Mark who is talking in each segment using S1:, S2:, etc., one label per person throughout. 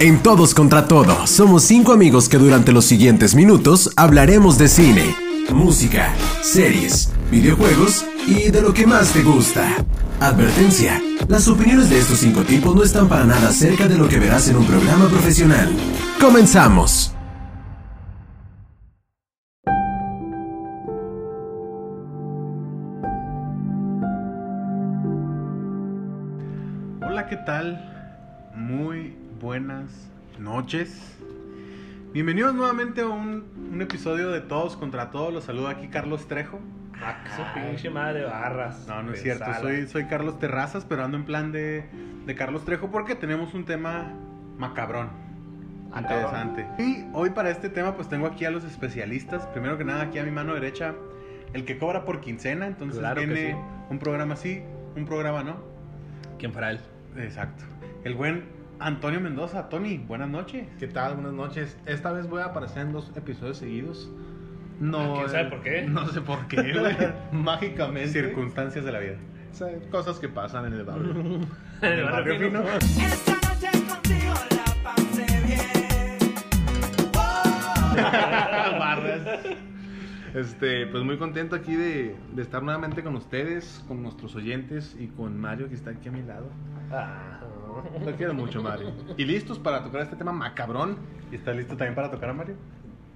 S1: En Todos contra Todo, somos cinco amigos que durante los siguientes minutos hablaremos de cine, música, series, videojuegos y de lo que más te gusta. Advertencia, las opiniones de estos cinco tipos no están para nada cerca de lo que verás en un programa profesional. Comenzamos.
S2: Hola, ¿qué tal? Muy buenas noches. Bienvenidos nuevamente a un, un episodio de Todos contra Todos. Los saludo aquí Carlos Trejo. Ah, que
S3: Su
S2: su
S3: pinche madre de barras.
S2: No, no es
S3: Pensala.
S2: cierto. Soy, soy Carlos Terrazas, pero ando en plan de, de Carlos Trejo porque tenemos un tema macabrón.
S3: Ah, cabrón.
S2: Interesante. Y hoy para este tema pues tengo aquí a los especialistas. Primero que nada aquí a mi mano derecha, el que cobra por quincena. Entonces
S3: Claro que
S2: tiene
S3: sí.
S2: un programa sí, un programa no.
S3: ¿Quién fuera él?
S2: Exacto. El buen Antonio Mendoza. Tony, buenas noches.
S4: ¿Qué tal? Buenas noches. Esta vez voy a aparecer en dos episodios seguidos. No,
S3: Ah, ¿Quién sabe
S4: eh,
S3: por qué?
S4: No sé por qué, güey. Mágicamente.
S2: Circunstancias de la vida.
S4: ¿sabe? Cosas que pasan en el barrio.
S3: El barrio fino.
S5: Esta noche contigo la pasé bien. Oh,
S4: Barras. Este, pues muy contento aquí de, de estar nuevamente con ustedes, con nuestros oyentes y con Mario que está aquí a mi lado.
S3: Ah,
S4: Lo quiero mucho, Mario. Y listos para tocar este tema macabrón.
S2: ¿Y estás listo también para tocar a Mario?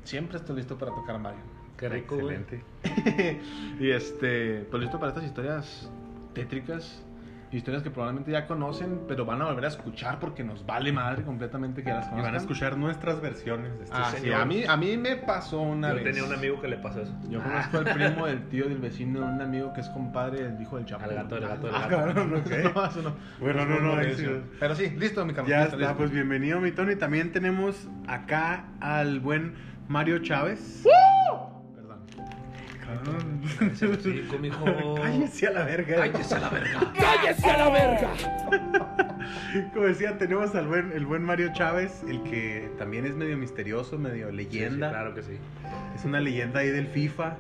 S4: Siempre estoy listo para tocar a Mario.
S3: qué rico, güey.
S2: Excelente.
S4: y este, pues listo para estas historias tétricas, historias que probablemente ya conocen, pero van a volver a escuchar porque nos vale madre completamente que ya las
S2: Y
S4: conozcan.
S2: van a escuchar nuestras versiones de este
S4: Ah,
S3: Sí,
S4: sí,
S3: señor.
S4: a mí, a mí me pasó una
S3: Yo
S4: vez.
S3: tenía un amigo que le pasó eso. Ah,
S4: Yo conozco al primo del tío del vecino de un amigo que es compadre del hijo del chapo.
S3: Al gato, al gato, al
S4: Ah,
S3: gato.
S4: cabrón, ok. no, eso no.
S2: Bueno,
S4: Eso
S2: no, no,
S4: eso.
S2: eso.
S4: Pero sí, listo, mi carnal.
S2: Ya
S4: listo,
S2: está,
S4: listo.
S2: pues bienvenido mi Tony. También tenemos acá al buen Mario Chávez.
S4: Perdón.
S2: Cabrón.
S3: Sí, mijo.
S2: Cállese a la verga.
S3: Cállese a la verga.
S2: Como decía, tenemos al buen, el buen Mario Chávez, el que también es medio misterioso, medio
S3: Sí, sí,
S2: leyenda.
S3: claro que sí.
S2: Es una leyenda ahí del FIFA.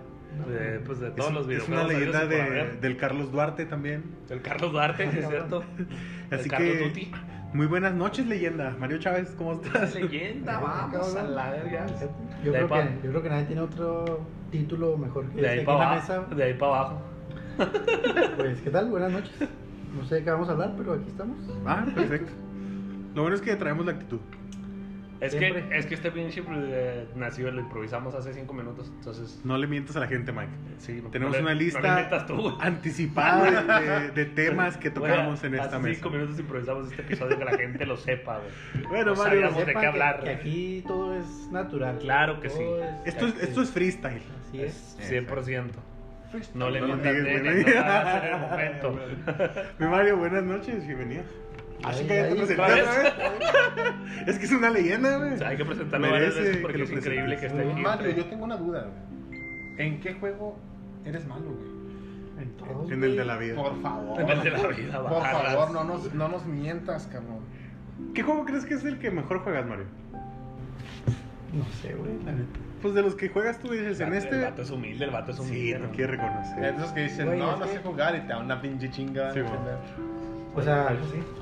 S3: Eh, pues de
S2: Es
S3: todos
S2: un-
S3: los
S2: es,
S3: videojuegos.
S2: una
S3: habidos
S2: leyenda
S3: y por
S2: de-
S3: haber.
S2: del Carlos Duarte también.
S3: El Carlos Duarte, sí, es cierto.
S2: Así
S3: el Carlos
S2: que-
S3: Dutti.
S2: Muy buenas noches, leyenda. Mario Chávez, ¿cómo estás?
S3: Leyenda, vamos a la verga.
S6: Yo,
S3: De ahí
S6: creo
S3: pa-
S6: que, yo creo que nadie tiene otro título mejor que
S3: De
S6: este
S3: ahí
S6: aquí en
S3: para
S6: la
S3: abajo.
S6: mesa.
S3: De ahí para abajo.
S6: Pues, ¿qué tal? Buenas noches. No sé de qué vamos a hablar, pero aquí estamos.
S2: Ah, perfecto. Lo bueno es que traemos la actitud.
S3: Es que,
S6: Siempre.
S3: es que este pinche eh, nació, lo improvisamos hace cinco minutos. Entonces,
S2: No le mientas a la gente, Mike.
S3: sí, no-
S2: Tenemos
S3: no le-
S2: una
S3: No
S2: lista
S3: le metas tú, güey.
S2: anticipada de, de- de temas que
S3: Güey,
S2: tocamos en esta
S3: hace
S2: mesa.
S3: cinco minutos improvisamos este episodio que la gente lo sepa, güey.
S2: Bueno,
S3: No
S2: Mario,
S3: sabíamos. de
S6: Sepan
S3: qué
S6: que-
S3: hablar.
S6: Que, aquí todo es natural.
S3: Claro que sí.
S6: Todo
S2: esto es, esto es freestyle.
S6: Así es.
S3: 100%. No le
S2: No lo
S3: mientas
S2: niegues,
S3: nene,
S2: güey.
S3: no lo hagas en el momento.
S2: Mi Mario, buenas noches, bienvenido. Así
S6: Ay,
S2: que ya te
S6: ay,
S2: presentaste,
S3: otra
S2: güey. Es que es una leyenda, güey.
S3: O sea, hay que presentarlo varias
S2: Merece
S3: veces
S2: que
S3: porque
S2: lo
S3: es increíble que
S2: presentes.
S3: esté aquí.
S4: Mario, yo tengo una duda. güey. ¿En qué juego eres malo, güey?
S6: En todos,
S2: En el de
S6: güey.
S2: la vida.
S4: Por favor.
S3: En el de la vida,
S4: Por
S3: barras.
S4: favor, no nos, no nos mientas, cabrón.
S2: ¿Qué juego crees que es el que mejor juegas, Mario?
S6: No sé, güey, la neta.
S2: Pues de los que juegas tú dices, en
S3: El
S2: este...
S3: vato es humilde, el vato es
S2: Sí,
S3: humilde.
S2: no quiere reconocer.
S4: Esos que dicen,
S6: Güey,
S4: no,
S6: es
S4: no
S6: que-
S4: sé jugar y te da una pinche chinga.
S2: Sí,
S4: Sí,
S2: güey.
S6: O sea,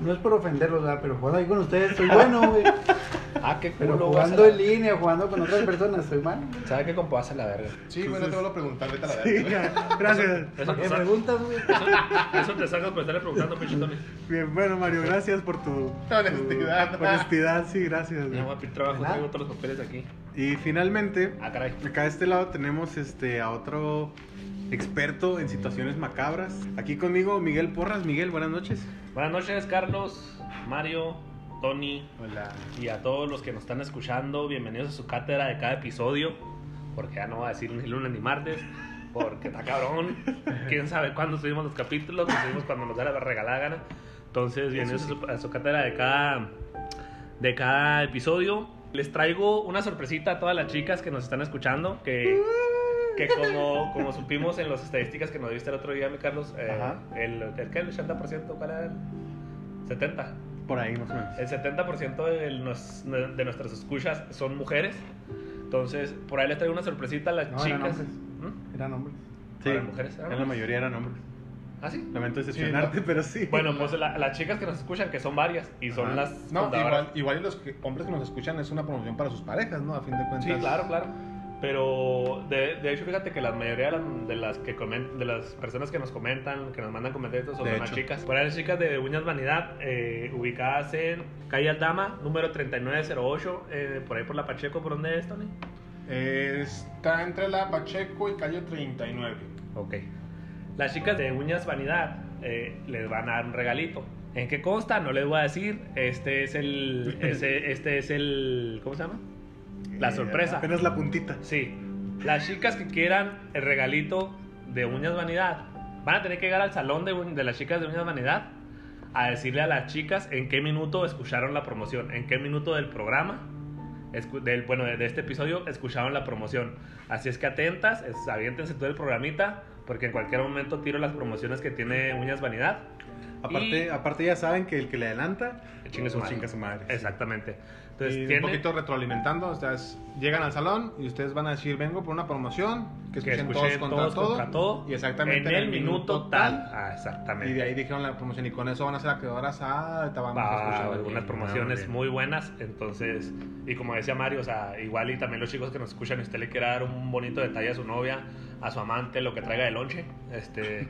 S6: no es por ofenderlos, ¿verdad? pero jugando ahí con ustedes soy bueno, güey.
S3: Ah, qué
S6: Pero
S3: culo,
S6: jugando en línea, jugando con otras personas, soy malo.
S3: ¿Sabes qué compa hace la verga?
S4: sí güey, no te vuelvo a preguntar, vete a la
S2: Sí,
S4: verga.
S2: ya. Gracias.
S3: Eso
S6: ¿Para
S3: te
S6: qué
S3: sacas-
S6: preguntas, güey?
S3: eso te sacas por estarle preguntando, pinche Tony.
S2: Bien, bueno, Mario, gracias por tu tu
S4: Honestidad.
S2: honestidad, sí, gracias. güey.
S3: No voy a pedir trabajo,
S6: ¿Verdad?
S3: traigo todos los papeles aquí.
S2: Y finalmente,
S3: Ah, caray.
S2: acá de este lado tenemos este a otro experto en situaciones macabras. Aquí conmigo Miguel Porras. Miguel, buenas noches.
S3: Buenas noches, Carlos, Mario, Tony,
S4: Hola.
S3: Y a todos los que nos están escuchando, bienvenidos a su cátedra de cada episodio. Porque ya no va a decir ni lunes ni martes. Porque está cabrón. Quién sabe cuándo subimos los capítulos. Los subimos cuando nos da la regalada gana. Entonces, bienvenidos a, su, a su cátedra de cada, de cada episodio. Les traigo una sorpresita a todas las chicas que nos están escuchando. Que, que como, como supimos en las estadísticas que nos diste el otro día, mi Carlos, eh,
S2: Ajá.
S3: el, el, ¿qué? el 80%, ¿cuál era? El 70%.
S2: Por ahí más o menos.
S3: El 70% de, nos- de nuestras escuchas son mujeres. Entonces, por ahí les traigo una sorpresita a las
S6: No, eran
S3: chicas.
S6: hombres.
S3: ¿Mm?
S6: Eran hombres.
S3: para mujeres,
S2: en
S3: ¿no?
S2: la mayoría eran hombres.
S3: ¿Ah, sí?
S2: Lamento decepcionarte, pero sí.
S3: Bueno, pues la- las chicas que nos escuchan, que son varias, y son
S2: Ajá.
S3: las
S4: No,
S3: contadoras.
S4: igual, igual y los que- hombres que nos escuchan es una promoción para sus parejas, ¿no? A fin de cuentas.
S3: Sí, claro, claro. Pero de, de hecho, fíjate que la mayoría de las, de las que comen- de las personas que nos comentan, que nos mandan comentarios
S4: De
S3: sobre las
S4: hecho.
S3: chicas. Por las chicas de Uñas Vanidad, eh, ubicadas en Calle Aldama, número 3908, eh, por ahí por la Pacheco, ¿por dónde es, Tony?
S4: Eh, está entre la Pacheco y calle 39.
S3: Ok. Las chicas de Uñas Vanidad eh, les van a dar un regalito. ¿En qué consta? No les voy a decir. Este es el. ese- este es el. ¿Cómo se llama? La
S2: Eh,
S3: sorpresa.
S2: Apenas la puntita.
S3: Sí. Las chicas que quieran el regalito de Uñas Vanidad van a tener que llegar al salón de, uñ- de las chicas de Uñas Vanidad a decirle a las chicas en qué minuto escucharon la promoción, en qué minuto del programa, escu- del, bueno, de, de este episodio escucharon la promoción. Así es que atentas, es, aviéntense todo el programita, porque en cualquier momento tiro las promociones que tiene Uñas Vanidad.
S2: Aparte,
S3: Y-
S2: aparte ya saben que el que le adelanta,
S3: Que chingue su
S2: pues,
S3: madre.
S2: chinga su madre.
S3: Exactamente. Entonces,
S4: Y
S3: Pues tiene-
S4: eh, un poquito retroalimentando, o sea, es- llegan al salón y ustedes van a decir, vengo por una promoción, que
S3: que
S4: escuchen,
S3: escuché
S4: todos, contra, todo,
S3: todo
S4: y exactamente
S3: en el, minuto tal. Ah, exactamente.
S4: Y de ahí dijeron la promoción, y con eso van a ser acreedoras a Tabambo.
S3: Ah, algunas promociones muy buenas. Entonces, y como decía Mario, o sea, igual y también los chicos que nos escuchan, usted le quiera dar un bonito detalle a su novia, a su amante, lo que traiga de lonche. Este,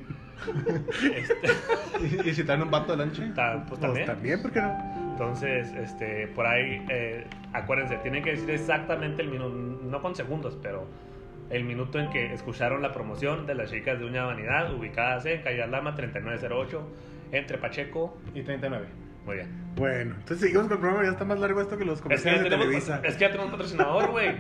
S3: este,
S4: ¿Y, y si traen un vato de lonche?
S3: ta- pues
S2: Pues
S3: también.
S2: también, ¿por qué no?
S3: Entonces, este, por ahí, eh, acuérdense, tienen que decir exactamente el minuto, no con segundos, pero el minuto en que escucharon la promoción de las chicas de Uña Vanidad, ubicadas en Calle Alama 3908, entre Pacheco.
S4: Y 39.
S3: Muy bien.
S2: Bueno, entonces seguimos con el programa, ya está más largo esto que los
S3: Es que, ya
S2: comerciales de
S3: tenemos,
S2: Televisa.
S3: es que ya tenemos patrocinador, güey.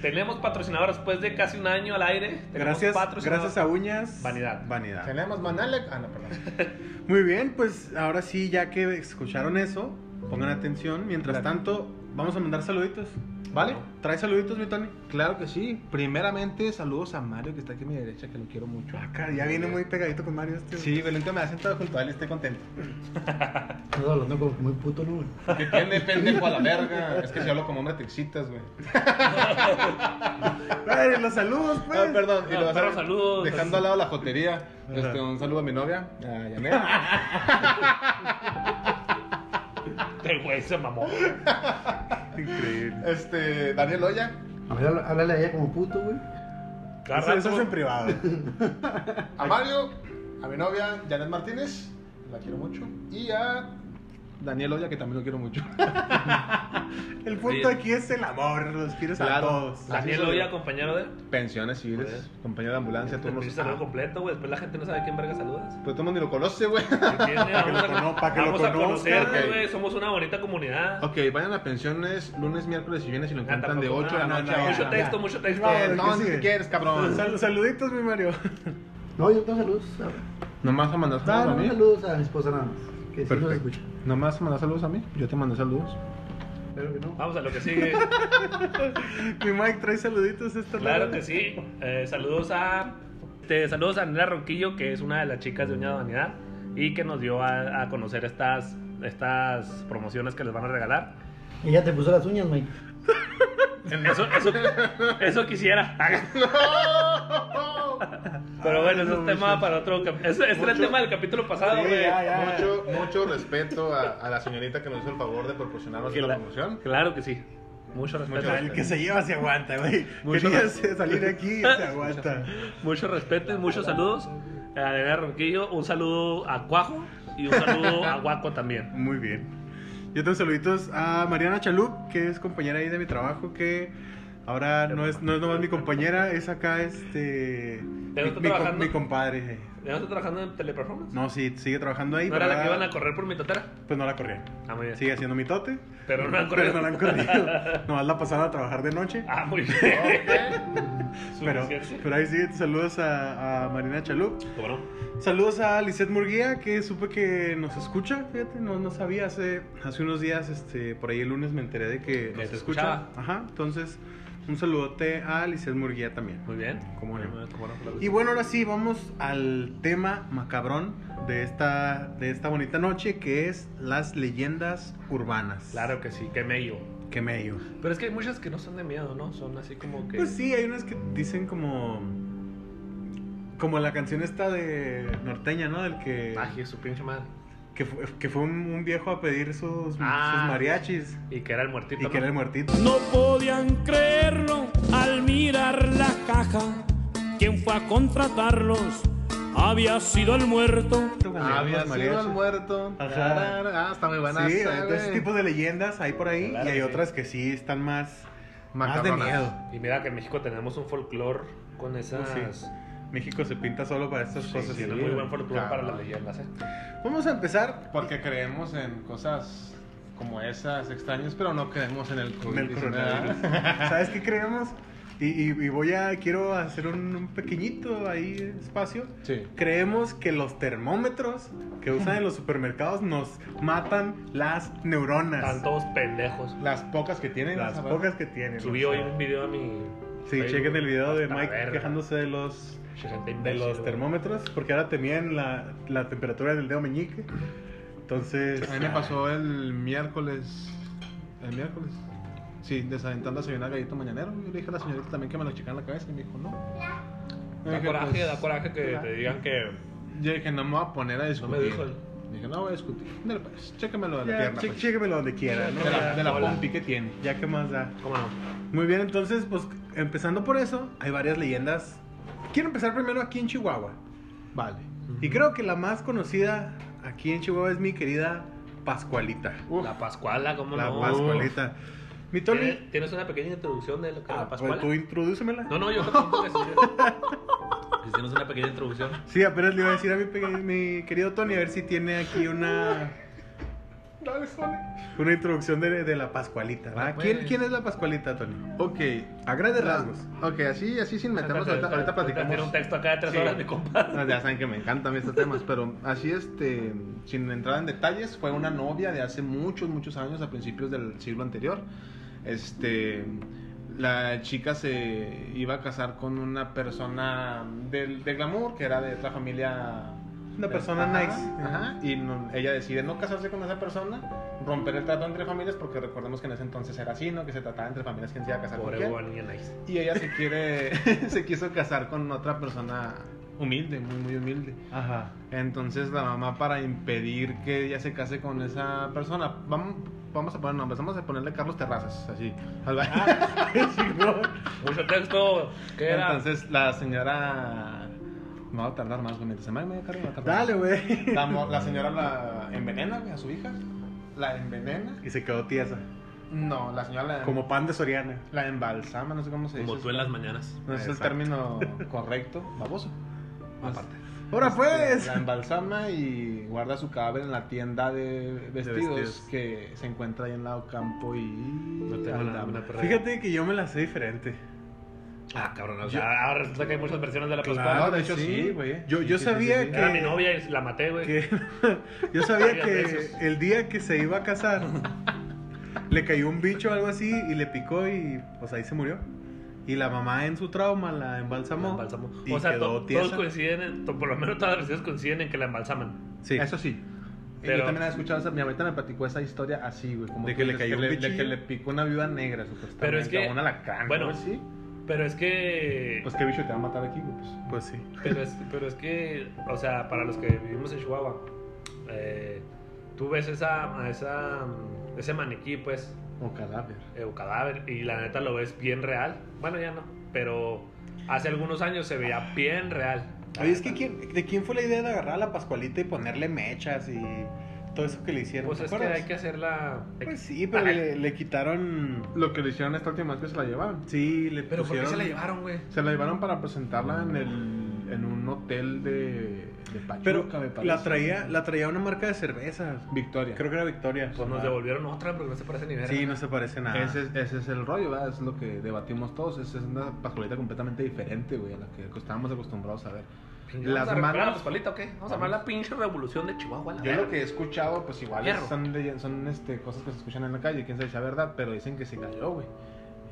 S3: tenemos patrocinador después de casi un año al aire. Tenemos
S2: Gracias,
S3: patrocinador.
S2: gracias a Uñas.
S3: Vanidad.
S2: Vanidad.
S4: Tenemos Manalec. Ah, no, perdón.
S2: Muy bien, pues ahora sí, ya que escucharon eso, pongan atención. Mientras tanto, vamos a mandar saluditos.
S4: ¿Vale?
S2: ¿Trae saluditos, mi Tony?
S4: Claro que sí. Primeramente, saludos a Mario, que está aquí a mi derecha, que lo quiero mucho.
S2: Ah, cara, ya viene muy pegadito con Mario este.
S4: Sí, pero nunca me ha sentado junto a él, estoy contento.
S6: Estás hablando como que muy puto, ¿no? güey?
S4: ¿Qué tiene, pendejo, a la verga? Es que si hablo como hombre te excitas, güey.
S2: Ay, los saludos, pues.
S4: Ah, perdón.
S3: Ah,
S4: lo vas a-
S3: perro, saludos.
S4: Dejando al lado la jotería. Este, un saludo a mi novia, a Yanet.
S3: Este güey se mamó.
S2: Increíble.
S4: Este, Daniel Oya.
S6: A ver, háblale- háblale a ella como puto, güey.
S3: Cada
S2: Eso, eso
S3: rato-
S2: es en privado.
S4: A Mario, a mi novia, Janet Martínez, la quiero mucho. Y a Daniel Oya, que también lo quiero mucho.
S2: El
S3: Oye.
S2: punto aquí es el amor, los quieres
S4: Claro.
S2: a todos.
S4: La-
S3: Daniel
S4: Así soy
S3: Oya,
S4: yo.
S3: compañero de.
S4: Pensiones civiles, compañero de ambulancia,
S3: El
S4: turnos.
S3: pinche saludo
S4: Ah,
S3: completo, güey. Después la gente no sabe quién verga saludas.
S4: Pero todo el mundo ni lo conoce, güey.
S3: ¿Entiendes?
S2: que lo
S3: Vamos a,
S2: cono- pa' que lo
S3: vamos a
S2: conozca,
S3: conocerte,
S4: ok.
S3: güey. Somos una bonita comunidad.
S4: Ok, vayan a pensiones lunes, miércoles y viernes y lo
S3: Ah,
S4: encuentran
S3: tampoco,
S4: de 8 a
S3: no,
S4: la
S3: no,
S4: noche.
S3: no,
S4: a
S3: mucho
S4: una.
S3: texto, mucho texto.
S4: Eh,
S2: No,
S4: No,
S2: ¿qué
S4: ni
S2: sigue?
S4: quieres, cabrón.
S2: Sal- saluditos, mi Mario.
S6: No, yo tengo saludos. a-
S4: Nomás a mandar
S6: Ah,
S4: saludos
S6: no,
S4: a mí.
S6: saludos a mi esposa nada más. Que sí
S4: Perfecto.
S6: nos escucha.
S4: Nomás a mandar saludos a mí. Yo te mandé saludos.
S6: Claro que no.
S3: Vamos a lo que sigue.
S2: Mi Mike trae saluditos esta
S3: Claro
S2: tarde.
S3: que sí. Eh, saludos a. Te saludos a Andrea Ronquillo, que es una de las chicas de Uña Vanidad y que nos dio a, a conocer estas, estas promociones que les van a regalar.
S6: Ella te puso las uñas, Mike.
S3: Eso, eso, eso quisiera. Pero bueno, eso es tema para otro. cap- Ese ese era el tema del capítulo pasado,
S2: Sí,
S3: güey.
S2: ya, ya.
S4: Mucho, mucho respeto a, a la señorita que nos hizo el favor de proporcionarnos
S3: Que
S4: la
S3: la-
S4: promoción.
S3: Claro que sí. Mucho respeto.
S4: Mucho
S2: El que se lleva se aguanta, güey.
S4: Mucho
S2: Querías eh, salir aquí se aguanta.
S3: Mucho respeto y muchos saludos. A Andrea Ronquillo, un saludo a Cuajo y un saludo a Guaco también.
S2: Muy bien. Yo tengo saluditos a Mariana Chalup, que es compañera ahí de mi trabajo, que ahora no es, no es nomás mi compañera, es acá este. Mi,
S3: está
S2: mi com-
S3: trabajando?
S2: mi compadre. eh.
S3: ¿Ya no está trabajando en Teleperformance?
S2: No, sí, sigue trabajando ahí.
S3: ¿No era la que
S2: ahora-
S3: iban a correr por mi totera?
S2: Pues no la corrieron.
S3: Ah, muy bien.
S2: Sigue haciendo mitote.
S3: Pero no han
S2: Pero
S3: corrido.
S2: no la han corrido. Nomás la pasaron a trabajar de noche.
S3: Ah, muy bien.
S2: Pero,
S3: Suficiente.
S2: pero ahí sigue. Saludos a, a Marina Chalup.
S3: ¿Cómo no?
S2: Saludos a Lisette Murguía, que supe que nos escucha. Fíjate, no, no sabía. Hace, hace unos días, este, por ahí el lunes me enteré de que
S3: Que
S2: nos
S3: te
S2: escucha.
S3: escuchaba.
S2: Ajá. Entonces, un saludote a Lisette Murguía también.
S3: Muy bien.
S2: Cómo no.
S3: Cómo no, claro que
S2: Y bueno, ahora sí, vamos al tema macabrón de esta, de esta bonita noche, que es las leyendas urbanas.
S3: sí. Claro que sí, qué mello.
S2: Que medio.
S3: Pero es que hay muchas que no son de miedo, ¿no? Son así como que.
S2: Pues sí, hay unas que dicen como Como la canción esta de Norteña, ¿no? Del que,
S3: Ay, su pinche madre.
S2: que, fue, que fue un, un viejo a pedir sus,
S3: Ah.
S2: sus mariachis
S3: Y que era el muertito.
S2: y que
S3: ¿no?
S2: era el muertito.
S7: No podían creerlo al mirar la caja. Quien fue a contratarlos había sido el muerto.
S2: Ah,
S4: Había
S2: los mariachis.
S4: sido el muerto.
S2: Ajá.
S4: Ah, está muy buena.
S2: Sí,
S4: esa,
S2: entonces ese
S4: güey.
S2: tipo de leyendas hay por ahí
S3: eh. Claro
S2: y hay
S3: que sí.
S2: otras que sí están más, más de
S4: Macarronas.
S2: miedo.
S3: Y mira que en México tenemos un folclore con esas.
S2: Pues sí. México se pinta solo para estas cosas.
S3: Tiene
S2: Sí.
S3: muy buen folclore para
S4: Cabrón.
S3: las leyendas, ¿eh?
S2: Vamos a empezar
S4: Porque creemos en cosas como esas extrañas, pero no creemos en el Ah,
S2: con el
S4: COVID-19.
S2: coronavirus.
S4: ¿verdad?
S2: ¿Sabes qué creemos? Y, y- y voy a, quiero hacer un, un pequeñito ahí espacio.
S4: Sí.
S2: Creemos que los termómetros que usan en los supermercados nos matan las neuronas.
S3: Están todos pendejos.
S4: Las pocas que tienen.
S2: Las
S4: ¿sabes?
S2: pocas que tienen.
S3: Subí
S2: o
S3: hoy
S2: sea.
S3: un video a mi.
S2: Sí,
S3: Facebook.
S2: chequen el video de
S3: Hasta la
S2: Mike
S3: verga.
S2: quejándose de los
S3: Gente
S2: de
S3: imbécil,
S2: los
S3: güey.
S2: termómetros, porque ahora te miden la, la temperatura del dedo meñique. Entonces,
S4: A mí me pasó el miércoles. El miércoles. Sí, desalentando a desayunar gallito mañanero. Yo le dije a la señorita también que me lo checara en la cabeza y me dijo no. Yo
S3: Da
S4: dije,
S3: coraje,
S4: pues,
S3: da coraje que
S4: ya.
S3: te digan que.
S4: Yo dije, no me voy a poner a
S3: No
S4: discutir.
S3: me dijo
S4: Dije, no voy a discutir. Mira, pues, chécamelo de la
S2: ya,
S4: pierna.
S2: che-
S4: pues.
S2: chéquemelo donde quiera, ¿no?
S4: de la, de la
S3: Hola.
S4: pompi que tiene.
S2: Ya que más da.
S3: ¿Cómo no?
S2: Muy bien, entonces, pues empezando por eso, hay varias leyendas. Quiero empezar primero aquí en Chihuahua.
S4: Vale.
S2: Y creo que la más conocida aquí en Chihuahua es mi querida Pascualita.
S3: La Pascuala, ¿cómo
S2: la
S3: no?
S2: Pascualita. Mi
S3: ¿Tienes,
S4: Eh,
S2: Tony.
S3: tienes una pequeña introducción de lo que es
S2: Ah,
S3: la
S2: pues
S3: Pascuala?
S2: tú introdúcemela.
S3: No, no, yo te pregunto que sí. Hicimos una pequeña introducción.
S2: Sí, apenas le iba a decir a mi, pe- mi querido Tony a ver si tiene aquí una. Una introducción de, de la Pascualita. ¿va?
S4: Ah,
S2: ¿Quién,
S4: pues.
S2: quién es la Pascualita, Tony?
S4: Ok.
S2: A grandes rasgos.
S4: Ok, así, así sin meternos. Ahorita, ahorita
S3: Tiene un
S4: platicamos.
S3: texto acá de tres
S4: Sí.
S3: horas, mi compa.
S4: Ah, Ya saben que me encantan estos temas, pero así, este, sin entrar en detalles, fue una novia de hace muchos, muchos años, a principios del siglo anterior. Este, la chica se iba a casar con una persona del, de glamour, que era de otra familia.
S2: Una persona
S4: Ajá,
S2: nice.
S4: Ajá, y no- ella decide no casarse con esa persona, romper el trato entre familias, porque recordemos que en ese entonces era así, ¿no? Que se trataba entre familias quién se iba a casar con
S3: Pobre
S4: quién.
S3: boba niña nice.
S4: Y ella se quiere, se quiso casar con otra persona humilde, muy, muy humilde.
S2: Ajá.
S4: Entonces la mamá para impedir que ella se case con esa persona, vamos, vamos a poner nombres, vamos a ponerle Carlos Terrazas, así. al baño.
S2: Ah,
S3: Mucho texto. ¿Qué era?
S4: Entonces la señora... Me va a tardar más, güey, mientras se me me voy a tardar.
S2: Dale, güey.
S4: La, mo- la señora la envenena, güey, a su hija. La envenena.
S2: Y se quedó tiesa.
S4: No, la señora la, em-
S2: Como pan de Soriana.
S4: la embalsama, no sé cómo se dice.
S3: Como tú en las mañanas.
S4: No es el
S2: Exacto.
S4: término correcto, baboso.
S3: Aparte.
S2: ¡Ahora pues!
S4: La embalsama y guarda su cadáver en la tienda de vestidos,
S2: vestidos.
S4: que se encuentra ahí en la Ocampo y.
S3: No tengo
S4: Aldama.
S3: nada, una perra.
S2: Fíjate que yo me la sé diferente.
S3: Ah, cabrón. O sea, ahora resulta que hay muchas versiones de la
S4: Claro,
S3: Pascuala.
S4: Ah, de hecho sí, güey.
S2: Yo- yo sabía que-
S3: Era mi novia y la maté, güey.
S2: Que- yo sabía
S3: Varias
S2: que
S3: veces.
S2: el día que se iba a casar le cayó un bicho o algo así y le picó y pues ahí se murió. Y la mamá en su trauma la
S3: La
S2: embalsamó.
S3: embalsamó.
S2: Y
S3: O sea,
S2: quedó
S3: to- todos
S2: tiesa.
S3: coinciden, en- to- por lo menos todas las versiones coinciden en que la embalsaman.
S2: Sí.
S4: Eso sí. Y
S3: Pero-
S4: Yo también he escuchado esa. Mi abuelita me platicó esa historia así, güey. como
S2: De
S4: tú
S2: que le
S4: dices,
S2: cayó un
S4: de
S2: bichillo.
S4: que le picó una viuda negra, supuestamente.
S3: Pero es que-
S4: a Una lacrán.
S3: bueno.
S4: Bueno, sí.
S3: Pero es que.
S4: Pues qué bicho te va a matar aquí, güey. Pues.
S2: Pues sí.
S3: Pero es, pero es que, o sea, para los que vivimos en Chihuahua, eh, tú ves esa, a esa, mm, ese maniquí, pues,
S4: O cadáver.
S3: eh, o cadáver, y la neta lo ves bien real. Bueno, ya no, pero hace algunos años se veía bien real.
S2: Oye, es que ¿quién- ¿de quién fue la idea de agarrar a la Pascualita y ponerle mechas y todo eso que le hicieron?
S3: Pues
S2: ¿Te
S3: es que
S2: acuerdas?
S3: hay que hacerla.
S2: Pues sí, pero le, le quitaron...
S4: Lo que le hicieron esta última vez que se la llevaron.
S2: Sí, le
S3: Pero ¿por qué
S2: pusieron-
S3: se la llevaron, güey?
S4: Se la llevaron para presentarla en, el, en un hotel de, de Pachuca,
S2: Pero
S4: me parece.
S2: la traía, la traía una marca de cervezas.
S4: Victoria.
S2: Creo que era Victoria.
S3: Pues nos devolvieron otra porque no se parece ni ver.
S2: Ah. Sí, no se parece nada.
S4: Ese, es- ese es el rollo, ¿verdad? Es lo que debatimos todos. Esa es una pascualita completamente diferente, güey, a la que estábamos acostumbrados a ver.
S3: Las
S4: las
S3: a recuperar
S4: manos-
S3: a Pascualita, ¿o qué? Vamos a llamar la pinche revolución de Chihuahua. la
S4: Yo lo
S3: verga.
S4: que he escuchado, pues igual es-
S3: Fierro.
S4: son, de- son este, cosas que se escuchan en la calle, quién sabe si es verdad, pero dicen que se cayó, güey.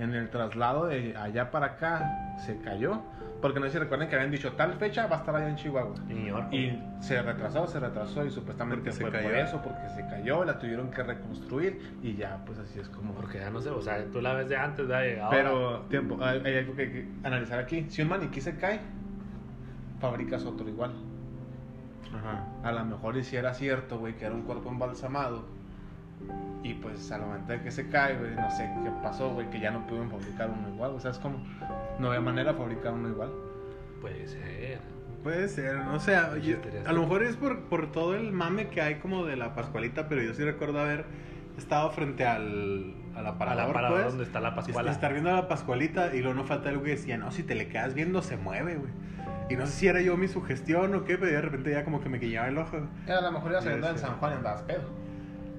S4: En el traslado de allá para acá se cayó, porque no sé si recuerdan que habían dicho tal fecha va a estar allá en Chihuahua.
S3: Señor.
S4: Y se retrasó, se retrasó y supuestamente
S2: Porque se
S4: fue por
S2: cayó.
S4: eso, porque se cayó, la tuvieron que reconstruir y ya, pues así es como.
S3: Porque ya no sé, o sea, tú la ves de antes, ¿verdad? Y ahora-
S4: Pero tiempo, hay, hay algo que hay que analizar aquí. Si un maniquí se cae, fabricas otro igual.
S2: Ajá.
S4: A lo mejor y si era cierto, güey, que era un cuerpo embalsamado. Y pues al momento de que se cae, güey, no sé qué pasó, güey, que ya no pudieron fabricar uno igual. O sea, es como, no había manera de fabricar uno igual.
S3: Puede ser.
S2: Puede ser, no sé. a- yo-
S3: interesante.
S2: Ah, a lo mejor es por, por todo el mame que hay como de la Pascualita, pero yo sí recuerdo haber estado frente al, al
S3: Para la
S2: aparador,
S3: parada
S2: pues,
S3: donde está la
S2: y
S3: Pascuala.
S2: estar viendo a la Pascualita y luego no falta algo que decía, no, si te le quedas viendo se mueve, güey. Y no sé si era yo mi sugestión o qué, pero de repente ya como que me guiñaba el ojo.
S4: A lo mejor iba saliendo
S2: Sí,
S4: en
S2: sí.
S4: San Juan y andabas pedo.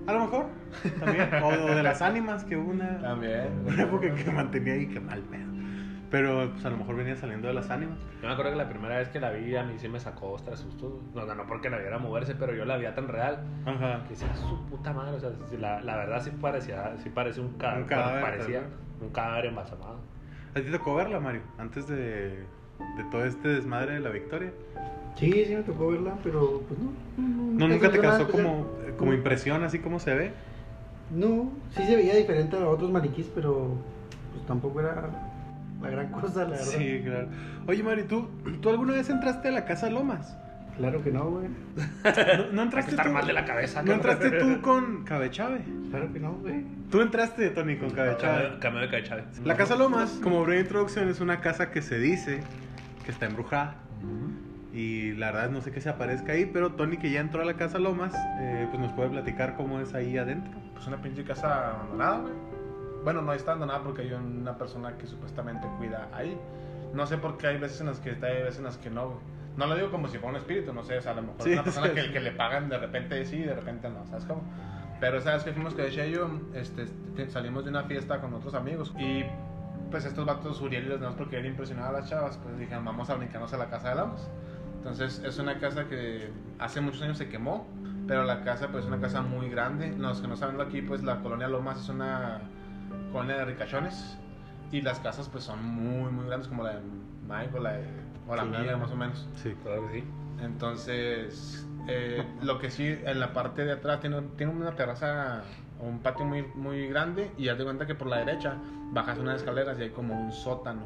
S2: A lo mejor, también. o, o de las ánimas, que hubo una,
S4: También.
S2: una época que mantenía ahí, que mal pedo. Pero pues a lo mejor venía saliendo de las ánimas.
S3: Yo me acuerdo que la primera vez que la vi a mí sí me sacó ostras sustos. No, no, no porque la viera moverse, pero yo la veía tan real
S2: Ajá.
S3: que decía su puta madre. O sea, sí, la, la verdad sí parecía, sí parecía un cadáver.
S2: Un cadáver,
S3: parecía
S2: tal vez.
S3: un cadáver embalsamado.
S2: ¿A ti te tocó verla, Mario? Antes de, de todo este desmadre de la victoria.
S6: Sí, sí me tocó verla, pero pues no.
S2: ¿No nunca te
S6: hizo nada
S2: causó
S6: especial.
S2: como, como impresión, así como se ve?
S6: No, sí se veía diferente a otros maniquís, pero pues tampoco era la gran cosa, la verdad.
S2: Sí, claro. Oye, Mario, ¿tú, ¿tú alguna vez entraste a la Casa Lomas?
S6: Claro que no, güey.
S2: ¿No, no
S3: Hay que
S2: entraste
S3: estar
S2: tú?
S3: mal de la cabeza.
S2: ¿No
S3: cabrón.
S2: entraste tú con Cabechave?
S6: Claro que no, güey.
S2: Tú entraste, Tony, con Cabechave.
S3: Cameo- Cameo de Cabe Chávez.
S2: La Casa Lomas, como breve introducción, es una casa que se dice que está embrujada. Y la verdad no sé qué se aparezca ahí, pero Tony, que ya entró a la Casa Lomas, eh, pues nos puede platicar cómo es ahí adentro.
S4: Pues una pinche casa abandonada, güey. Bueno, no está abandonada porque hay una persona que supuestamente cuida ahí. No sé por qué hay veces en las que está y hay veces en las que no, güey. No lo digo como si fuera un espíritu, no sé, o sea, a lo mejor
S2: Sí,
S4: es una persona
S2: sí,
S4: que,
S2: sí.
S4: que le pagan de repente sí y de repente no, ¿sabes cómo? Pero sabes que fuimos que de yo, este, este, salimos de una fiesta con otros amigos y pues estos vatos Uriel y los demás porque él impresionaba a las chavas, pues dijeron, vamos a brincarnos a la casa de Lamos. Entonces es una casa que hace muchos años se quemó, pero la casa pues es una casa muy grande. Los que no saben de aquí, pues la colonia Lomas es una colonia de ricachones y las casas pues son muy muy grandes como la de Mike o la, de, o la
S2: Sí,
S4: mía
S2: claro.
S4: más o menos.
S2: Sí.
S3: Claro que sí.
S4: Entonces, eh, lo que sí, en la parte de atrás tiene, tiene una terraza o un patio muy, muy grande y haz de cuenta que por la derecha bajas unas escaleras y hay como un sótano.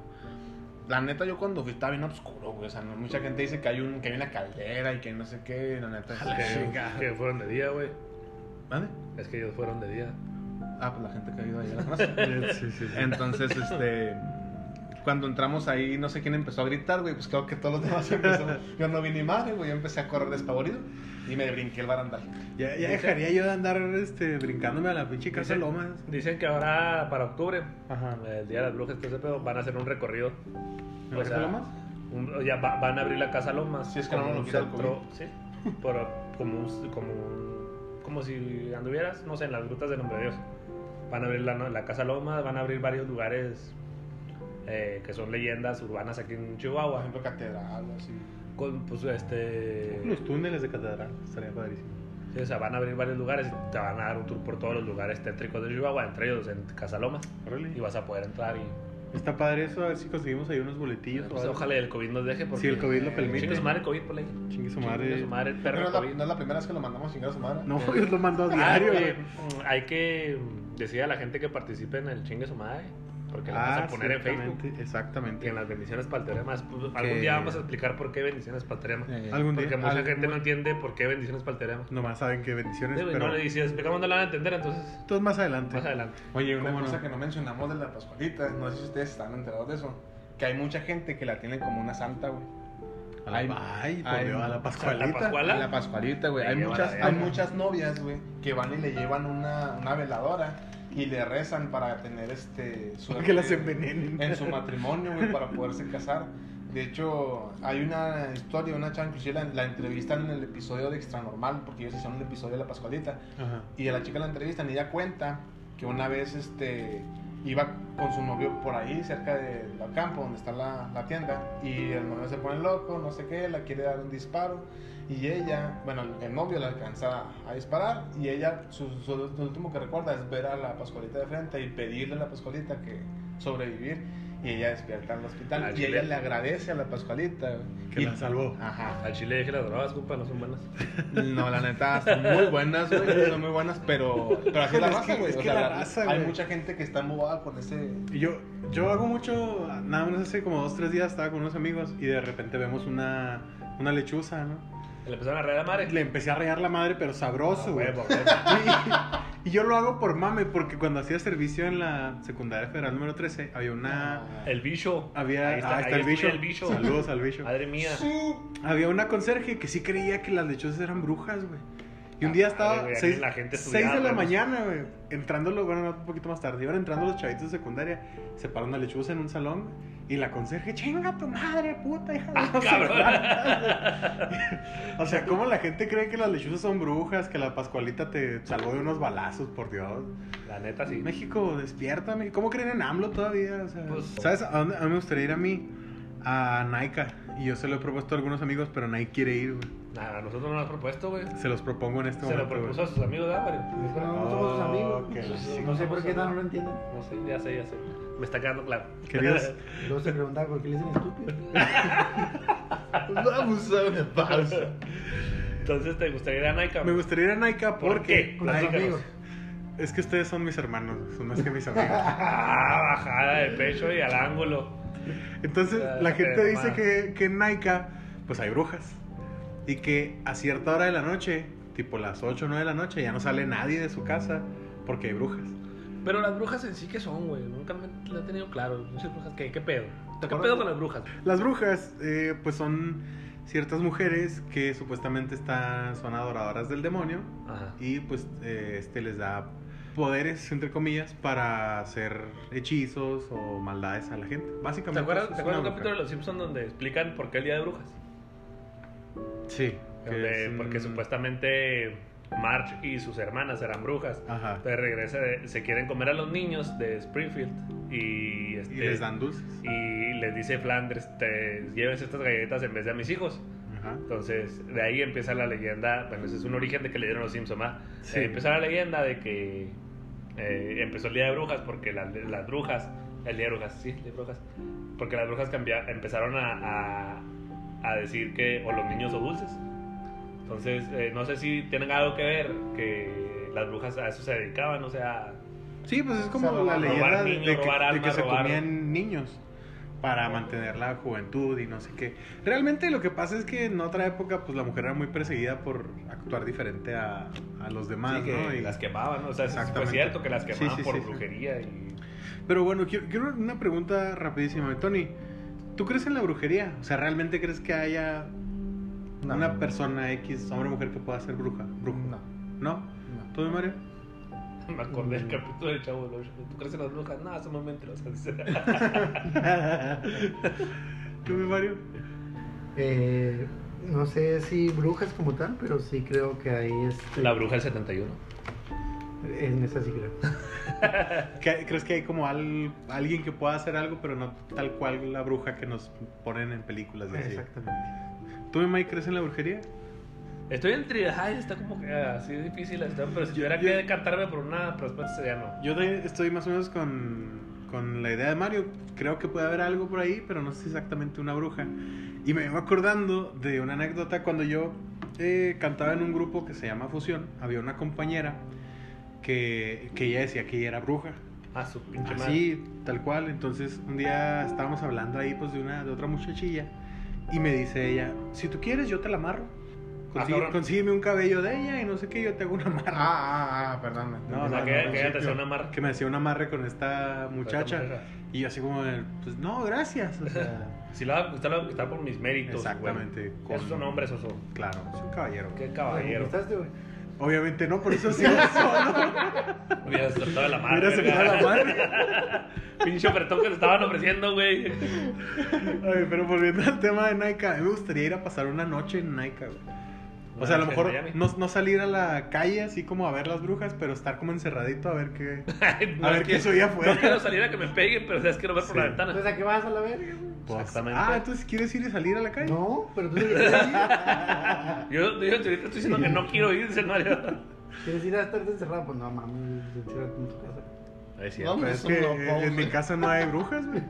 S4: La neta, yo cuando fui estaba bien oscuro, güey. O sea, no- mucha gente dice que hay, un, que hay una caldera y que no sé qué. La neta, es que-
S3: Que fueron de día, güey.
S4: ¿Mande?
S3: Es que ellos fueron de día.
S4: Ah, pues la gente que ha ido ahí la conoce. Entonces, este. Cuando entramos ahí, no sé quién empezó a gritar, güey. Pues claro que todos los demás empezaron. Yo no vi ni madre, güey. Yo empecé a correr despavorido y me brinqué el barandal.
S2: Ya, ya dejaría yo de andar este, brincándome a la pinche Casa
S3: Dice-
S2: Lomas.
S3: Dicen que ahora para octubre,
S2: Ajá.
S3: el Día de las Brujas, todo ese pedo, van a hacer un recorrido.
S4: ¿En la Casa Lomas?
S3: un- o ya va- van a abrir la Casa Lomas.
S4: Si es que
S3: como
S4: no nos
S3: un
S4: lo quita el
S3: sí, por- como, un- como, un- como si anduvieras, no sé, en las grutas del Nombre de Dios. Van a abrir la, la Casa Lomas, van a abrir varios lugares eh, que son leyendas urbanas aquí en
S4: Por
S3: Chihuahua.
S4: ejemplo, catedral, así.
S3: Con, pues, este...
S2: Los túneles de Catedral, estaría padrísimo.
S3: Sí, o sea, van a abrir varios lugares y te van a dar un tour por todos los lugares tétricos de Chihuahua, entre ellos en Casaloma.
S2: Órale.
S3: Y vas a poder entrar y.
S2: Está padre eso, a ver si conseguimos ahí unos boletillos. o
S3: Pues,
S2: algo.
S3: ojalá el COVID nos deje. Porque,
S2: Si el COVID lo
S3: eh,
S2: permite.
S3: Chingue su madre el COVID, por ahí.
S2: Chingue su
S3: Chingue
S2: madre.
S3: su madre, el perro
S4: Pero no, es la-
S3: COVID.
S4: no es la primera vez que lo mandamos a chingar a su madre.
S2: No, yo lo mando a
S3: Ah,
S2: diario.
S3: oye,
S2: güey.
S3: hay que mm, decir a la gente que participe en el chingue su madre. Porque lo
S2: Ah,
S3: vamos a poner en
S2: exactamente,
S3: Facebook. Y
S2: Exactamente.
S3: en las bendiciones para el teorema. Es- pues, Algún día vamos a explicar por qué bendiciones para el teorema.
S4: Eh,
S2: Algún día.
S3: Porque mucha
S2: algún-
S3: gente no entiende por qué bendiciones para el teorema.
S2: Nomás saben que bendiciones.
S3: Sí, güey,
S2: pero...
S3: No le dices, explicamos, no la van a entender, entonces
S2: Entonces más adelante.
S3: más adelante.
S4: Oye, una
S2: ¿Cómo
S4: cosa
S2: no?
S4: que no mencionamos de la Pascualita, no sé si ustedes están enterados de eso, que hay mucha gente que la tiene como una santa, güey.
S2: A la-
S4: Ay,
S2: Ay, por
S4: ay,
S2: Dios, a la Pascualita.
S3: ¿La Pascuala?
S4: La Pascualita, güey.
S3: Le
S4: Hay
S3: lleva
S4: muchas,
S3: la
S4: hay
S3: vela.
S4: muchas novias, güey, que van y le llevan una, una veladora y le rezan para tener este suerte
S2: Que las envenenen.
S4: en su matrimonio, güey, para poderse casar. De hecho, hay una historia, una chava, inclusive la, la entrevistan en el episodio de Extranormal, porque ellos hicieron el episodio de la Pascualita.
S2: Ajá.
S4: Y a la chica la entrevistan y ella cuenta que una vez este, iba con su novio por ahí, cerca del campo donde está la, la tienda, y el novio se pone loco, no sé qué, la quiere dar un disparo, y ella, bueno, el- el novio la alcanza a disparar, y ella, su, su- lo último que recuerda es ver a la Pascualita de frente y pedirle a la Pascualita que sobrevivir. Y ella despierta en el hospital.
S3: Al
S4: y
S3: chile.
S4: ella le agradece a la Pascualita. güey.
S2: Que
S4: Y-
S2: la salvó.
S4: Ajá.
S3: Al chile deje las drogas, compa, no son buenas.
S4: No, la neta, son muy buenas, güey. Son muy buenas, pero, pero así es la
S2: Es que-
S4: raza, güey.
S2: es
S4: O
S2: que
S4: sea,
S2: la
S4: la-
S2: raza,
S4: hay
S2: güey.
S4: mucha gente que está embobada con ese.
S2: Y yo, yo hago mucho, nada menos hace como dos, tres días estaba con unos amigos y de repente vemos una, una lechuza, ¿no?
S3: Le empezaron a reír a madre.
S2: Le empecé a rayar la madre, pero sabroso, güey.
S3: Ah, Huevo, huevo.
S2: y yo lo hago por mame, porque cuando hacía servicio en la secundaria federal número 13, había una...
S3: El bicho.
S2: Había,
S3: Ahí está,
S2: ah,
S3: ahí
S2: está el
S3: estudia
S2: bicho.
S3: el bicho.
S2: Saludos al bicho.
S3: Madre mía.
S2: Había una conserje que sí creía que las lechuzas eran brujas, güey. Y un
S3: Ah,
S2: día estaba
S3: madre, güey,
S2: seis,
S3: aquí la gente
S2: seis
S3: estudiada,
S2: de la
S3: güey.
S2: mañana, güey. Entrando, los- bueno, no, un poquito más tarde. Iban entrando los chavitos de secundaria. Se paró una lechuza en un salón. Y la conserje, chinga tu madre, puta, hija de no sé
S3: cabrón.
S2: cuántas". O sea, ¿cómo la gente cree que las lechuzas son brujas? Que la Pascualita te salvó de unos balazos, por Dios.
S3: La neta, sí.
S2: México, despiértame. ¿Cómo creen en AMLO todavía? O sea,
S3: Pues-
S2: ¿Sabes a dónde a dónde me gustaría ir a mí? A Naika. Y yo se lo he propuesto a algunos amigos, pero nadie quiere ir, güey.
S3: Nada, a nosotros no nos has propuesto, güey.
S2: Se los propongo en este
S3: Se lo
S2: momento.
S3: propuso
S2: güey.
S3: a sus amigos, Álvaro.
S6: No, no somos sus Pues amigos.
S2: Ok.
S6: No sé por qué no, no lo entienden.
S3: No sé, ya sé, ya sé. Me está quedando claro.
S2: Queridos,
S6: Luego se preguntaba por qué le dicen estúpido.
S4: Vamos a una pausa.
S3: Entonces, ¿te gustaría ir a Nike?
S2: me gustaría ir a Naika
S3: ¿Por
S2: porque
S3: qué?
S6: Con sus
S3: Platícanos.
S6: amigos.
S2: es que ustedes son mis hermanos, son más que mis amigos.
S3: Ah, bajada de pecho y al ángulo.
S2: Entonces,
S3: Ah,
S2: la
S3: pero
S2: gente dice
S3: más.
S2: que, que en Naika, pues hay brujas. Y que a cierta hora de la noche, tipo las 8 o 9 de la noche, ya no sale nadie de su casa porque hay brujas.
S3: Pero las brujas en sí que son, güey. Nunca me lo he tenido claro. Muchas brujas, ¿qué, qué pedo? ¿Qué
S4: acuerdas?
S3: pedo con las brujas?
S2: Las brujas, eh, pues son ciertas mujeres que supuestamente están, son adoradoras del demonio
S3: Ajá.
S2: y pues eh, este les da poderes, entre comillas, para hacer hechizos o maldades a la gente. Básicamente.
S3: ¿Te acuerdas,
S2: pues, es
S3: ¿te acuerdas de
S2: una
S3: un capítulo de
S2: bruja.
S3: Los Simpsons donde explican por qué el Día de Brujas?
S2: Sí. que
S3: Donde-
S2: es un-
S3: Porque supuestamente Marge y sus hermanas eran brujas.
S2: Ajá.
S3: Entonces regresa, de- se quieren comer a los niños de Springfield y, este,
S2: Y les dan dulces.
S3: y les dice Flanders, te lleves estas galletas en vez de a mis hijos.
S2: Ajá.
S3: Entonces, de ahí empieza la leyenda. Bueno, ese es un origen de que le dieron los Simpsons. ¿ah?
S2: Sí.
S3: Eh, empieza la leyenda de que eh, empezó el día de brujas porque las, las brujas. El día de brujas, sí, el día de brujas. Porque las brujas cambia- empezaron a, a- a decir que. O los niños o dulces. Entonces, eh, no sé si tienen algo que ver que las brujas a eso se dedicaban, o sea.
S2: Sí, pues es como
S6: O sea,
S2: la
S6: robar
S2: leyenda
S3: niños,
S2: de, que,
S3: robar
S2: de
S3: armas,
S2: que se
S3: robar-
S2: comían niños para mantener la juventud y no sé qué. Realmente lo que pasa es que en otra época pues la mujer era muy perseguida por actuar diferente a, a los demás,
S3: sí, que
S2: ¿no? Y-
S3: las quemaban, o sea, eso sí fue
S2: Exactamente.
S3: cierto que las
S2: Sí,
S3: quemaban
S2: sí,
S3: por
S2: sí, sí.
S3: brujería y.
S2: Pero bueno, quiero, quiero una pregunta rapidísima. Tony, ¿tú crees en la brujería? O sea, ¿realmente crees que haya
S4: No.
S2: una persona X, hombre o mujer, que pueda ser bruja? brujo?
S4: No,
S2: ¿No?
S4: no.
S2: ¿Tú, Mario?
S3: Me acordé
S2: Mm.
S3: del capítulo del Chavo del Ocho. ¿Tú crees en las brujas? No, son muy mentirosas.
S2: ¿Tú, mi Mario?
S6: Eh, no sé si brujas como tal, pero sí creo que ahí es.
S3: La bruja del 71.
S6: En esa sí creo.
S2: ¿Qué- ¿Crees que hay como al- alguien que pueda hacer algo, pero no tal cual la bruja que nos ponen en películas? y así?
S6: Exactamente.
S2: ¿Tú, mi May, crees en la brujería?
S3: Estoy entre. Ay, está como que así difícil. Está, pero si tuviera que decantarme por una respuesta sería no.
S2: Yo de- estoy más o menos con, con la idea de Mario. Creo que puede haber algo por ahí, pero no sé si exactamente una bruja. Y me vengo acordando de una anécdota cuando yo eh, cantaba en un grupo que se llama Fusión. Había una compañera que, que ella decía que ella era bruja.
S3: A Ah, su
S2: Ah,
S3: pinche madre.
S2: Así, tal cual. Entonces, Pues, un día estábamos hablando ahí, pues, de una, de otra muchachilla. Y me dice ella, si tú quieres, yo te la amarro. Consigue-
S3: cabrón.
S2: consígueme un cabello de ella y no sé qué, yo te hago una
S4: Ah,
S2: amarra.
S4: ah, ah, perdón.
S2: No,
S3: o sea,
S2: no, no,
S3: que, que ella te
S2: principio.
S3: hacía una marca.
S2: Que me hacía un amarre con esta muchacha. Y yo así como, de, pues, no, gracias. O sea,
S3: Si la va a gustar, la va a gustar por mis méritos.
S2: Exactamente,
S3: güey.
S2: con-
S3: Esos son hombres, oso.
S2: claro, es un caballero.
S3: Qué
S6: ¿Me
S3: caballero.
S6: gustaste, güey?
S2: Obviamente no, por eso sigo solo.
S3: Hubieras soltado la marca.
S2: Hubiera aceptado la amarre.
S3: Pinche ofertón que te estaban ofreciendo, güey.
S2: Ay, pero volviendo al tema de Naika, a mí me gustaría ir a pasar una noche en Naika, güey. O sea, a lo
S3: En
S2: mejor
S3: Miami.
S2: no, no salir a la calle así como a ver las brujas, pero estar como encerradito a ver qué.
S3: Ay, no,
S2: A ver
S3: es
S2: qué
S3: que-
S2: soy afuera.
S3: No quiero salir a que me peguen, pero sabes que no ver por
S2: Sí.
S3: la ventana.
S6: Entonces, ¿a qué vas a la verga, güey?
S3: Exactamente.
S2: Ah, entonces quieres ir y salir a la calle.
S6: No, pero tú sí quieres ir.
S3: Yo, yo ahorita estoy diciendo que no quiero ir, dice Mario.
S6: ¿Quieres ir a estar encerrado? Pues no, mames, encerrate en tu casa.
S3: Es cierto.
S4: Vamos.
S2: Pero es que
S4: No, vamos.
S2: en mi casa no hay brujas, güey.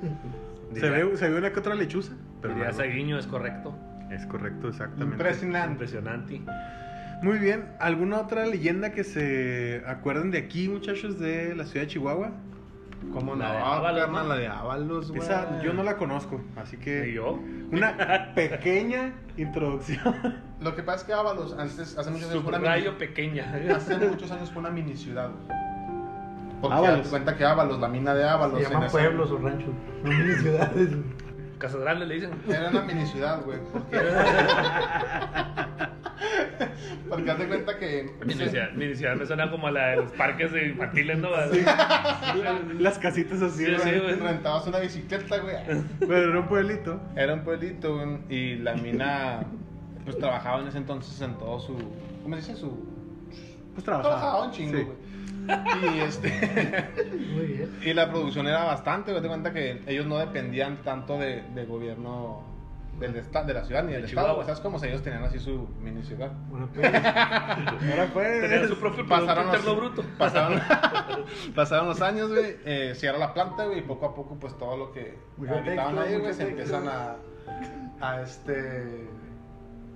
S2: Se
S3: Diría-
S2: ve, se ve una que otra lechuza. Pero
S3: Diría
S2: no hay
S3: Saguiño, es correcto.
S2: brujas. es correcto, exactamente.
S4: Impresionante.
S3: Impresionante.
S2: Muy bien, ¿alguna otra leyenda que se acuerden de aquí, muchachos, de la ciudad de Chihuahua?
S4: ¿Cómo no?
S3: La de
S4: Ah,
S3: Ábalos,
S4: carnal,
S3: ¿no?
S4: La de Ábalos, güey.
S2: Esa yo no la conozco, así
S3: ¿Y
S2: que
S3: yo?
S2: una pequeña introducción.
S4: Lo que pasa es que Ábalos antes, hace muchos años, fue una mini-
S3: Subrayo pequeña.
S4: hace muchos años fue una mini ciudad. Porque
S2: Ábalos.
S4: date cuenta que Ábalos, la mina de Ábalos.
S6: Se
S4: en
S6: llaman
S4: esa-
S6: pueblos o ranchos. No mini ciudades. güey.
S3: Casadrales le dicen.
S4: Era una mini ciudad, güey. Porque, porque haz de cuenta que.
S3: Minicidad, minicidad me suena como a la de los parques de infantiles, ¿no?
S2: Las casitas así,
S3: Sí,
S2: güey.
S3: sí, güey.
S4: rentabas una bicicleta, güey.
S2: pero era un pueblito.
S4: Era un pueblito, güey. Y la mina, pues trabajaba en ese entonces en todo su. ¿Cómo se dice? Su.
S2: Pues trabajaba.
S4: Trabajaba un chingo,
S2: Sí.
S4: güey. Y este.
S6: Muy bien.
S4: Y la producción era bastante, güey. Te cuenta que ellos no dependían tanto de, de gobierno del esta- de la ciudad ni del
S3: De
S4: estado.
S3: Chihuahua.
S4: güey. ¿Sabes cómo? O sea, ellos tenían así su mini ciudad.
S6: Bueno, pues,
S2: Ahora pues.
S3: Tenían su propio producto
S4: Pasaron los-
S3: interno bruto.
S4: Pasaron, pasaron los años, güey. Eh, cierra la planta, güey. Y poco a poco, pues todo lo que
S6: Mucho
S4: habitaban
S6: texto,
S4: ahí, güey,
S6: mucho
S4: se
S6: texto.
S4: empiezan a. a este.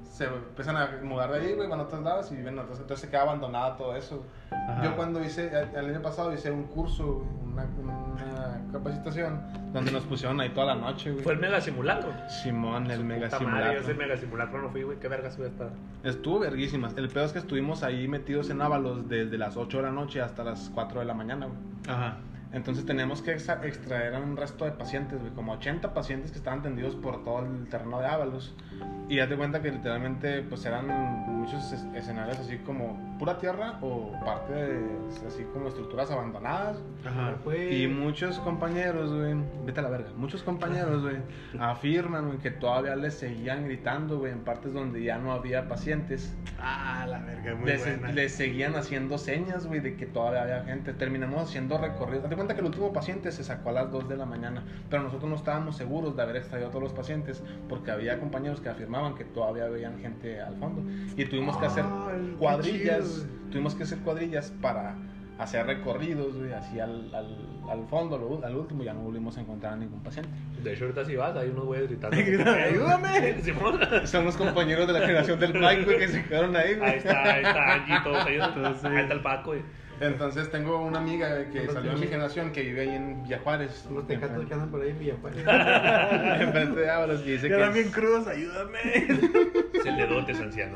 S4: Se empiezan a mudar de ahí, güey, van a otros lados y viven en otros. Entonces se queda abandonada todo eso. güey.
S2: Ajá.
S4: Yo cuando hice, el año pasado hice un curso, güey, una, una capacitación, donde nos pusieron ahí toda la noche, güey.
S3: Fue el mega simulacro.
S4: Simón, el mega
S3: Puta madre,
S4: simulacro.
S3: yo ese mega simulacro no fui, güey. Qué verga sube esta.
S4: Estuvo verguísimas. El peor es que estuvimos ahí metidos en Ábalos desde las 8 de la noche hasta las 4 de la mañana, güey.
S2: Ajá.
S4: Entonces teníamos que exa- extraer a un resto de pacientes, güey, como 80 pacientes que estaban tendidos por todo el terreno de Ábalos. Y ya te cuenta que literalmente pues eran muchos es- escenarios así como pura tierra o parte de así como estructuras abandonadas.
S2: Ajá.
S6: pues,
S4: Y muchos compañeros, güey, vete a la verga, muchos compañeros, güey, afirman güey, que todavía les seguían gritando, güey, en partes donde ya no había pacientes.
S2: Ah, la verga, muy
S4: Les,
S2: buena.
S4: les seguían haciendo señas, güey, de que todavía había gente. Terminamos haciendo recorridos. Date cuenta que el último paciente se sacó a las 2 de la mañana, pero nosotros no estábamos seguros de haber extraído a todos los pacientes porque había compañeros que afirmaban que todavía habían gente al fondo. Y tuvimos que hacer
S2: Ah, qué
S4: cuadrillas,
S2: chido, güey.
S4: tuvimos que hacer cuadrillas para hacer recorridos, güey, así al, al, al fondo, lo- al último, ya no volvimos a encontrar a ningún paciente.
S3: De hecho, ahorita si vas, hay unos güeyes gritando.
S2: Gritan, "Ayúdame".
S3: Simón.
S4: Son los compañeros de la generación del Mike, güey, que se quedaron ahí, güey.
S3: Ahí está, ahí está Angie y todos ellos.
S2: Entonces-
S3: Ahí está el Paco, güey.
S4: Entonces tengo una amiga güey, que
S6: Los
S4: salió de mi
S6: tejanos.
S4: generación que vive ahí en Villa Juárez.
S6: Los tecatos que andan por ahí en Villajuárez.
S4: Enfrente de Ábalos y dice
S2: Ya eran bien
S4: que,
S2: crudos, ayúdame.
S3: Celerdotes, anciano.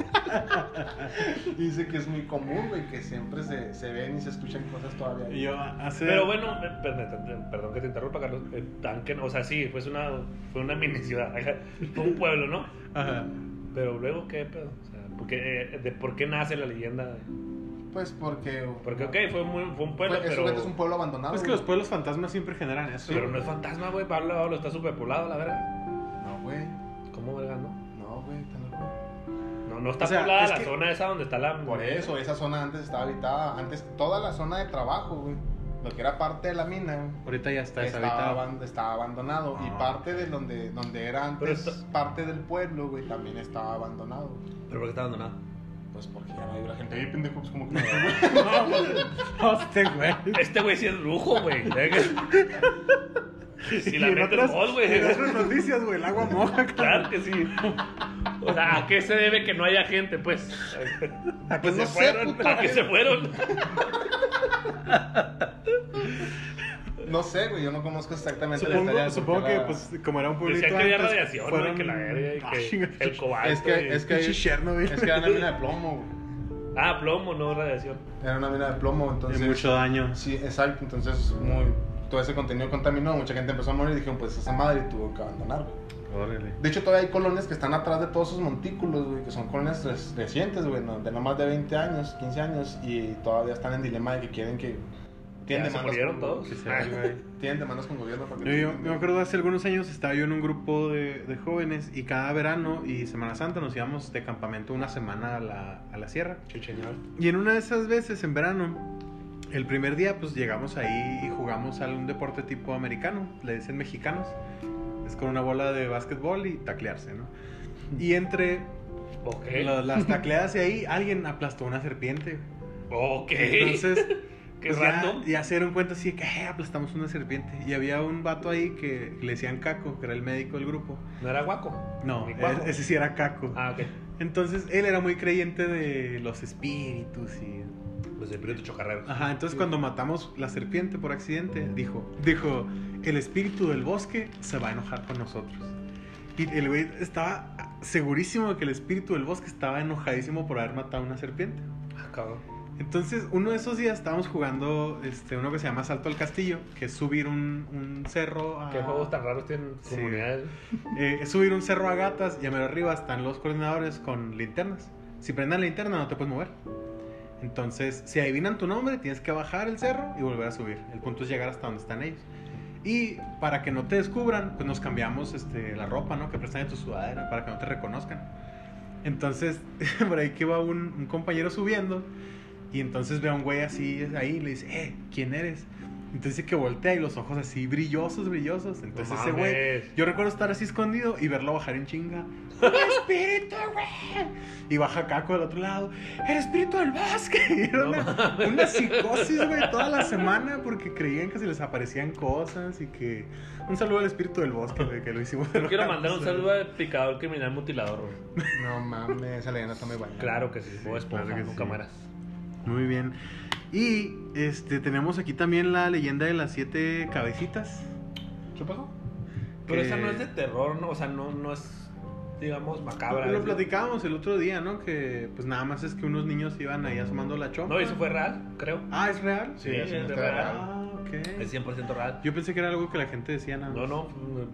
S4: es, dice que es muy común, güey, que siempre se, se ven y se escuchan cosas todavía.
S2: Y yo hace.
S3: Pero bueno, eh, perdón, perdón que te interrumpa, Carlos. eh, tan que no- o sea, sí, fue una, fue una mini ciudad. Fue un pueblo, ¿no?
S2: Ajá.
S3: Pero luego, ¿qué pedo? O sea, ¿por qué, eh, de por qué nace la leyenda?
S4: Pues porque...
S3: Porque, ok, fue, muy- fue un
S4: fue-
S3: pueblo,
S4: es,
S3: pero,
S4: es un pueblo abandonado.
S2: Es que los
S4: Ah, güey.
S2: pueblos fantasmas siempre generan eso.
S3: pero no es fantasma, güey. Pablo Pablo está superpoblado, la verga.
S4: No, güey.
S3: ¿Cómo, verga, no?
S4: No, güey, está loco.
S3: No, no está
S2: O sea,
S3: poblada
S2: es
S3: la
S2: que-
S3: zona esa donde está la...
S4: Por eso, esa zona antes estaba habitada. Antes, toda la zona de trabajo, güey. Lo que era parte de la mina, güey,
S2: Ahorita ya está
S4: Estaba,
S2: deshabitado.
S4: aban- estaba abandonado. Y
S2: Ah.
S4: parte de donde, donde era
S3: Pero
S4: antes
S3: esto-
S4: parte del pueblo, güey, también estaba abandonado.
S3: ¿Pero por qué está abandonada?
S4: Pues porque ya no hay gente. Ahí, pendejo, pues como que
S2: Hostia, güey.
S3: Este güey sí es brujo, güey. si la
S2: Y en
S3: metes
S2: otras-
S3: gol, güey.
S2: En otras noticias, güey, el agua moja, cabrón.
S3: Claro que sí. O sea, ¿a qué se debe que no haya gente, pues? ¿A que
S4: Pues no
S3: se
S4: sé,
S3: fueron?
S4: puto.
S3: ¿A que se fueron?
S4: No sé, güey, yo no conozco exactamente la historia
S2: Supongo,
S4: de por
S2: supongo
S4: qué
S2: que,
S4: la-
S2: pues, como era un pueblito
S3: Decían que había
S2: antes,
S3: radiación, güey, que la verga y
S2: Ah,
S3: que
S2: chinga,
S3: el cobalto.
S4: Es que,
S3: y-
S4: es que, hay-
S2: pinche Chernobyl.
S4: es que era una mina de plomo, güey.
S3: Ah, plomo, no radiación.
S4: Era una mina de plomo,
S2: Y
S4: entonces...
S2: mucho daño.
S4: Sí, exacto, entonces muy... Todo ese contenido contaminó, mucha gente empezó a morir y dijeron, pues esa madre tuvo que abandonar, güey.
S2: Órale.
S4: De hecho, todavía hay colonias que están atrás de todos esos montículos, güey, que son colonias res- recientes, güey, no- de no más de 20 años, 15 años, y todavía están en dilema de que quieren que...
S3: Ya se
S4: demandas
S3: murieron
S4: con-
S3: todos. Ah,
S2: Que se ve, güey.
S4: Tienen demandas con gobierno para que...
S2: Yo, yo- yo me acuerdo hace algunos años estaba yo en un grupo de, de jóvenes y cada verano y Semana Santa nos íbamos de campamento una semana a la, a la sierra.
S3: Chucheñol.
S2: Y en una de esas veces en verano, el primer día pues llegamos ahí y jugamos a un deporte tipo americano, le dicen mexicanos. Es con una bola de básquetbol y taclearse, ¿no? Y entre
S3: Ok.
S2: la- las tacleadas y ahí alguien aplastó una serpiente.
S3: Ok.
S2: Entonces,
S3: ok. qué
S2: Pues ya,
S3: random.
S2: ya se dieron cuenta así de que "Eh, aplastamos una serpiente. Y había un vato ahí que le decían Caco, que era el médico del grupo.
S3: ¿No era guaco?
S2: No,
S3: Ni cuaco.
S2: e- ese sí era Caco.
S3: Ah, ok.
S2: Entonces él era muy creyente de los espíritus y.
S3: Los de Pues Prieto Chocarrero.
S2: Ajá, entonces cuando matamos la serpiente por accidente, dijo, dijo, el espíritu del bosque se va a enojar con nosotros. Y el güey estaba segurísimo de que el espíritu del bosque estaba enojadísimo por haber matado una serpiente.
S3: Ah, cabrón.
S2: Entonces, uno de esos días estábamos jugando este, uno que se llama Salto al Castillo, que es subir un, un cerro a...
S3: ¿Qué juegos tan raros tienen
S2: Ah. Sí.
S3: comunidades?
S2: Eh, es subir un cerro a gatas y a mero arriba están los coordinadores con linternas. Si prendan la linterna no te puedes mover. Entonces, si adivinan tu nombre, tienes que bajar el cerro y volver a subir. El punto es llegar hasta donde están ellos. Y para que no te descubran, pues nos cambiamos este, la ropa, ¿no? Que prestan en tu sudadera para que no te reconozcan. Entonces, por ahí que va un, un compañero subiendo y entonces ve a un güey así ahí y le dice, eh, ¿quién eres? Entonces que voltea y los ojos así brillosos, brillosos. Entonces Pues
S3: No
S2: ese güey
S3: mames.
S2: yo recuerdo estar así escondido y verlo bajar en chinga. ¡El espíritu, güey! Y baja Caco del otro lado. ¡El espíritu del bosque! Y era
S3: No
S2: una, una psicosis, güey, toda la semana porque creían que se les aparecían cosas y que... Un saludo al espíritu del bosque, güey, que lo hicimos.
S3: Yo quiero mandar un saludo al picador criminal mutilador, güey.
S4: No mames, esa leyenda está muy buena.
S3: Claro que sí, Bob Esponja,
S2: claro que
S3: nunca
S2: sí.
S3: mueras.
S2: Muy bien. Y este, tenemos aquí también la leyenda de las siete cabecitas.
S4: ¿Qué pasó?
S3: Pero
S2: que-
S3: esa no es de terror, ¿no? O sea, no, no es, digamos, macabra.
S2: Lo
S3: es-
S2: platicábamos el otro día, ¿no? Que pues nada más es que unos niños iban ahí asomando la chompa.
S3: No, eso fue real, creo.
S2: Ah, ¿es real?
S3: Sí, es
S4: esa no
S3: de
S4: está
S3: verdad.
S4: grabada.
S2: Ah, ok.
S3: Es 100% real.
S2: Yo pensé que era algo que la gente decía nada
S3: No,
S2: más.
S3: no,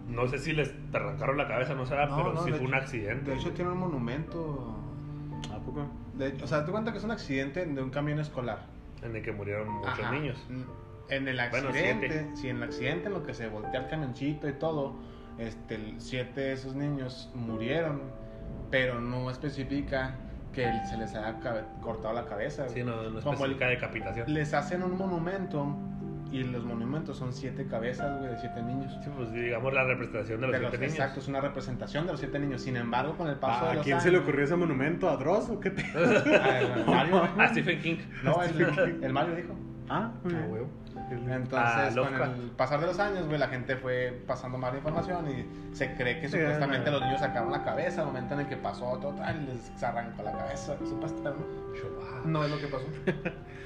S3: no sé si les te arrancaron la cabeza, no será,
S4: No,
S3: pero
S4: no,
S3: sí
S4: de
S3: fue un
S4: hecho-
S3: accidente.
S4: De hecho, tiene un monumento.
S2: ¿A poco?
S4: De- o sea, te cuenta que es un accidente de un camión escolar.
S3: En el que murieron muchos
S4: Ajá. Mm,
S3: niños.
S4: En el
S3: Bueno,
S4: accidente,
S3: siete.
S4: si en el accidente en lo que se voltea el camioncito y todo, este, el- siete de esos niños murieron, pero no especifica que el- se les haya cabe- cortado la cabeza.
S3: Sí, no, no
S4: Como el-
S3: especifica decapitación.
S4: Les hacen un monumento y los monumentos son siete cabezas, güey, de siete niños.
S3: Sí, pues digamos la representación de los
S4: De
S3: siete
S4: los-
S3: niños.
S4: Exacto, es una representación de los siete niños. Sin embargo, con el paso de
S2: ¿A
S4: los
S2: Ah, quién se le
S4: años-
S2: ocurrió ese monumento? ¿A Dross o qué te...
S3: Ah,
S4: Al Mario, güey.
S3: A Ah, Stephen King.
S4: No,
S2: Este
S4: el, el Mario dijo.
S2: Ah, muy bien.
S3: Ah,
S4: Entonces, con
S3: Lovecraft.
S4: el pasar de los años, güey, la gente fue pasando más información y se cree que
S2: Sí,
S4: supuestamente
S2: era-
S4: los niños sacaron la cabeza al momento en el que pasó total, les arrancó la cabeza. Supuestamente
S2: ah.
S4: no es lo que pasó.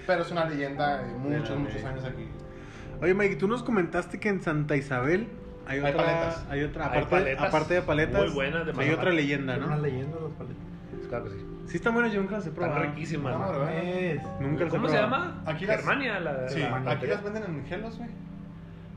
S4: Pero es una leyenda de muchos,
S2: la
S4: muchos
S2: ley.
S4: años aquí.
S2: Oye, Mike, tú nos comentaste que en Santa Isabel hay
S4: Hay
S2: otra...
S4: paletas.
S2: Hay otra,
S3: Hay
S2: aparte,
S3: paletas
S2: aparte de paletas.
S3: muy buenas de
S2: Hay
S3: Panamá.
S2: otra leyenda,
S6: Una
S2: ¿no?
S6: leyenda los paletas.
S3: Claro que sí.
S2: Sí, está buena, yo nunca las he
S3: Están
S2: probado.
S3: riquísimas.
S4: Vamos,
S3: ¿no?
S4: ¿verdad?
S6: Es.
S2: Nunca las he
S3: ¿Cómo se
S2: probado.
S3: llama?
S4: Aquí las-
S3: Germania, la,
S4: Sí,
S3: la- la-
S4: aquí las venden en gelos, güey.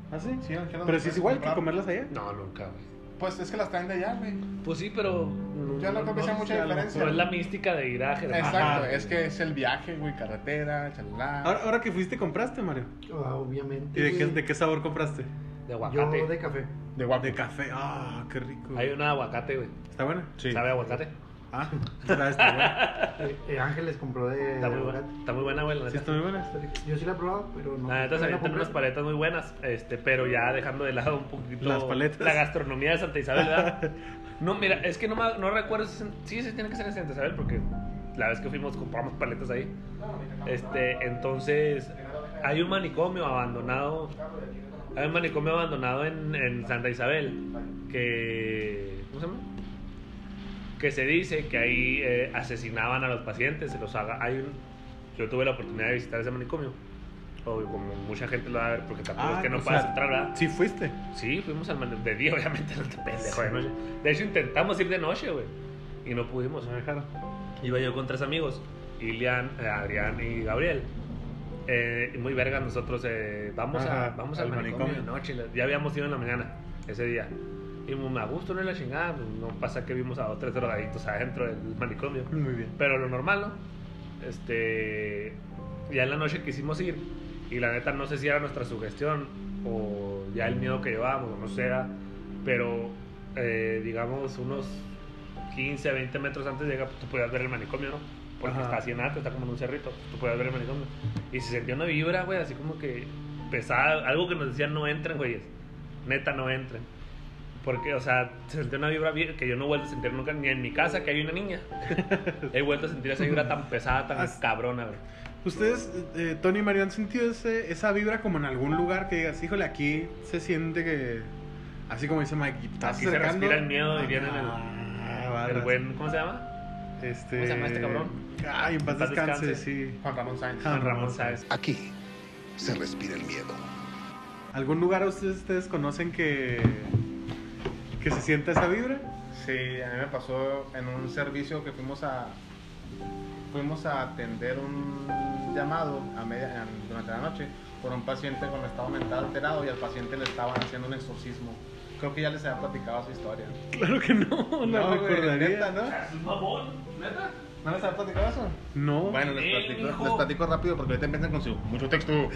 S2: ¿Ah, sí?
S4: Sí, en
S2: Pero
S4: gelos las
S2: sí es
S4: puedes
S2: igual que
S4: comprar.
S2: comerlas allá.
S3: No, nunca, güey.
S4: Pues es que las traen de allá, güey.
S3: Pues sí, pero. no-
S4: Yo no creo que sea
S3: no-
S4: mucha
S2: sí, a lo
S4: diferencia.
S3: No es la mística de ir a Germania.
S4: Exacto,
S3: güey.
S4: es que es el viaje, güey, carretera, chalá.
S2: Ahora, ahora que fuiste, ¿compraste, Mario?
S6: Ah, obviamente.
S2: ¿Y de qué,
S6: güey.
S2: de qué sabor compraste?
S3: De
S6: Yo
S3: aguacate.
S6: de café.
S4: de guapo.
S2: De café. Ah, qué rico.
S3: Hay una de aguacate, güey.
S2: ¿Está buena?
S4: Sí.
S3: ¿Sabe a aguacate?
S2: Ah, está, está buena.
S6: Eh, eh, Ángeles compró de.
S3: Está muy
S6: de
S3: buena,
S6: Bogotá.
S3: está muy buena, güey. La
S2: Sí,
S3: neta,
S2: está muy buena.
S6: Yo sí la he probado, pero no.
S3: La neta se
S6: no
S3: avientan
S6: compré.
S3: Ah, unas paletas muy buenas, este, pero ya dejando de lado un poquito
S2: Las paletas.
S3: la gastronomía de Santa Isabel, ¿verdad? no, mira, es que no, me- no recuerdo si es en- sí, sí tiene que ser en Santa Isabel porque la vez que fuimos compramos paletas ahí. Este, entonces hay un manicomio abandonado, hay un manicomio abandonado en, en Santa Isabel que ¿cómo se llama? que se dice que ahí eh, asesinaban a los pacientes, se los haga, hay un- yo tuve la oportunidad de visitar ese manicomio. Obvio, como mucha gente lo va a ver porque tampoco es que no
S2: Ah, pues, o
S3: puedas
S2: sea,
S3: entrar, ¿verdad?
S2: Sí fuiste.
S3: Sí, fuimos al manicomio de día, obviamente, no te pendejo de noche. De hecho, intentamos ir de noche, güey. Y no pudimos,
S2: Ah,
S3: no me dejaron. Iba yo con tres amigos, Ilian, eh, Adrián y Gabriel. Eh, y muy verga nosotros, eh, vamos, a,
S2: Ajá,
S3: vamos
S2: al
S3: al manicomio,
S2: manicomio.
S3: de noche. la- Ya habíamos ido en la mañana, ese día. Y muy a gusto, no es la chingada. pues, No pasa que vimos a dos, tres drogaditos adentro del manicomio.
S2: Muy bien.
S3: Pero lo normal, ¿no? Este. Ya en la noche quisimos ir. Y la neta, no sé si era nuestra sugestión o ya el miedo que llevábamos, o no sé. era, Pero, eh, digamos, unos 15, 20 metros antes de llegar, pues, tú podías ver el manicomio, ¿no? Porque
S2: Ajá.
S3: está así en alto, está como en un cerrito. Tú podías ver el manicomio. Y se sentía una vibra, güey, así como que pesada. Algo que nos decían, no entren, güeyes. Neta, no entren. Porque, o sea, se sentía una vibra bien- que yo no he vuelto a sentir nunca, ni en mi casa, que hay una niña. He vuelto a sentir esa vibra tan pesada, tan
S2: Has-
S3: cabrona, güey.
S2: ¿Ustedes, eh, Tony y Mario, han sentido ese- esa vibra como en algún lugar que digas, híjole, aquí se siente que. Así como dice Mike, estás
S3: Aquí se
S2: acercando?
S3: respira el miedo, dirían en el-
S2: Ah,
S3: El
S2: barras.
S3: buen, ¿cómo se llama?
S2: Este...
S3: ¿Cómo se llama este cabrón?
S2: Ay, en paz,
S3: En paz
S2: descanse,
S3: descanse.
S2: sí.
S4: Juan Ramón Sáenz.
S2: Juan
S3: Juan Ramón Sáenz.
S8: Aquí se respira el miedo.
S2: ¿Algún lugar ustedes, ustedes conocen que. que se sienta esa vibra?
S4: Sí, a mí me pasó en un servicio que fuimos a fuimos a atender un llamado a media, en- durante la noche por un paciente con estado mental alterado y al paciente le estaban haciendo un exorcismo. Creo que ya les había platicado su historia.
S2: Claro que no, no,
S4: güey,
S2: recordaría.
S4: neta, ¿no?
S3: ¿Es mamón? ¿Neta?
S4: ¿No les había platicado eso?
S2: No.
S4: Bueno, les
S3: Eh,
S4: platico,
S3: hijo.
S4: les platico rápido porque ahorita empiezan con su mucho texto.
S3: Oye,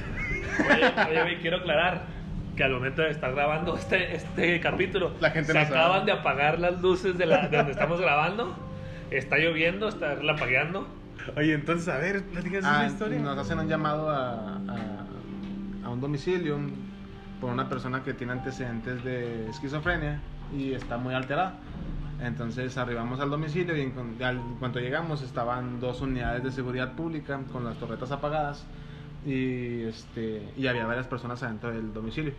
S3: oye, oye, quiero aclarar que al momento de estar grabando este, este capítulo,
S4: La gente
S3: se
S4: no sabe.
S3: acaban de apagar las luces de, la, de donde estamos grabando. Está lloviendo, está relampagueando.
S2: Oye, entonces, a ver, platicas
S4: Ah,
S2: una historia.
S4: Nos hacen un llamado a, a- a un domicilio por una persona que tiene antecedentes de esquizofrenia y está muy alterada. Entonces arribamos al domicilio y en, cuan- al- en cuanto llegamos estaban dos unidades de seguridad pública con las torretas apagadas y, este, y había varias personas adentro del domicilio.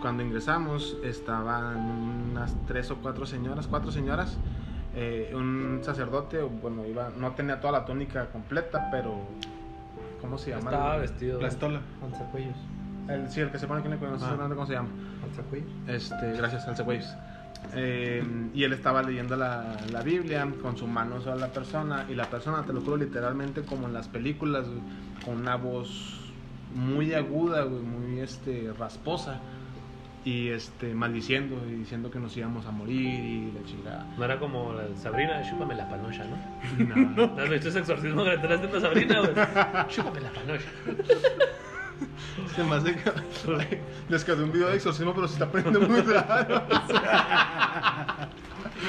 S4: Cuando ingresamos estaban unas tres o cuatro señoras, cuatro señoras eh, un sacerdote, bueno, iba, no tenía toda la tónica completa, pero ¿cómo se llama?
S3: Estaba
S4: el,
S3: vestido.
S2: La estola.
S6: Alzacuellos.
S4: el- sí, el que se pone aquí en el cuello, no sé
S2: Ah.
S4: exactamente cómo se llama.
S6: Alzacuellos.
S4: Este, gracias al Waves. Eh, y él estaba leyendo la, la Biblia con su mano sobre la persona y la persona, te lo juro, literalmente como en las películas, güey, con una voz muy aguda, güey, muy este, rasposa y este, maldiciendo y diciendo que nos íbamos a morir y la chingada.
S3: No era como la de Sabrina, chúpame la panocha, ¿no? No. ¿No has visto ese exorcismo que le están haciendo a Sabrina, güey? Chúpame la panocha.
S4: Se me hace que les quedó un video de exorcismo, pero se está poniendo muy raro.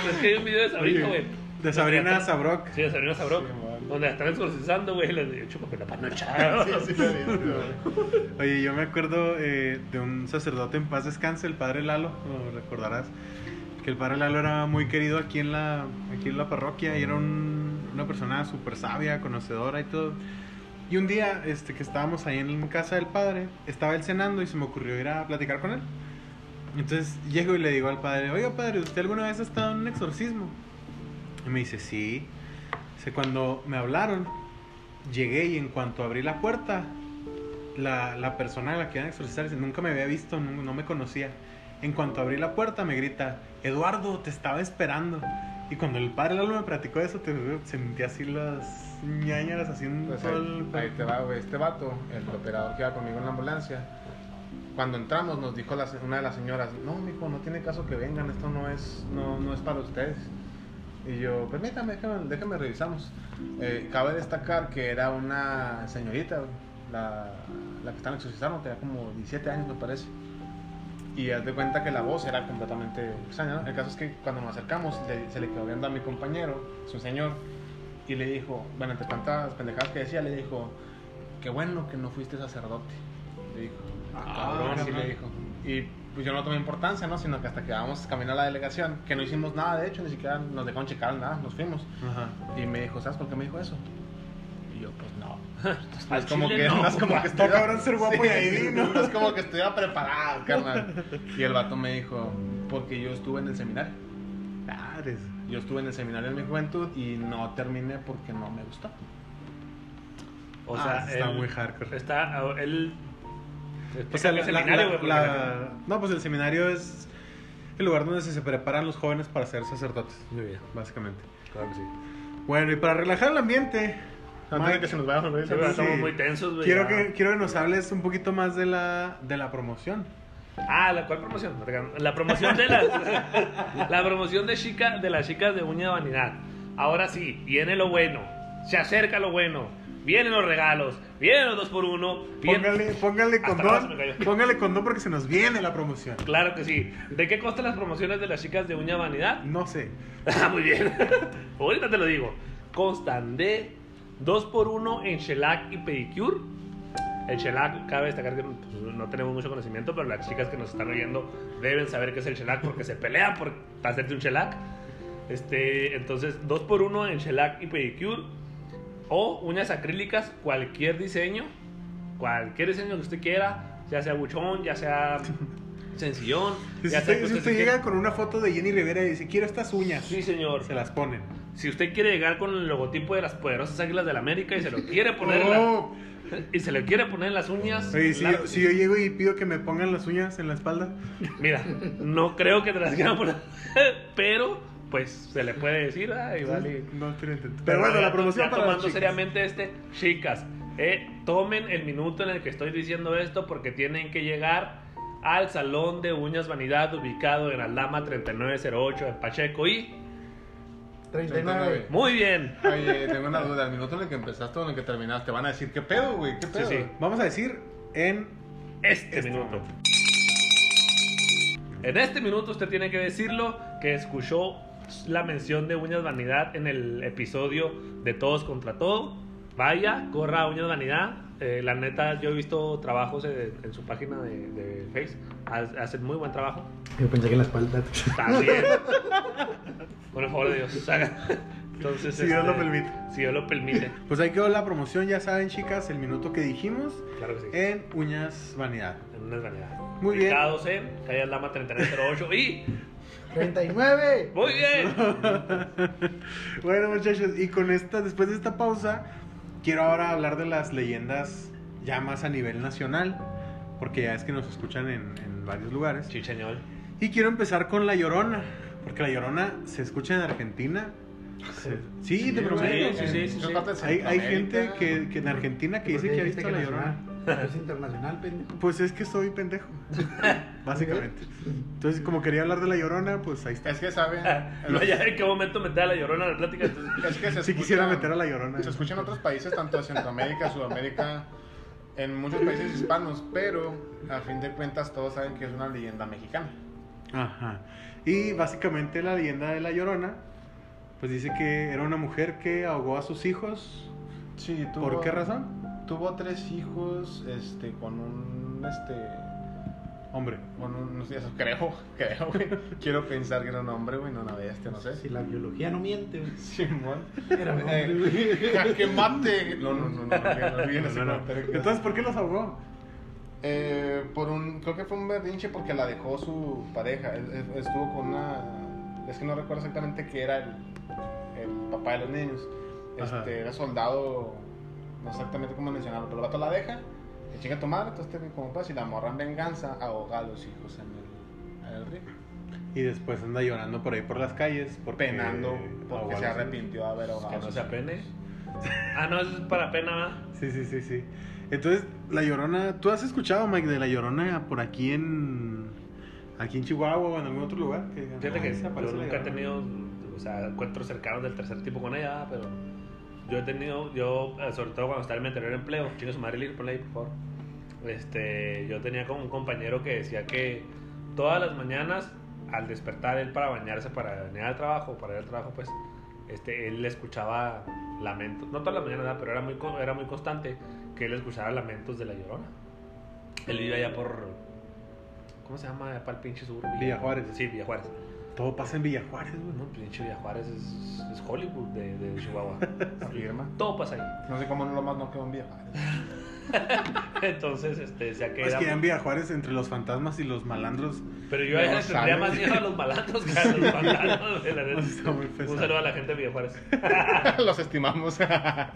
S3: Es que hay un video de Sabrina, güey.
S2: De Sabrina Sabrok.
S3: Sí, de Sabrina Sabrón.
S4: Sí, man.
S3: donde la están exorcizando, güey. y Le digo, chúpame la panocha.
S2: Oye, yo me acuerdo eh, de un sacerdote en paz descanse, el padre Lalo, lo recordarás, que el padre Lalo era muy querido aquí en la, aquí en la parroquia y era un- una persona súper sabia, conocedora y todo. Y un día este, que estábamos ahí en casa del padre, estaba él cenando y se me ocurrió ir a platicar con él. Entonces llego y le digo al padre, oiga padre, ¿usted alguna vez ha estado en un exorcismo? Y me dice, sí. Dice, cuando me hablaron, llegué y en cuanto abrí la puerta, la, la persona a la que iban a exorcizar dice, nunca me había visto, nu- no me conocía. En cuanto abrí la puerta me grita, Eduardo, te estaba esperando. Y cuando el padre Lalo me platicó eso, te, sentí así las ñañaras haciendo
S4: Pues
S2: todo el-
S4: ahí, ahí te va, güey. Este vato, el operador que iba conmigo en la ambulancia, cuando entramos nos dijo la se- una de las señoras, no, mijo, no tiene caso que vengan, esto no es, no, no es para ustedes. Y yo, permítame, déjame, déjame revisamos. Eh, cabe destacar que era una señorita, güey, la, la que estaban exorcizando, tenía como 17 años, me parece. Y haz de cuenta que la voz era completamente extraña, ¿no? El caso es que cuando nos acercamos, le- se le quedó viendo a mi compañero, su señor, y le dijo, bueno, entre tantas pendejadas que decía, le dijo, qué bueno que no fuiste sacerdote. Le dijo,
S2: Ah,
S4: cabrón,
S2: cabrón.
S4: sí le dijo. Y pues yo no tomé importancia, ¿no? Sino que hasta que vamos caminando a la delegación, que no hicimos nada, de hecho, ni siquiera nos dejaron checar nada, nos fuimos.
S2: Ajá.
S4: Y me dijo, ¿sabes por qué me dijo eso? Y yo, pues no. No
S3: Al
S4: es como
S3: chile
S4: que,
S3: no,
S4: no es como
S3: papá.
S4: que estuviera-
S2: Está cabrón ser guapo y adivino.
S4: No es como que estuviera preparado, carnal. Y el vato me dijo, porque yo estuve en el seminario.
S2: Padres.
S4: Yo estuve en el seminario en mi juventud y no terminé porque no me gustó.
S3: O
S2: Ah,
S3: sea,
S2: está
S3: él-
S2: muy hardcore.
S3: Está, ah, él.
S2: O sea,
S3: el
S2: la-
S3: seminario,
S2: la-
S3: güey.
S2: la-
S3: porque-
S2: No, pues el seminario es el lugar donde se se preparan los jóvenes para ser sacerdotes,
S3: Muy bien,
S2: básicamente.
S3: claro que sí.
S2: Bueno, y para relajar el ambiente,
S4: Antes de que se nos vaya a volver.
S3: Sí, pero
S2: sí.
S3: Estamos muy tensos, güey.
S2: quiero
S3: Pues ya.
S2: que, quiero que nos hables un poquito más de la, de la promoción.
S3: Ah, ¿la cuál promoción? Verga, La promoción de las. la promoción de chica, de las chicas de uña de vanidad. Ahora sí, viene lo bueno. Se acerca lo bueno. Vienen los regalos. Vienen los dos por uno. viene-
S2: Póngale, póngale
S3: Hasta
S2: condón,
S3: abajo se me cayó.
S2: póngale condón porque se nos viene la promoción.
S3: Claro que sí. ¿De qué costan las promociones de las chicas de uña de vanidad?
S2: No sé.
S3: Ah, muy bien. Ahorita te lo digo. Constan de 2x1 en shellac y pedicure. El shellac, cabe destacar que pues, no tenemos mucho conocimiento, pero las chicas que nos están oyendo deben saber qué es el shellac porque se pelean por hacerte un shellac. Este, entonces, 2x1 en shellac y pedicure. o uñas acrílicas, cualquier diseño, cualquier diseño que usted quiera, ya sea buchón, ya sea sencillón,
S2: Si
S3: ya sea
S2: usted,
S3: que
S2: si
S3: usted
S2: usted
S3: se
S2: llega
S3: quiera-
S2: con una foto de Jenny Rivera y dice, quiero estas uñas,
S3: Sí, señor.
S2: se las ponen.
S3: Si usted quiere llegar con el logotipo de las poderosas águilas del América y se lo quiere poner en la-
S2: Oh.
S3: y se lo quiere poner en las uñas,
S2: Oye, si,
S3: claro
S2: yo,
S3: que
S2: si yo llego y pido que me pongan las uñas en la espalda,
S3: Mira, no creo que te las quieran poner, pero pues se le puede decir, ay, vale.
S2: no tiene intento. Pero bueno, la promoción
S3: ya
S2: para las
S3: tomando
S2: chicas.
S3: seriamente este, chicas, eh, tomen el minuto en el que estoy diciendo esto porque tienen que llegar al salón de uñas vanidad ubicado en Alama 3908 en Pacheco y
S6: 39.
S3: muy bien.
S4: Oye, tengo una duda. Al minuto en el que empezaste o en el que terminaste, te van a decir, ¿qué pedo, güey? ¿Qué pedo?
S3: sí.
S4: güey?"
S2: Vamos a decir en...
S3: Este,
S2: Este
S3: minuto.
S2: momento.
S3: En este minuto usted tiene que decirlo que escuchó la mención de Uñas Vanidad en el episodio de Todos contra Todo. Vaya, corra a Uñas Vanidad. Eh, la neta, yo he visto trabajos en, en su página de, de Face. Ha- Hacen muy buen trabajo.
S6: Yo pensé que en la espalda.
S3: También. Con el favor de Dios. haga. Entonces,
S2: Si
S3: este,
S2: Dios lo permite.
S3: Si Dios lo permite.
S2: Pues ahí quedó la promoción, ya saben chicas, el minuto que dijimos
S3: Claro que sí.
S2: en uñas vanidad.
S3: En Uñas Vanidad.
S2: Eh. Muy bien.
S3: Ubicados en Calle Lama 3908 y...
S6: 39.
S3: Muy bien.
S2: Bueno muchachos, y con esta, después de esta pausa, quiero ahora hablar de las leyendas ya más a nivel nacional, porque ya es que nos escuchan en, en varios lugares.
S3: Chichañol.
S2: Y quiero empezar con La Llorona, porque La Llorona se escucha en Argentina. Se- Sí, te
S4: güey,
S2: prometo.
S3: sí, sí, sí,
S4: Yo
S3: sí.
S4: creo que
S2: Hay, hay
S4: Centroamérica.
S2: gente que, que en Argentina que dice que ha visto La Llorona.
S6: llorona. Es internacional, pendejo.
S2: Pues es que soy pendejo, básicamente. Entonces, como quería hablar de La Llorona, pues ahí está.
S4: Es que saben.
S2: Ah,
S3: No, ya en qué momento meter a la llorona a la plática. entonces-
S4: Es que se escucha,
S2: Si quisiera meter a La Llorona.
S4: Se escucha en otros países, tanto de Centroamérica, Sudamérica, en muchos países hispanos, pero a fin de cuentas todos saben que es una leyenda mexicana.
S2: Ajá. Y básicamente la leyenda de La Llorona, pues dice que era una mujer que ahogó a sus hijos.
S4: Sí, tuvo,
S2: ¿Por qué razón?
S4: Tuvo tres hijos este, con un. Este,
S2: Hombre.
S4: Bueno, no sé, eso creo, creo, güey. Quiero pensar que era un hombre, güey, no una bestia, no sé.
S6: Si la biología no miente, güey.
S4: Simón.
S6: Era un hombre, güey.
S4: Eh, ¡Que mate! No, no, no, no, no, no, no,
S2: No,
S4: no,
S2: no, no. Entonces, ¿por qué los ahogó?
S4: eh, por un, creo que fue un berrinche porque la dejó su pareja. Él- él Estuvo con una, es que no recuerdo exactamente qué era el, el papá de los niños.
S2: Ajá.
S4: Este, era soldado, no exactamente cómo mencionarlo, pero el vato la deja, y chica a tomar, entonces te- como pues, y la morra en venganza ahoga a los hijos en el, en el río.
S2: Y después anda llorando por ahí por las calles. Porque
S4: penando
S2: ahogó
S4: porque
S2: a
S4: se
S2: los-
S4: arrepintió de haber ahogado.
S3: Que
S4: a
S3: no
S4: sus
S3: se apene.
S4: hijos.
S3: Ah, no, eso es para pena, ¿verdad?
S2: Sí, sí, sí, sí. Entonces, La Llorona, ¿tú has escuchado, Mike, de La Llorona por aquí en... Aquí en Chihuahua o en algún otro lugar? Que, digan,
S3: Fíjate
S2: "Ah,
S3: que
S2: se aparece
S3: yo
S2: La
S3: nunca he
S2: Llorona"?
S3: tenido, o sea, encuentros cercanos del tercer tipo con ella, pero yo he tenido, yo, eh, sobre todo cuando estaba en mi anterior empleo, chicos, madre, Lil, ponle ahí, por favor. Este, yo tenía como un compañero que decía que todas las mañanas, al despertar él para bañarse, para venir al trabajo, para ir al trabajo, pues, este, él escuchaba lamentos, no todas las mañanas, ¿verdad? pero era muy, co- era muy constante que él escuchaba lamentos de la llorona. Él vivía allá por, ¿cómo se llama? Allá para el pinche sur.
S2: Villa Juárez.
S3: Sí, Villa Juárez.
S2: Todo pasa en Villa Juárez, güey.
S3: No, pinche Villa Juárez es, es Hollywood de, de Chihuahua.
S4: Afirma.
S3: Todo pasa ahí.
S4: No sé cómo no lo más no quedó en vieja.
S3: Entonces, este, decía que
S2: Es
S3: era.
S2: que ya en Villa Juárez, entre los fantasmas y los malandros,
S3: Pero yo a
S4: No
S3: él le tendría
S4: sabes.
S3: más miedo a los malandros que a los malandros. de la neta.
S2: Está muy pesado.
S3: Un saludo a la gente de Villa Juárez.
S4: Los estimamos.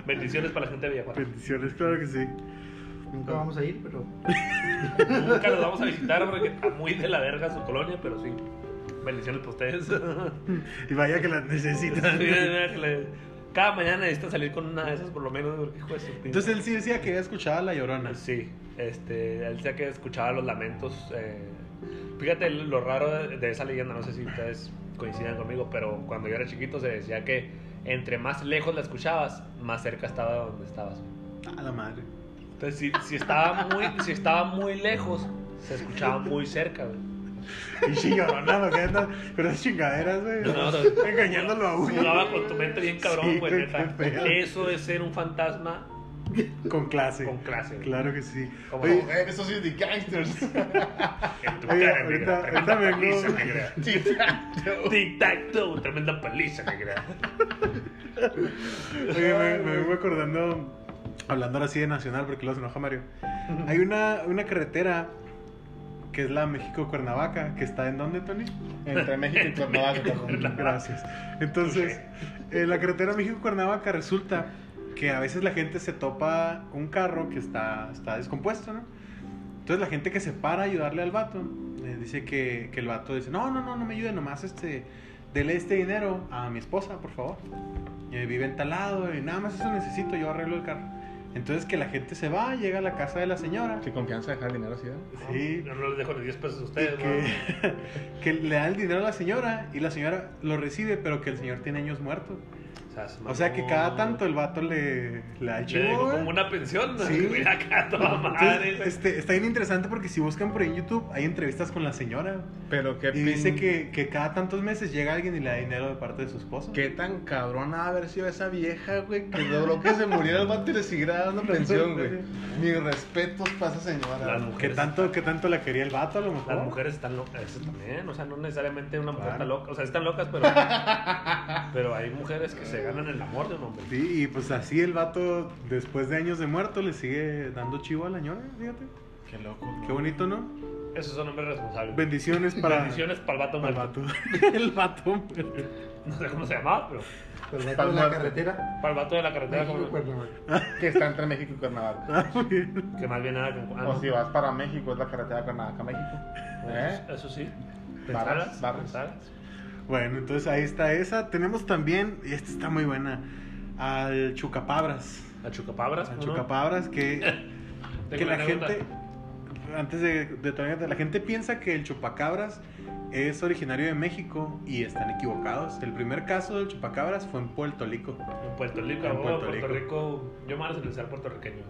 S3: Bendiciones para la gente de Villa Juárez.
S2: bendiciones, claro que sí.
S6: Nunca vamos a ir, pero.
S3: Nunca los vamos a visitar porque está muy de la verga su colonia, pero sí. Bendiciones para ustedes.
S2: Y vaya que las necesitas.
S3: Cada mañana necesita salir con una de esas, por lo menos, porque hijo de su pinche-
S2: Entonces él sí decía que había escuchado a La Llorona.
S3: Sí, este, él decía que escuchaba los lamentos. eh, fíjate lo raro de, de esa leyenda, no sé si ustedes coincidan conmigo, pero cuando yo era chiquito se decía que entre más lejos la escuchabas, más cerca estaba de donde estabas.
S2: A la madre.
S3: Entonces, si, si estaba, muy, si estaba muy lejos, se escuchaba muy cerca. güey.
S2: Y Llorona, lo que anda con esas chingaderas, güey.
S3: No, no.
S2: engañándolo a uno.
S3: Jugaba con tu mente bien cabrón,
S2: Sí,
S3: güey,
S2: güey,
S3: neta.
S2: qué feo.
S3: Eso es ser un fantasma
S2: Con clase.
S3: con clase. güey.
S2: Claro que sí.
S3: Como
S2: Oye,
S3: no,
S4: Eso sí, de gangsters.
S3: en tu
S2: oye, ahorita-
S3: cara, negra,
S2: ahorita
S3: tremenda
S2: vengo-
S3: paliza, negra.
S4: Sí,
S3: Tic tac toe, tremenda paliza negra.
S2: Oye, me, me vengo acordando, hablando ahora sí de nacional, porque los enoja Mario. Hay una, una carretera que es la México-Cuernavaca, que está en dónde, Tony?
S4: Entre México y Cuernavaca. cabrón.
S2: Gracias. Entonces, en la carretera México-Cuernavaca resulta que a veces la gente se topa un carro que está, está descompuesto, ¿no? Entonces la gente que se para a ayudarle al vato, eh, dice que, que el vato dice, no, no, no, no me ayude, nomás este, dele este dinero a mi esposa, por favor. Eh, vive entalado, y nada más eso necesito, yo arreglo el carro. Entonces que la gente se va, llega a la casa de la señora.
S4: Qué confianza dejar dinero así, ¿eh?
S2: Sí,
S3: Yo no les dejo ni 10 pesos a ustedes,
S2: que,
S3: ¿no?
S2: que le da el dinero a la señora y la señora lo recibe, pero que el señor tiene años muertos. O sea que cada tanto el vato le, le ha hecho.
S3: Le dejo como una pensión, ¿no?
S2: Sí.
S3: Mira acá toda madre. güey.
S2: este, está bien interesante porque si buscan por ahí en YouTube hay entrevistas con la señora.
S4: Pero qué
S2: Y dice
S4: pin-
S2: que, que cada tantos meses llega alguien y le da dinero de parte de su esposo.
S4: Qué tan cabrón ha de haber sido esa vieja, güey, que logró que se muriera el vato y le siguiera dando pensión, güey. Ni respetos pasa,
S3: Las
S4: señora.
S2: Que
S3: mujeres-
S2: tanto, que tanto la quería el vato a lo mejor.
S3: Las mujeres están locas eso también, o sea, no necesariamente una mujer
S2: Claro.
S3: está loca, o sea, están locas, pero, pero hay mujeres que se ganan el amor de un hombre.
S2: Sí, y pues así el vato, después de años de muerto, le sigue dando chivo a la señora, fíjate.
S4: Qué loco.
S2: Qué bonito, ¿no?
S3: Esos son hombres responsables.
S2: Bendiciones para.
S3: Bendiciones para el vato
S2: ah, para el
S3: muerto.
S2: vato. el vato. muerto.
S3: No sé cómo se llamaba, pero
S6: Pero va con pues, la
S4: Palmar.
S6: carretera.
S3: para el vato de la carretera,
S6: México,
S3: como-
S6: Cuernavaca.
S4: Que está entre México y Cuernavaca.
S2: Ah, muy bien.
S3: que más bien nada con... ah,
S4: O
S3: no. Pues,
S4: si vas para México, es la carretera de Cuernavaca, México. ¿Eh?
S3: Eso- Eso sí.
S4: Barras,
S3: Pensaras,
S4: barras.
S3: pensaras.
S2: Bueno, entonces ahí está esa. Tenemos también, y esta está muy buena, al Chucapabras.
S3: A Chucapabras,
S2: Al
S3: ¿no?
S2: Chucapabras que,
S3: Tengo
S2: que
S3: una
S2: la
S3: anécdota.
S2: gente. Antes de, de tu anécdota, la gente piensa que el chupacabras es originario de México y están equivocados. El primer caso del chupacabras fue en Puerto Rico.
S3: En Puerto Rico,
S2: En
S3: en Puerto,
S2: Puerto
S3: Rico. Yo me voy a nacionalizar puertorriqueño.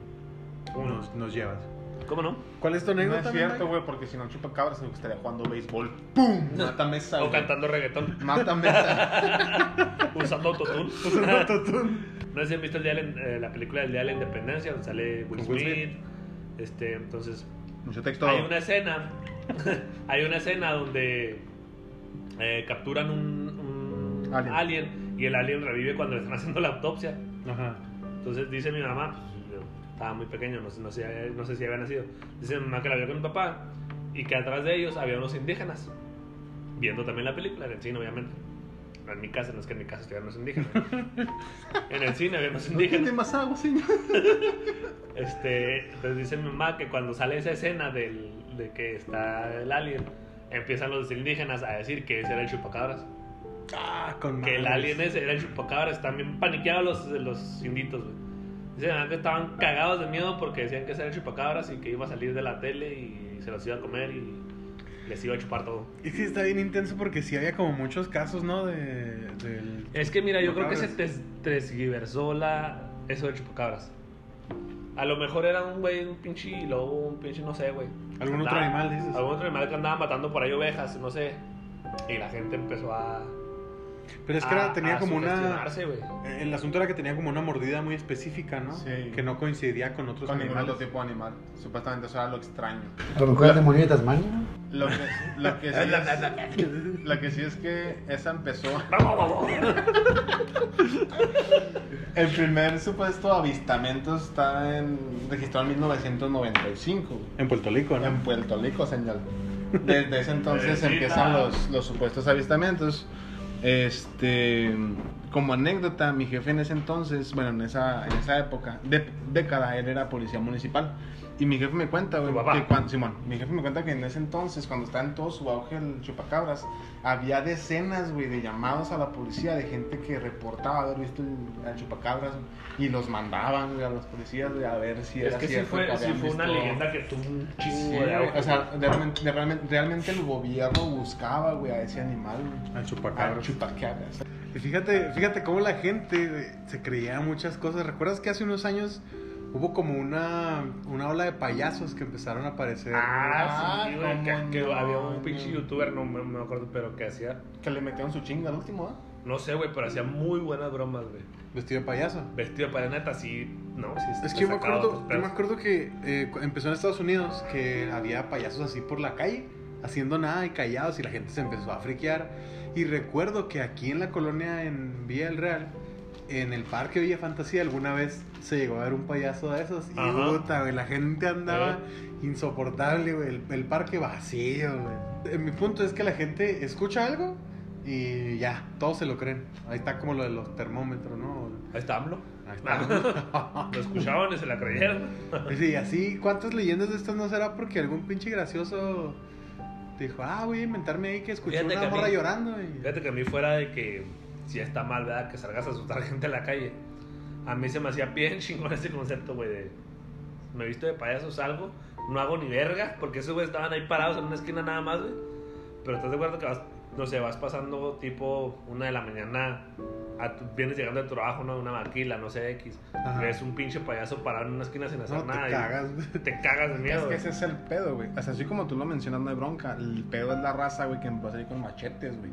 S3: ¿Cómo no?
S2: Nos, nos llevas.
S3: ¿Cómo no?
S2: ¿Cuál es tu
S4: No
S2: anécdota?
S4: es
S2: mi
S4: cierto,
S2: Mike?
S4: güey, porque si no chupa cabras me gustaría jugando béisbol. ¡Pum! Mata mesa,
S3: O
S4: güey.
S3: cantando reggaetón,
S4: Mata mesa.
S3: usando autotune.
S2: Usando tutún.
S3: No sé si han visto el día de la, eh, la película del Día de la Independencia, donde sale Will
S2: Con Will
S3: Smith. Este, entonces,
S4: Mucho texto.
S3: hay una escena, hay una escena donde eh, capturan un, un
S4: Alien.
S3: alien. y el alien revive cuando le están haciendo la autopsia.
S2: Ajá.
S3: Entonces dice mi mamá, pues, yo estaba muy pequeño, no sé, no sé, no sé si había nacido. Dice mi mamá que la vio con mi papá y que atrás de ellos había unos indígenas, viendo también la película, en el cine obviamente. No en mi casa, no es que en mi casa estuvieran los indígenas. en el cine había unos
S4: ¿No tiene
S3: indígenas.
S4: más agua, señor?
S3: Este, entonces dice mi mamá que cuando sale esa escena del, de que está el alien, empiezan los indígenas a decir que ese era el chupacabras.
S2: Ah, con
S3: Que el
S2: madres.
S3: alien ese era el chupacabras. También paniqueados los, los inditos, güey. Dice mi mamá que estaban cagados de miedo porque decían que ese era el chupacabras y que iba a salir de la tele y se los iba a comer y les iba a chupar todo.
S2: Es que está bien intenso porque sí había como muchos casos, ¿no? De, del...
S3: Es que mira, yo creo que se
S2: Chupacabras.
S3: tes- transgiversó la eso de chupacabras. A lo mejor era un güey, un pinche lobo, un pinche no sé, güey. Ah,
S2: Algún otro animal, dices.
S3: Algún otro animal que andaba matando por ahí ovejas, no sé. Y la gente empezó a.
S2: Pero es que era-
S3: a-
S2: tenía
S3: Ah, a
S2: como una...
S3: sugestionarse, güey.
S2: Eh, El asunto era que tenía como una mordida muy específica, ¿no?
S4: Sí.
S2: Que no coincidía con otros
S4: Con ningún
S2: animales.
S4: otro tipo de animal. Supuestamente eso era lo extraño.
S6: A lo mejor el demonio de Tasmania. ¿no?
S4: Lo que, lo que sí es, lo que sí es que esa empezó. El primer supuesto avistamiento está en, registrado en 1995
S2: En Puerto Rico, ¿no?
S4: en Puerto Rico, señor. Desde ese entonces
S3: Bendita.
S4: empiezan los, los supuestos avistamientos. Este, como anécdota, mi jefe en ese entonces, bueno, en esa, en esa época, de, década, él era policía municipal. Y mi jefe me cuenta, güey,
S3: Tu papá.
S4: que cuando, Simón, mi jefe me cuenta que en ese entonces, cuando estaba en todo su auge el chupacabras, había decenas, güey, de llamados a la policía de gente que reportaba haber visto el, al chupacabras y los mandaban, güey, a los policías, güey, a ver si
S3: Es
S4: era
S3: que sí
S4: cierto
S3: fue, sí
S4: habían
S3: fue una
S4: visto-
S3: leyenda que tuvo un
S4: Sí,
S3: chingo de
S4: güey,
S3: auge.
S4: o sea, de- realmente, de- realmente- realmente el gobierno buscaba, güey, a ese animal, güey.
S2: Al
S4: Al
S2: chupacabras.
S4: chupacabras.
S2: Y fíjate, fíjate cómo la gente güey, se creía muchas cosas. ¿Recuerdas que hace unos años hubo como una, una ola de payasos que empezaron a aparecer?
S3: Ah, sí,
S4: Ah,
S3: güey,
S4: cómo
S3: que, que
S4: no,
S3: había un
S4: no.
S3: pinche youtuber, no me, me acuerdo, pero que hacía,
S4: Que le metieron su chinga al último, ¿eh?
S3: no sé, güey, pero hacía muy buenas bromas, güey.
S2: Vestido de payaso.
S3: Vestido para neta, así, no, sí.
S2: Es
S3: te
S2: que yo me
S3: sacaba
S2: acuerdo,
S3: otros
S2: yo me
S3: pedos.
S2: acuerdo que eh, cu- empezó en Estados Unidos que había payasos así por la calle, haciendo nada y callados, y la gente se empezó a friquear. Y recuerdo que aquí en la colonia en Villa del Real en el parque Villa Fantasía alguna vez se llegó a ver un payaso de esos y
S3: Ajá. Eh.
S2: puta, güey, la gente andaba insoportable, güey, el, el parque vacío, güey. Eh, Mi punto es que la gente escucha algo y ya, todos se lo creen. Ahí está como lo de los termómetros, ¿no?
S3: Ahí está AMLO.
S2: Ahí está.
S3: Lo escuchaban y se la creyeron.
S2: Pues Sí, y así, ¿cuántas leyendas de estas no será porque algún pinche gracioso dijo, ah, voy a inventarme ahí que escuché
S3: Fíjate que
S2: una
S3: a mí-
S2: morra llorando? y-
S3: Fíjate que a mí fuera de que si está mal, ¿verdad? Que salgas a asustar gente en la calle. A mí se me hacía bien chingón ese concepto, güey, de... Me visto de payaso, salgo, no hago ni verga, porque esos güeyes estaban ahí parados en una esquina nada más, güey. Pero estás de acuerdo que vas, no sé, vas pasando tipo una de la mañana, a tu- vienes llegando de trabajo, ¿no? Una maquila, no sé, X.
S2: Ajá.
S3: Ves un pinche payaso parado en una esquina sin hacer
S2: No, te
S3: nada. y
S2: cagas, güey.
S3: Te cagas de miedo.
S4: Es que
S3: güey.
S4: ese es el pedo, güey. O sea, así como tú lo mencionas, no hay bronca. El pedo es la raza, güey, que empezó a salir con machetes, güey.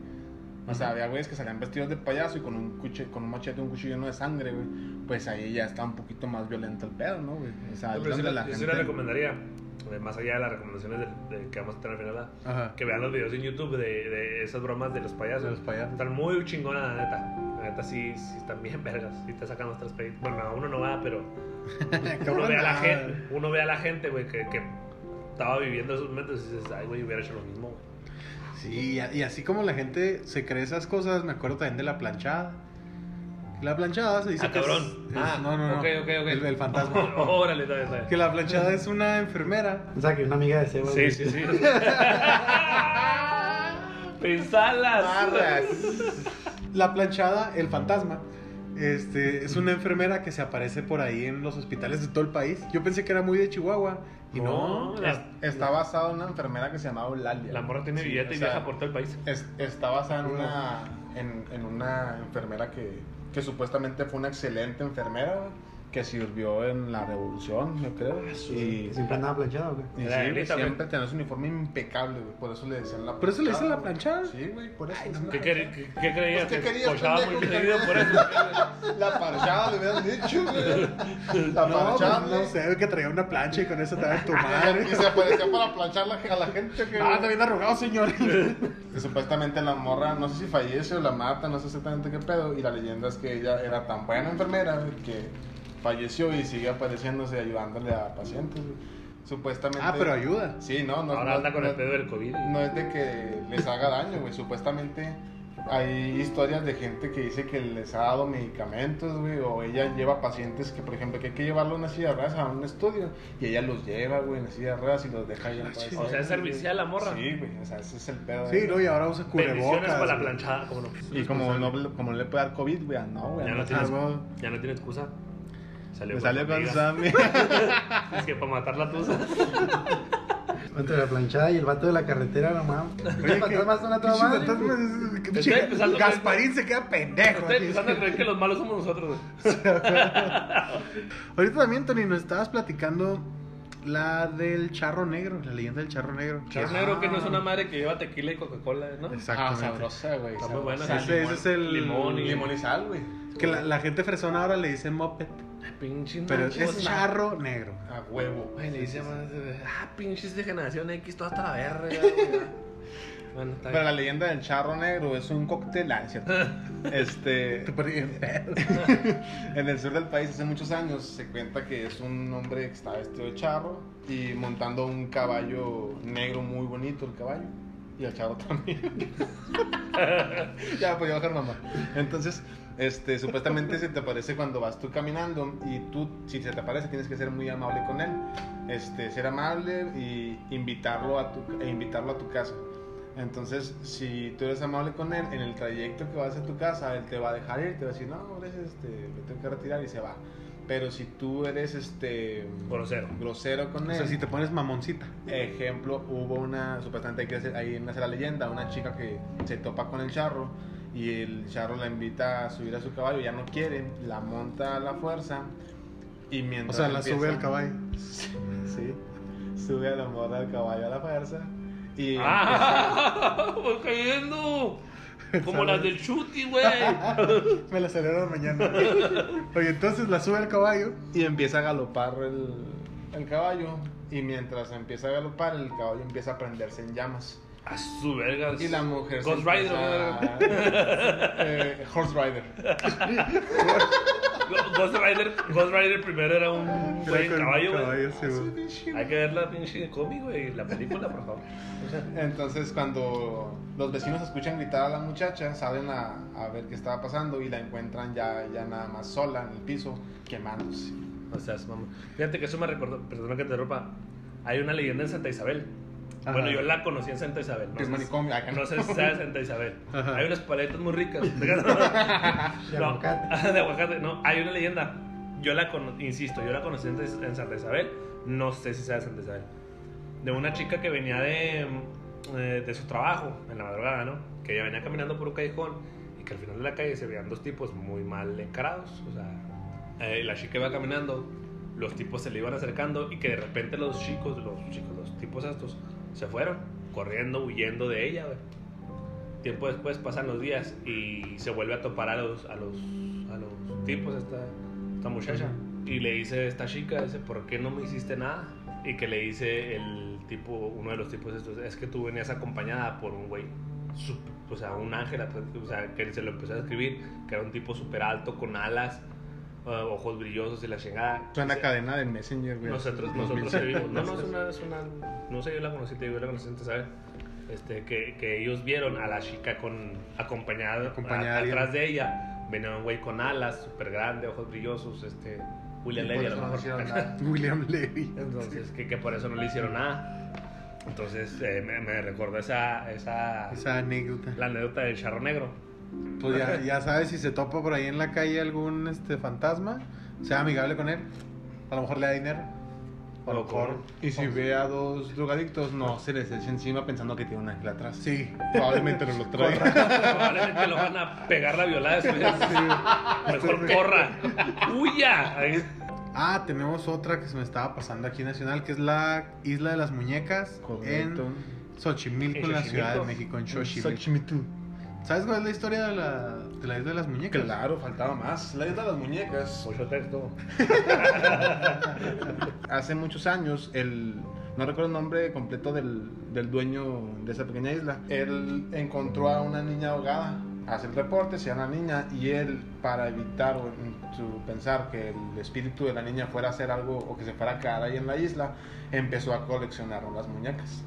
S4: O sea, había güeyes que salían vestidos de payaso y con un, cuche- con un machete, un cuchillo lleno de sangre, güey. Pues ahí ya está un poquito más violento el pedo, ¿no, güey? O sea,
S3: No,
S4: ahí
S3: pero sí
S4: donde
S3: la-
S4: la
S3: yo sí
S4: gente-
S3: le recomendaría, eh, más allá de las recomendaciones del- de que vamos a tener al final, ¿verdad?
S2: Ajá.
S3: que vean los videos en YouTube de, de esas bromas de los payasos.
S2: De los payasos.
S3: Están muy chingonas, la neta. La neta sí, sí están bien vergas. Sí te sacan los tres pedidos. Bueno, a uno no va, pero
S2: Eh,
S3: uno ve a la gente, uno ve a la gente, güey, que, que estaba viviendo esos momentos y dices, ay, güey, hubiera hecho lo mismo, güey.
S2: Sí, y a- y así como la gente se cree esas cosas, me acuerdo también de la planchada. La planchada se dice
S3: Ah,
S2: que es-
S3: cabrón.
S2: es-
S3: ah,
S2: no, no, no.
S3: ok, ok, ok.
S2: El, el fantasma.
S3: Órale, está bien, está bien.
S2: que la planchada es una enfermera.
S6: O sea, que una amiga de Seba.
S3: Sí,
S6: güey.
S3: sí, sí. Pensalas.
S2: La planchada, el fantasma. Este, es una enfermera que se aparece por ahí en los hospitales de todo el país. Yo pensé que era muy de Chihuahua. Y no.
S3: No,
S4: Es-
S3: la,
S4: está basado en una enfermera que se llamaba Eulalia.
S3: la morra tiene
S4: Sí,
S3: billete
S4: o
S3: y
S4: sea,
S3: viaja por todo el país.
S4: Es- está basada en una, en, en una enfermera que, que supuestamente fue una excelente enfermera güey, que sirvió en la revolución, yo creo.
S2: Ah,
S4: Y,
S6: Que Siempre andaba planchado, güey.
S4: y sí,
S3: Era
S4: güey,
S3: élite, güey.
S4: siempre tenía su uniforme impecable, güey, por eso le decían la
S2: Por eso le dicen la
S4: güey.
S2: planchada.
S4: Sí, güey, por eso. le dicen la
S3: ¿Qué,
S4: planchada.
S3: quer- qué, qué creías?
S4: Pues, ¿qué
S3: que
S4: querías,
S3: cochaba muy
S4: pendejo?
S3: seguido por eso.
S4: La parchada le hubieran dicho, güey. La
S2: No,
S4: parchada.
S2: pues, no sé, que traía una plancha y con eso te da tu madre.
S4: Y se aparecía para planchar la- a la gente, güey.
S2: ah, está bien arrugado, señor.
S4: Y supuestamente la morra, no sé si fallece o la mata, no sé exactamente qué pedo. Y la leyenda es que ella era tan buena enfermera güey, que falleció y sigue apareciéndose ayudándole a pacientes. güey. Supuestamente.
S2: ah, pero ayuda.
S4: Sí, no, no
S3: Ahora
S4: no-
S3: anda con el
S4: no-
S3: pedo del COVID.
S4: No es de que les haga daño, güey. Supuestamente hay historias de gente que dice que les ha dado medicamentos, güey. O ella lleva pacientes que, por ejemplo, que hay que llevarlo a una silla de ruedas a un estudio. Y ella los lleva, güey, en la silla de ruedas y los deja ahí. en el
S3: Ah, O sea, es servicial la morra.
S4: Sí, güey. O sea, ese es el pedo.
S2: Sí,
S4: güey.
S2: no, y ahora usa
S3: Bendiciones
S2: cubrebocas.
S3: para la
S2: güey.
S3: planchada, como no.
S4: Y pues, como no, como no le puede dar COVID, güey, no, güey.
S3: Ya no
S4: no
S3: tienes-
S4: salgo-
S3: Ya no tiene excusa. Salió
S4: Me salió con
S3: amiga.
S4: Sammy.
S3: Es que para matar la tusa.
S6: Entre la planchada y el vato de la carretera, no mames.
S2: Oye,
S6: Los
S2: que-
S6: fantasmas son a toda
S2: pinche
S6: madre. güey.
S2: fantasmas, que
S3: Estoy
S2: pinche
S3: empezando a creer-
S2: Gasparín se queda pendejo. eh.
S3: Estoy
S2: aquí.
S3: empezando a creer que los malos somos nosotros. güey.
S2: Ahorita también, Tony, nos estabas platicando la del charro negro, la leyenda del charro negro.
S3: Que es negro que no es una madre que lleva tequila y Coca-Cola, ¿no?
S4: Ah,
S2: Exactamente.
S4: sabrosa, güey.
S3: Está muy buena.
S4: sabrosa.
S2: Ese- ese es el-
S3: limón y
S4: Limón y sal, güey.
S2: que la, la gente fresona ahora le dice moped,
S3: Pinche
S2: pero
S3: nacho,
S2: es
S3: güey.
S2: charro negro.
S4: A huevo.
S3: Ay, le dice a madre, güey, ah, pinches de generación X, toda hasta la verga. güey. Bueno, está
S4: Pero
S3: bien.
S4: la leyenda del charro negro es un cóctel, ah, es cierto. Este,
S2: Te pones bien pedo.
S4: en el sur del país hace muchos años se cuenta que es un hombre que está vestido de charro y montando un caballo negro muy bonito el caballo y el charro también. ya, pues ya bajar mamá. Entonces, este, supuestamente se te aparece cuando vas tú caminando y tú, si se te aparece, tienes que ser muy amable con él. Este, ser amable y invitarlo a tu, e invitarlo a tu casa. Entonces, si tú eres amable con él, en el trayecto que vas a tu casa, él te va a dejar ir, te va a decir, no, gracias, este, me tengo que retirar y se va. Pero si tú eres este,
S3: Grosero.
S4: grosero con él,
S2: O sea, si te pones mamoncita.
S4: Ejemplo, hubo una, supuestamente hay que hacer- ahí nace la leyenda, una chica que se topa con el charro y el charro la invita a subir a su caballo, ya no quiere, la monta a la fuerza y
S2: O
S4: mientras...
S2: sea, la
S4: empieza-
S2: sube al caballo.
S4: Sí, sube a la morra al caballo a la fuerza y...
S3: ¡Ah! Voy cayendo. Como las del chuti, güey.
S2: Me la celebran mañana. Oye, entonces la sube al caballo.
S4: Y empieza a galopar el, el caballo. Y mientras empieza a galopar, el caballo empieza a prenderse en llamas.
S3: A su verga.
S4: Y la mujer.
S3: Ghost
S4: se
S3: Rider.
S4: empieza-
S3: ¿no?
S4: Eh, Horse Rider.
S3: Go- Ghost Rider. Ghost Rider primero era un güey en
S2: Era con
S3: caballo, güey. Ah,
S2: caballo, sí, güey.
S3: Hay que ver la pinche cómic, güey. La película, por favor.
S4: Entonces, cuando los vecinos escuchan gritar a la muchacha, salen a, a ver qué estaba pasando y la encuentran ya, ya nada más sola en el piso, quemándose.
S3: O sea, es mamón. Fíjate que eso me recordó, perdona que te ropa. Hay una leyenda en Santa Isabel.
S2: Ajá.
S3: Bueno, yo la conocí en Santa Isabel.
S4: Que es
S3: sé-
S4: manicomio, acá no.
S3: No sé si sea de Santa Isabel.
S2: Ajá.
S3: Hay unas paletas muy ricas.
S6: De
S3: No,
S6: aguacate.
S3: de aguacate. No, hay una leyenda. Yo la cono- insisto, yo la conocí en, en Santa Isabel. No sé si sea de Santa Isabel. De una chica que venía de, mm, eh, de su trabajo en la madrugada, ¿no? Que ella venía caminando por un callejón y que al final de la calle se veían dos tipos muy mal encarados. O sea, eh, la chica iba caminando, los tipos se le iban acercando y que de repente los chicos, los chicos, los tipos estos, se fueron corriendo, huyendo de ella, güey. Tiempo después pasan los días y se vuelve a topar a los, a los, a los tipos, esta, esta muchacha. Y le dice esta chica, dice, ¿por qué no me hiciste nada? Y que le dice el tipo, uno de los tipos estos, es que tú venías acompañada por un güey, sup- o sea, un ángel, o sea, que se lo empezó a escribir, que era un tipo súper alto, con alas, eh, ojos brillosos y la chingada.
S4: Suena
S3: Dice,
S4: cadena de Messenger, güey.
S3: nosotros, nosotros vimos. No, no, es una, es una- No sé, yo la conocí, te digo, yo la conocí antes, ¿sabes? Este, que, que ellos vieron a la chica con, acompañada,
S2: Acompañada
S3: a-
S2: de
S3: atrás de ella. Venía un güey con alas, súper grande, ojos brillosos, este... William
S4: Por
S3: Levy, a
S4: eso
S3: lo
S4: no
S3: mejor.
S4: hicieron nada.
S2: William Levy.
S3: Entonces, que, que por eso no le hicieron nada. Entonces, eh, me, me recordó esa, esa...
S2: Esa anécdota.
S3: La anécdota del charro negro.
S2: Pues ya, ya sabes, si se topa por ahí en la calle algún este fantasma, sea amigable con él. A lo mejor le da dinero. A lo
S3: Lo corre.
S2: mejor.
S4: Y si ve a dos drogadictos, no se les echa encima pensando que tiene un ángel atrás.
S2: Sí.
S4: Probablemente no lo trae.
S3: Probablemente lo van a pegar la violada. de su vida. Mejor
S4: Este,
S3: corra. ¡Huya! Ahí-
S2: Ah, tenemos otra que se me estaba pasando aquí nacional, que es la Isla de las Muñecas
S4: Correcto.
S2: en Xochimilco,
S3: En
S2: en la
S3: Xochimilco.
S2: Ciudad de México, en Xochimilco.
S4: Xochimilco.
S2: ¿Sabes cuál es la historia de la, de la Isla de las Muñecas?
S4: Claro, faltaba más. La isla de las muñecas.
S3: Mucho texto.
S4: hace muchos años, el, no recuerdo el nombre completo del, del dueño de esa pequeña isla, él encontró a una niña ahogada. Hace el reporte, se llama niña y él, para evitar o en su pensar que el espíritu de la niña fuera a hacer algo o que se fuera a quedar ahí en la isla, empezó a coleccionar las muñecas.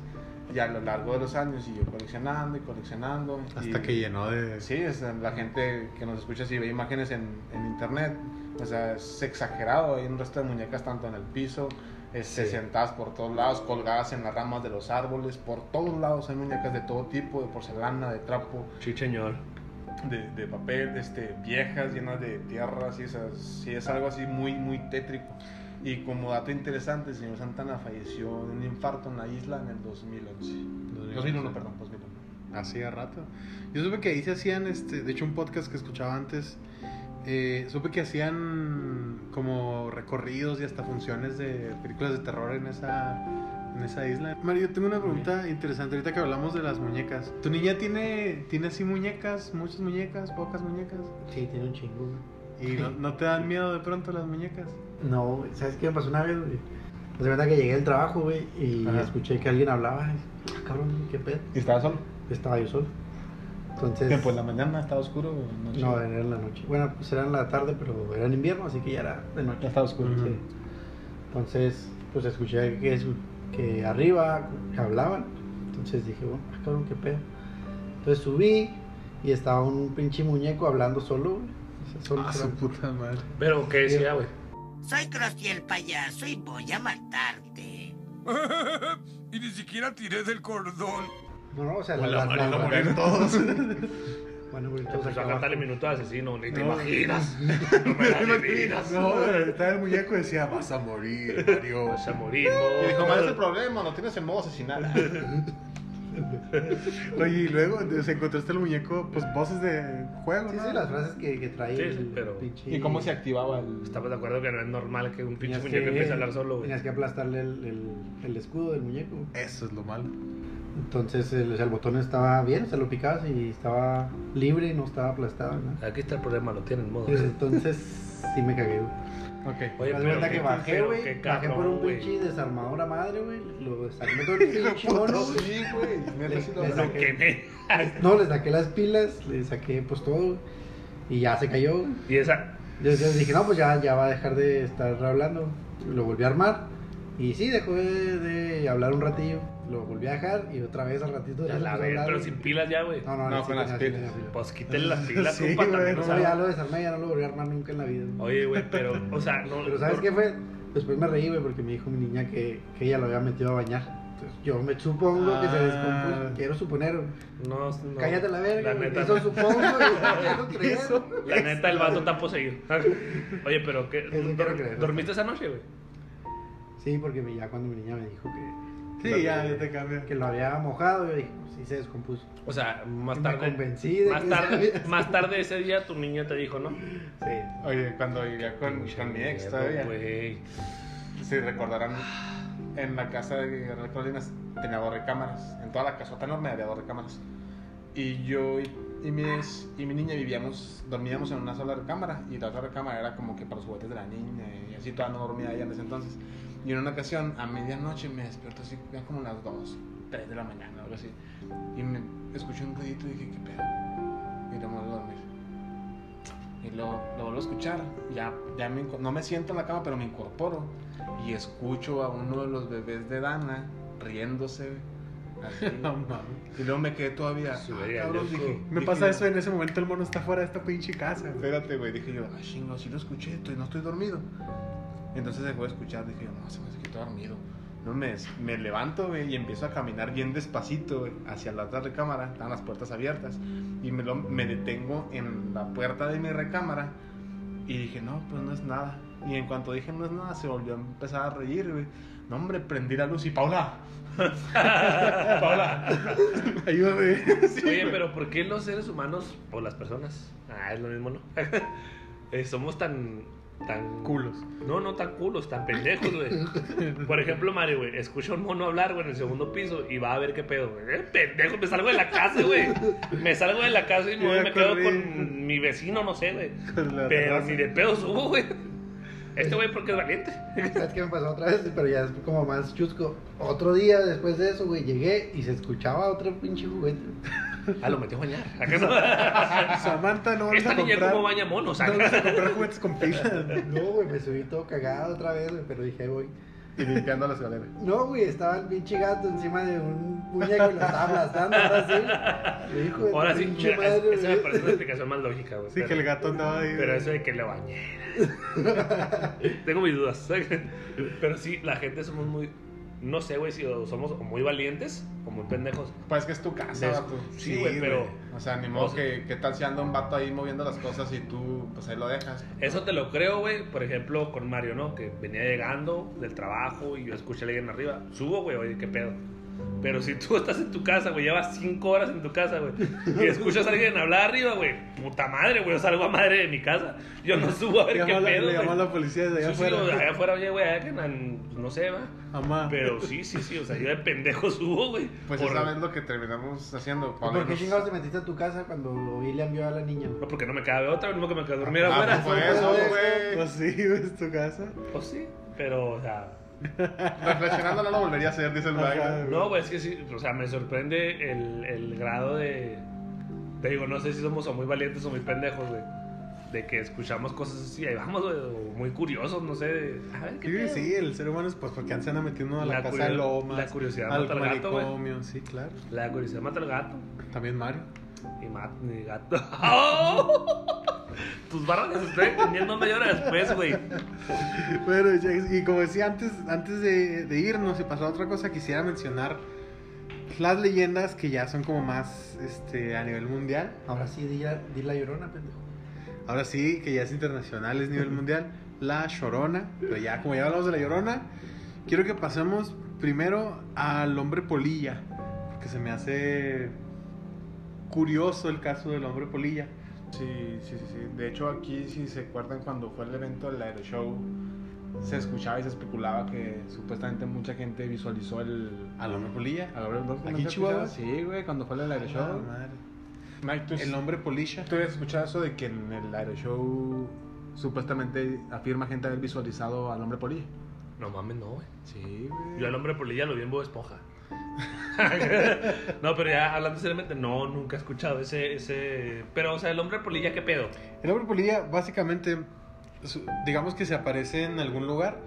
S4: Y a lo largo de los años siguió coleccionando y coleccionando.
S2: Hasta
S4: y-
S2: que llenó de.
S4: Sí, es, la gente que nos escucha si ve imágenes en, en internet, o sea, es exagerado. Hay un resto de muñecas tanto en el piso, este,
S3: Sí.
S4: sentadas por todos lados, colgadas en las ramas de los árboles, por todos lados hay muñecas de todo tipo, de porcelana, de trapo,
S3: Chicheñor.
S4: de, de papel, este, viejas, llenas de tierra, sí, es, sí, es algo así muy, muy tétrico. Y como dato interesante, el señor Santana falleció de un infarto en la isla en el 2011. 2001, perdón, 2001.
S2: Hacía rato. Yo supe que ahí se hacían, este, de hecho, un podcast que escuchaba antes. eh, supe que hacían como recorridos y hasta funciones de películas de terror en esa, en esa isla. Mario, tengo una pregunta interesante ahorita que hablamos de las muñecas. ¿Tu niña tiene, tiene así muñecas, muchas muñecas, pocas muñecas?
S6: Sí, tiene un chingo, güey.
S2: ¿Y no, no te dan miedo de pronto las muñecas?
S6: No, güey, ¿sabes qué me pasó una vez, güey? Haz de cuenta que llegué del trabajo, güey, y
S4: Ajá.
S6: escuché que alguien hablaba. y, ah, cabrón, qué pedo.
S4: ¿Y estaba solo?
S6: Estaba yo solo. Entonces.
S4: ¿Tiempo en la mañana? ¿Estaba oscuro? o noche?
S6: No, era en la noche. Bueno, pues era en la tarde, pero era en invierno, así que ya era de noche.
S4: Ya estaba oscuro.
S6: Sí. Entonces, pues escuché que, es- que arriba hablaban. Entonces dije, bueno, ah, cabrón, qué pedo. Entonces subí y estaba un pinche muñeco hablando solo, güey. O sea,
S3: Ah,
S6: solo, solo.
S2: Ah, puta madre.
S3: Pero, ¿qué decía, güey?
S5: Soy Krusty el payaso y voy a matarte.
S9: y ni siquiera tiré del cordón.
S6: No, no, o sea,
S3: Hola,
S6: la, la,
S3: Mario,
S6: la-
S3: ¿cómo
S6: la-
S3: eres?
S2: Todos.
S6: Bueno, güey, entonces
S3: Empezó a
S6: acá
S3: cantar el
S6: abajo.
S3: minuto de asesino. Ni te imaginas. No me la adivinas.
S2: No, estaba el muñeco y decía, vas a morir, Mario.
S3: Vas a morir,
S4: Y dijo, ¿cuál es el
S3: mo.
S4: problema? No tienes en modo asesinar.
S2: Oye, y luego se encontraste el muñeco, pues voces de juego,
S6: Sí,
S2: ¿no?
S6: sí, las frases que, que traía.
S3: Sí, sí,
S6: el
S3: pero-
S6: pinche-
S4: ¿Y cómo se activaba el...?
S3: Estamos de acuerdo que no es normal que un pinche
S6: Tenías
S3: muñeco
S6: que-
S3: empiece a hablar solo, güey.
S6: Tenías que aplastarle el, el- el escudo del muñeco.
S2: Eso es lo malo.
S6: Entonces el, o sea, el botón estaba bien, se lo picabas y estaba libre, no estaba aplastado. ¿no?
S3: Aquí está el problema, lo tienen modo.
S6: Entonces sí me cagué. güey.
S4: Ok.
S3: Oye,
S6: Haz
S3: pero
S6: de cuenta
S3: qué-
S6: que bajé,
S3: pero
S6: güey.
S3: qué
S6: Bajé por un
S3: cabrón, güey.
S6: pinche desarmador a madre, güey. Lo saqué todo el pinche mono.
S4: Sí, güey. Neta,
S6: Le-
S4: sí lo
S6: le
S4: veo.
S6: saqué-
S3: Que me-
S6: No, le saqué las pilas, le saqué pues todo. güey, Y ya se cayó, güey.
S3: Y esa.
S6: Yo, yo dije, no, pues ya, ya va a dejar de estar hablando. Lo volví a armar. Y sí, dejó de, de hablar un ratillo. Lo volví a dejar y otra vez al ratito.
S3: Ya
S6: se
S3: la
S6: puso a
S3: ve,
S6: hablar,
S3: pero
S6: güey.
S3: sin pilas ya, güey.
S6: No, no,
S4: No,
S6: no.
S4: con las pilas.
S3: Pues quítale las pilas,
S2: Sí,
S3: compa,
S2: güey,
S3: también, o
S6: No,
S3: sea,
S6: ya lo desarmé, ya no lo volví a armar nunca en la vida. güey.
S3: Oye, güey, pero, o sea, no.
S6: Pero ¿sabes
S3: no-
S6: qué fue? Después me reí, güey, porque me dijo mi niña que, que ella lo había metido a bañar. Entonces, yo me supongo que se
S4: Ah.
S6: descompuso. Quiero suponer. güey.
S3: No, no.
S6: Cállate la verga.
S3: La
S6: güey.
S3: neta,
S6: Eso
S3: no.
S6: supongo. güey, quiero creer.
S3: La neta, el vato está poseído. Oye, pero ¿qué?
S6: Eso quiero
S3: dor-
S6: creer.
S3: ¿Dormiste esa noche, güey?
S6: Sí, porque mi- ya cuando mi niña me dijo que,
S2: Sí, ya, ya te cambia.
S6: que lo había mojado, yo dije, pues, sí se descompuso.
S3: O sea, más
S6: Me
S3: tarde.
S6: convencí de
S3: más
S6: que
S3: tarde,
S6: sabías.
S3: más tarde ese día tu niña te dijo, ¿no?
S6: Sí.
S4: Oye, cuando llegué con, con mi ex todavía.
S3: Güey.
S4: Si recordarán, en la casa de Gabriel Colinas tenía dos recámaras. En toda la casota enorme había dos recámaras. Y yo y, y mi ex y mi niña vivíamos, dormíamos en una sola recámara. Y la otra recámara era como que para los juguetes de la niña. Y así todavía no dormía ella en ese entonces. Y en una ocasión, a medianoche me despierto así, ya como las 2, 3 de la mañana, algo así. Y me escuché un ruidito y dije, ¿qué pedo? Y no me voy a dormir. Y luego lo vuelvo a escuchar. Ya, ya me inco- no me siento en la cama, pero me incorporo. Y escucho a uno de los bebés de Dana riéndose. así.
S2: No mames.
S4: y luego me quedé todavía.
S3: Sí,
S4: "Ah,
S3: güey,
S4: cabrón",
S3: loco.
S4: dije,
S2: Me
S4: dije,
S2: pasa eso en ese momento el mono está fuera de esta pinche casa. güey.
S4: Espérate, güey. Dije yo, ah, chingo, sí lo escuché, estoy- no estoy dormido. Entonces dejó de escuchar. Dije yo, no, se me hace que estoy dormido. No, me, des- me levanto, güey, y empiezo a caminar bien despacito, güey, hacia la otra recámara. Estaban las puertas abiertas. Y me, lo- me detengo en la puerta de mi recámara. Y dije, no, pues no es nada. Y en cuanto dije, no es nada, se volvió a empezar a reír, güey. No, hombre, prendí la luz y Paula. Paula.
S2: Ayúdame.
S3: Oye, pero ¿por qué los seres humanos o las personas? Ah, es lo mismo, ¿no? Eh, somos tan. tan.
S2: Culos.
S3: No, no tan culos, tan pendejos, güey. Por ejemplo, Mario, güey, escucha a un mono hablar, güey, en el segundo piso y va a ver qué pedo, güey. Eh, pendejo, me salgo de la casa, güey. Me salgo de la casa y me, voy,
S2: Ya
S3: me quedo
S2: corrí.
S3: con mi vecino, no sé, güey.
S2: Con la
S3: Pero
S2: terraza.
S3: ni de pedo subo, güey. Este güey porque es valiente.
S6: ¿Sabes qué me pasó otra vez? Pero ya es como más chusco. Otro día después de eso, güey, llegué y se escuchaba otro pinche juguete.
S3: Ah, lo metió a bañar. Acá
S2: Samantha no
S3: no.
S2: vamos
S3: Esta
S2: a
S3: niña
S2: comprar.
S3: como baña monos, Ah,
S2: No vamos
S3: acá.
S2: a comprar juguetes con pilas.
S6: No, güey, me subí todo cagado otra vez, güey, pero dije, voy.
S4: Y limpiando la escalera.
S6: No, güey, estaba el pinche gato encima de un muñeco y lo estaba aplastando, ahora sí. Hijo de tu
S3: Ahora sí,
S6: pinche
S3: mira, es- esa me
S6: güey.
S3: parece una explicación más lógica, güey.
S2: Sí, que el gato andaba ahí.
S3: Pero eso de que le bañé. Tengo mis dudas. Pero sí, la gente somos muy. No sé, güey, si o somos o muy valientes o muy pendejos.
S4: Pues es que es tu casa,
S3: Des-
S4: vato.
S3: Sí, güey, pero.
S4: O sea, ni modo
S3: O sea-
S4: que, que tal si anda un vato ahí moviendo las cosas y tú, pues ahí lo dejas.
S3: Eso te lo creo, güey. Por ejemplo, con Mario, ¿no? Que venía llegando del trabajo y yo escuché a alguien arriba. Subo, güey, oye, qué pedo. Pero si tú estás en tu casa, güey, llevas cinco horas en tu casa, güey, y escuchas a alguien hablar arriba, güey, puta madre, güey, yo salgo a madre de mi casa. Yo no subo a ver
S2: Llamó
S3: qué
S2: a la-
S3: pedo.
S2: le llamó a
S3: güey.
S2: la policía de allá
S3: Sí, sí, o allá
S2: afuera.
S3: afuera, oye, güey, allá que nan- no sé, va.
S2: Amá.
S3: Pero sí, sí, sí, o sea, yo de pendejo subo, güey.
S4: Pues
S3: por-
S4: esa vez lo que terminamos haciendo, Pablo.
S6: ¿Por qué
S4: nos-
S6: chingados te metiste a tu casa cuando William vio a la niña?
S3: No, porque no me cabe otra, mismo que me quedé dormir
S4: Ah,
S3: afuera.
S4: pues fue eso, güey.
S2: Pues sí, es tu casa.
S3: Pues sí, pero, o sea,
S4: Reflexionando no lo volvería a hacer, dice el
S2: Ajá,
S4: Wagner.
S2: güey.
S3: no, güey, es que sí, o sea, me sorprende el, el grado de. Te digo, no sé si somos o muy valientes o muy pendejos, güey. De que escuchamos cosas así, ahí vamos, güey, o muy curiosos, no sé. de, a ver, ¿qué
S2: Yo creo que
S3: pedo?
S2: sí, el ser humano es pues porque se anda metiendo a la,
S3: La
S2: casa
S3: curio-
S2: de Lomas,
S3: la curiosidad
S2: al
S3: mata al gato, güey.
S2: manicomio, sí, claro.
S3: La curiosidad mata al gato
S2: También Mario.
S3: y mata mi gato. ¡Oh! Tus barras las estoy entendiendo media hora después, güey.
S2: Bueno, ya- y como decía antes, antes de, de irnos y pasar a otra cosa, quisiera mencionar las leyendas que ya son como más este, a nivel mundial.
S6: Ahora sí, di la, di la llorona, pendejo.
S2: Ahora sí, que ya es internacional, es nivel mundial. La Llorona. Pero ya, como ya hablamos de la Llorona, quiero que pasemos primero al hombre polilla. Porque se me hace curioso el caso del hombre polilla.
S4: Sí, sí, sí, sí. De hecho, aquí, si se acuerdan, cuando fue el evento del Aeroshow, se escuchaba y se especulaba que supuestamente mucha gente visualizó el.
S2: ¿Al hombre polilla?
S4: A ver, ¿no?
S2: ¿Aquí en Chihuahua?
S4: Sí, güey, cuando fue el
S2: Ah,
S4: Aeroshow.
S2: madre.
S4: Mike, tú
S2: El hombre polilla.
S4: ¿Tú habías escuchado eso de que en el aeroshow supuestamente afirma gente haber visualizado al hombre polilla.
S3: No mames, no, güey.
S4: Sí,
S3: Yo al hombre polilla lo vi en Bob Esponja. no, pero ya hablando seriamente, no, nunca he escuchado ese, ese... Pero, o sea, el hombre polilla, ¿qué pedo?
S2: El hombre polilla básicamente, su- digamos que se aparece en algún lugar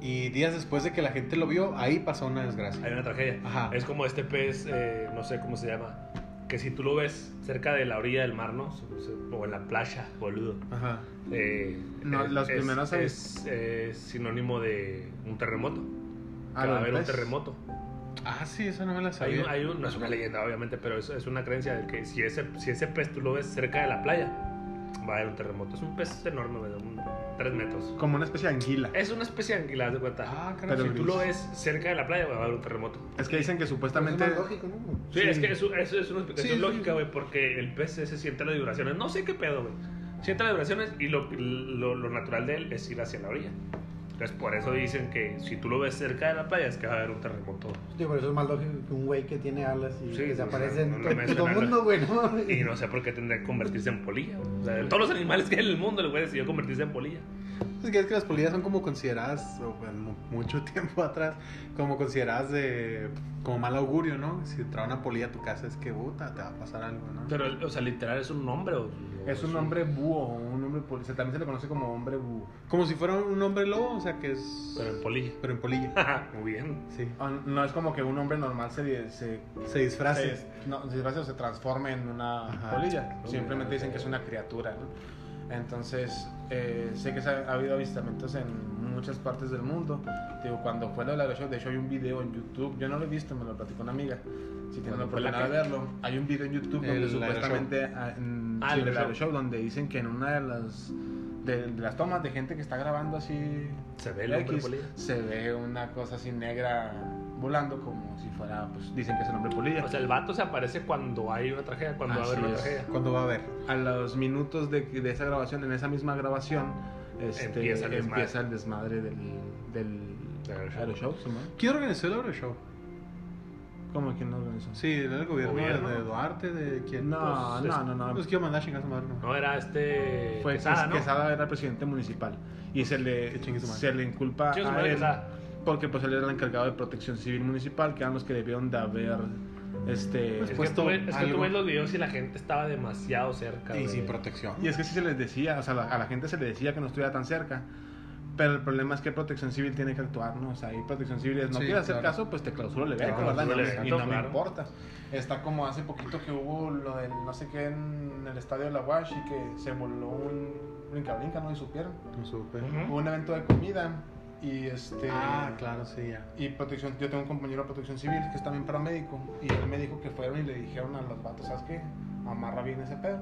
S2: y días después de que la gente lo vio, ahí pasó una desgracia.
S3: Hay una tragedia.
S2: Ajá.
S3: Es como este pez, eh, no sé cómo se llama, que si tú lo ves cerca de la orilla del mar, ¿no? O en la playa, boludo.
S2: Ajá.
S3: Eh,
S4: No, las primeras
S3: es, es sinónimo de un terremoto.
S4: Ah,
S3: Que
S4: lo
S3: va a
S4: del
S3: haber un
S4: pez.
S3: terremoto.
S2: Ah, sí, esa no me la
S3: Hay,
S2: sabía.
S3: un- hay un- no es una leyenda, obviamente, pero es, es una creencia de que si ese, si ese pez tú lo ves cerca de la playa, va a haber un terremoto. Es un pez enorme, güey, de un, 3 metros.
S4: Como una especie de anguila.
S3: Es una especie de anguila, haz de cuenta.
S2: Ah, caray.
S4: Pero
S3: si tú
S4: gris.
S3: lo ves cerca de la playa, va a haber un terremoto.
S4: Es que dicen que supuestamente...
S6: Es más lógico, ¿no?
S3: Sí, es que eso, eso es una explicación
S2: Sí, sí,
S3: lógica, güey, porque el pez ese siente las vibraciones. No sé qué pedo, güey. Siente las vibraciones y lo, lo, lo natural de él es ir hacia la orilla. Entonces, por eso dicen que si tú lo ves cerca de la playa es que va a haber un terremoto.
S6: Tío, pero eso es más lógico que un güey que tiene alas y
S3: Sí,
S6: que
S3: o
S6: se
S3: sea,
S6: aparece
S3: no
S6: en
S3: lo mencionan,
S6: todo el mundo, güey, ¿no? mames.
S3: Y no sé por qué tendría que convertirse en polilla. O sea, de todos los animales que hay en el mundo, el güey decidió convertirse en polilla.
S2: Es que, es que las polillas son como consideradas, o, bueno, mucho tiempo atrás, como consideradas de como mal augurio, ¿no? Si entra una polilla a tu casa es que puta, te va a pasar algo, ¿no?
S3: Pero, o sea, literal es un nombre. o- o
S4: Es un hombre búho, un hombre poli- o sea, también se le conoce como hombre búho.
S2: Como si fuera un hombre lobo, o sea que es.
S3: Pero en polilla.
S2: Pero en polilla.
S3: Muy bien.
S2: Sí.
S4: Ah, No es como que un hombre normal se, se,
S2: Se disfraza.
S4: se, no, se disfrace o se transforme en una
S2: Ajá.
S4: polilla. Simplemente dicen que es una criatura, ¿no? Entonces, eh, sé que se ha, ha habido avistamientos en muchas partes del mundo. Digo, cuando fue lo de la aviación, de hecho hay un video en YouTube, yo no lo he visto, me lo platicó una amiga. Si tienen la
S3: ¿Cuándo fue la
S4: oportunidad de verlo, hay un video en YouTube donde
S2: El
S4: supuestamente ah, en-
S3: Ah,
S4: sí,
S3: el
S4: del
S3: aeroshow.
S4: aeroshow, donde dicen que en una de las de, de las tomas de gente que está grabando así
S3: Se ve el hombre
S4: X,
S3: polilla.
S4: se ve una cosa así negra volando como si fuera pues dicen que es el hombre polilla
S3: O sea, el vato se aparece cuando hay una tragedia, cuando va a haber
S4: Así
S3: una
S4: es.
S3: tragedia.
S2: ¿Cuándo va a haber?
S4: a los minutos de, de esa grabación en esa misma grabación este,
S3: Empieza
S4: empieza,
S3: el desmadre.
S4: el, desmadre del del
S3: Del aeroshow.
S4: aeroshow, Simón.
S2: ¿Quién organizó el Euroshow?
S4: ¿Cómo que no organizó?
S2: Sí, era el gobierno,
S3: ¿Gobierno?
S2: de Duarte, de quién.
S4: No,
S3: Pues,
S4: no, no, no.
S2: Pues, pues quiero mandar a chingar a su madre, ¿no?
S3: No era este.
S4: Fue
S3: Quesada,
S2: pues
S4: Quesada,
S3: ¿no?
S4: era presidente municipal y se
S2: Que
S4: le
S2: chingue su madre.
S4: se le inculpa
S2: Ah,
S3: Chingue su
S4: a
S3: madre,
S4: él
S3: Quesada.
S4: porque pues él era el encargado de Protección Civil Municipal, que eran los que debieron de haber este
S3: Es que,
S2: puesto
S3: tú, ves- es que tú
S2: algo.
S3: ves los videos y la gente estaba demasiado cerca.
S2: Y
S3: güey.
S2: sin protección.
S4: Y es que sí se les decía, o sea, la- a la gente se le decía que no estuviera tan cerca. Pero el problema es que Protección Civil tiene que actuar, ¿no? O sea, ahí Protección Civil es, no
S2: Sí,
S4: quieres hacer
S2: claro.
S4: caso, pues te clausuro el evento,
S3: Claro,
S4: ¿verdad? Y no,
S3: clausura el
S4: y no
S3: evento, claro.
S4: me importa. Está como hace poquito que hubo lo del no sé qué en el estadio de La Guash y que se voló un brinca-brinca, ¿no? Y supieron.
S2: No supe.
S4: Hubo un evento de comida y este...
S2: Ah, claro, sí, ya.
S4: Y protección, yo tengo un compañero de protección civil que es también paramédico. Y él me dijo que fueron y le dijeron a los vatos, ¿sabes qué? Amarra bien ese pedo.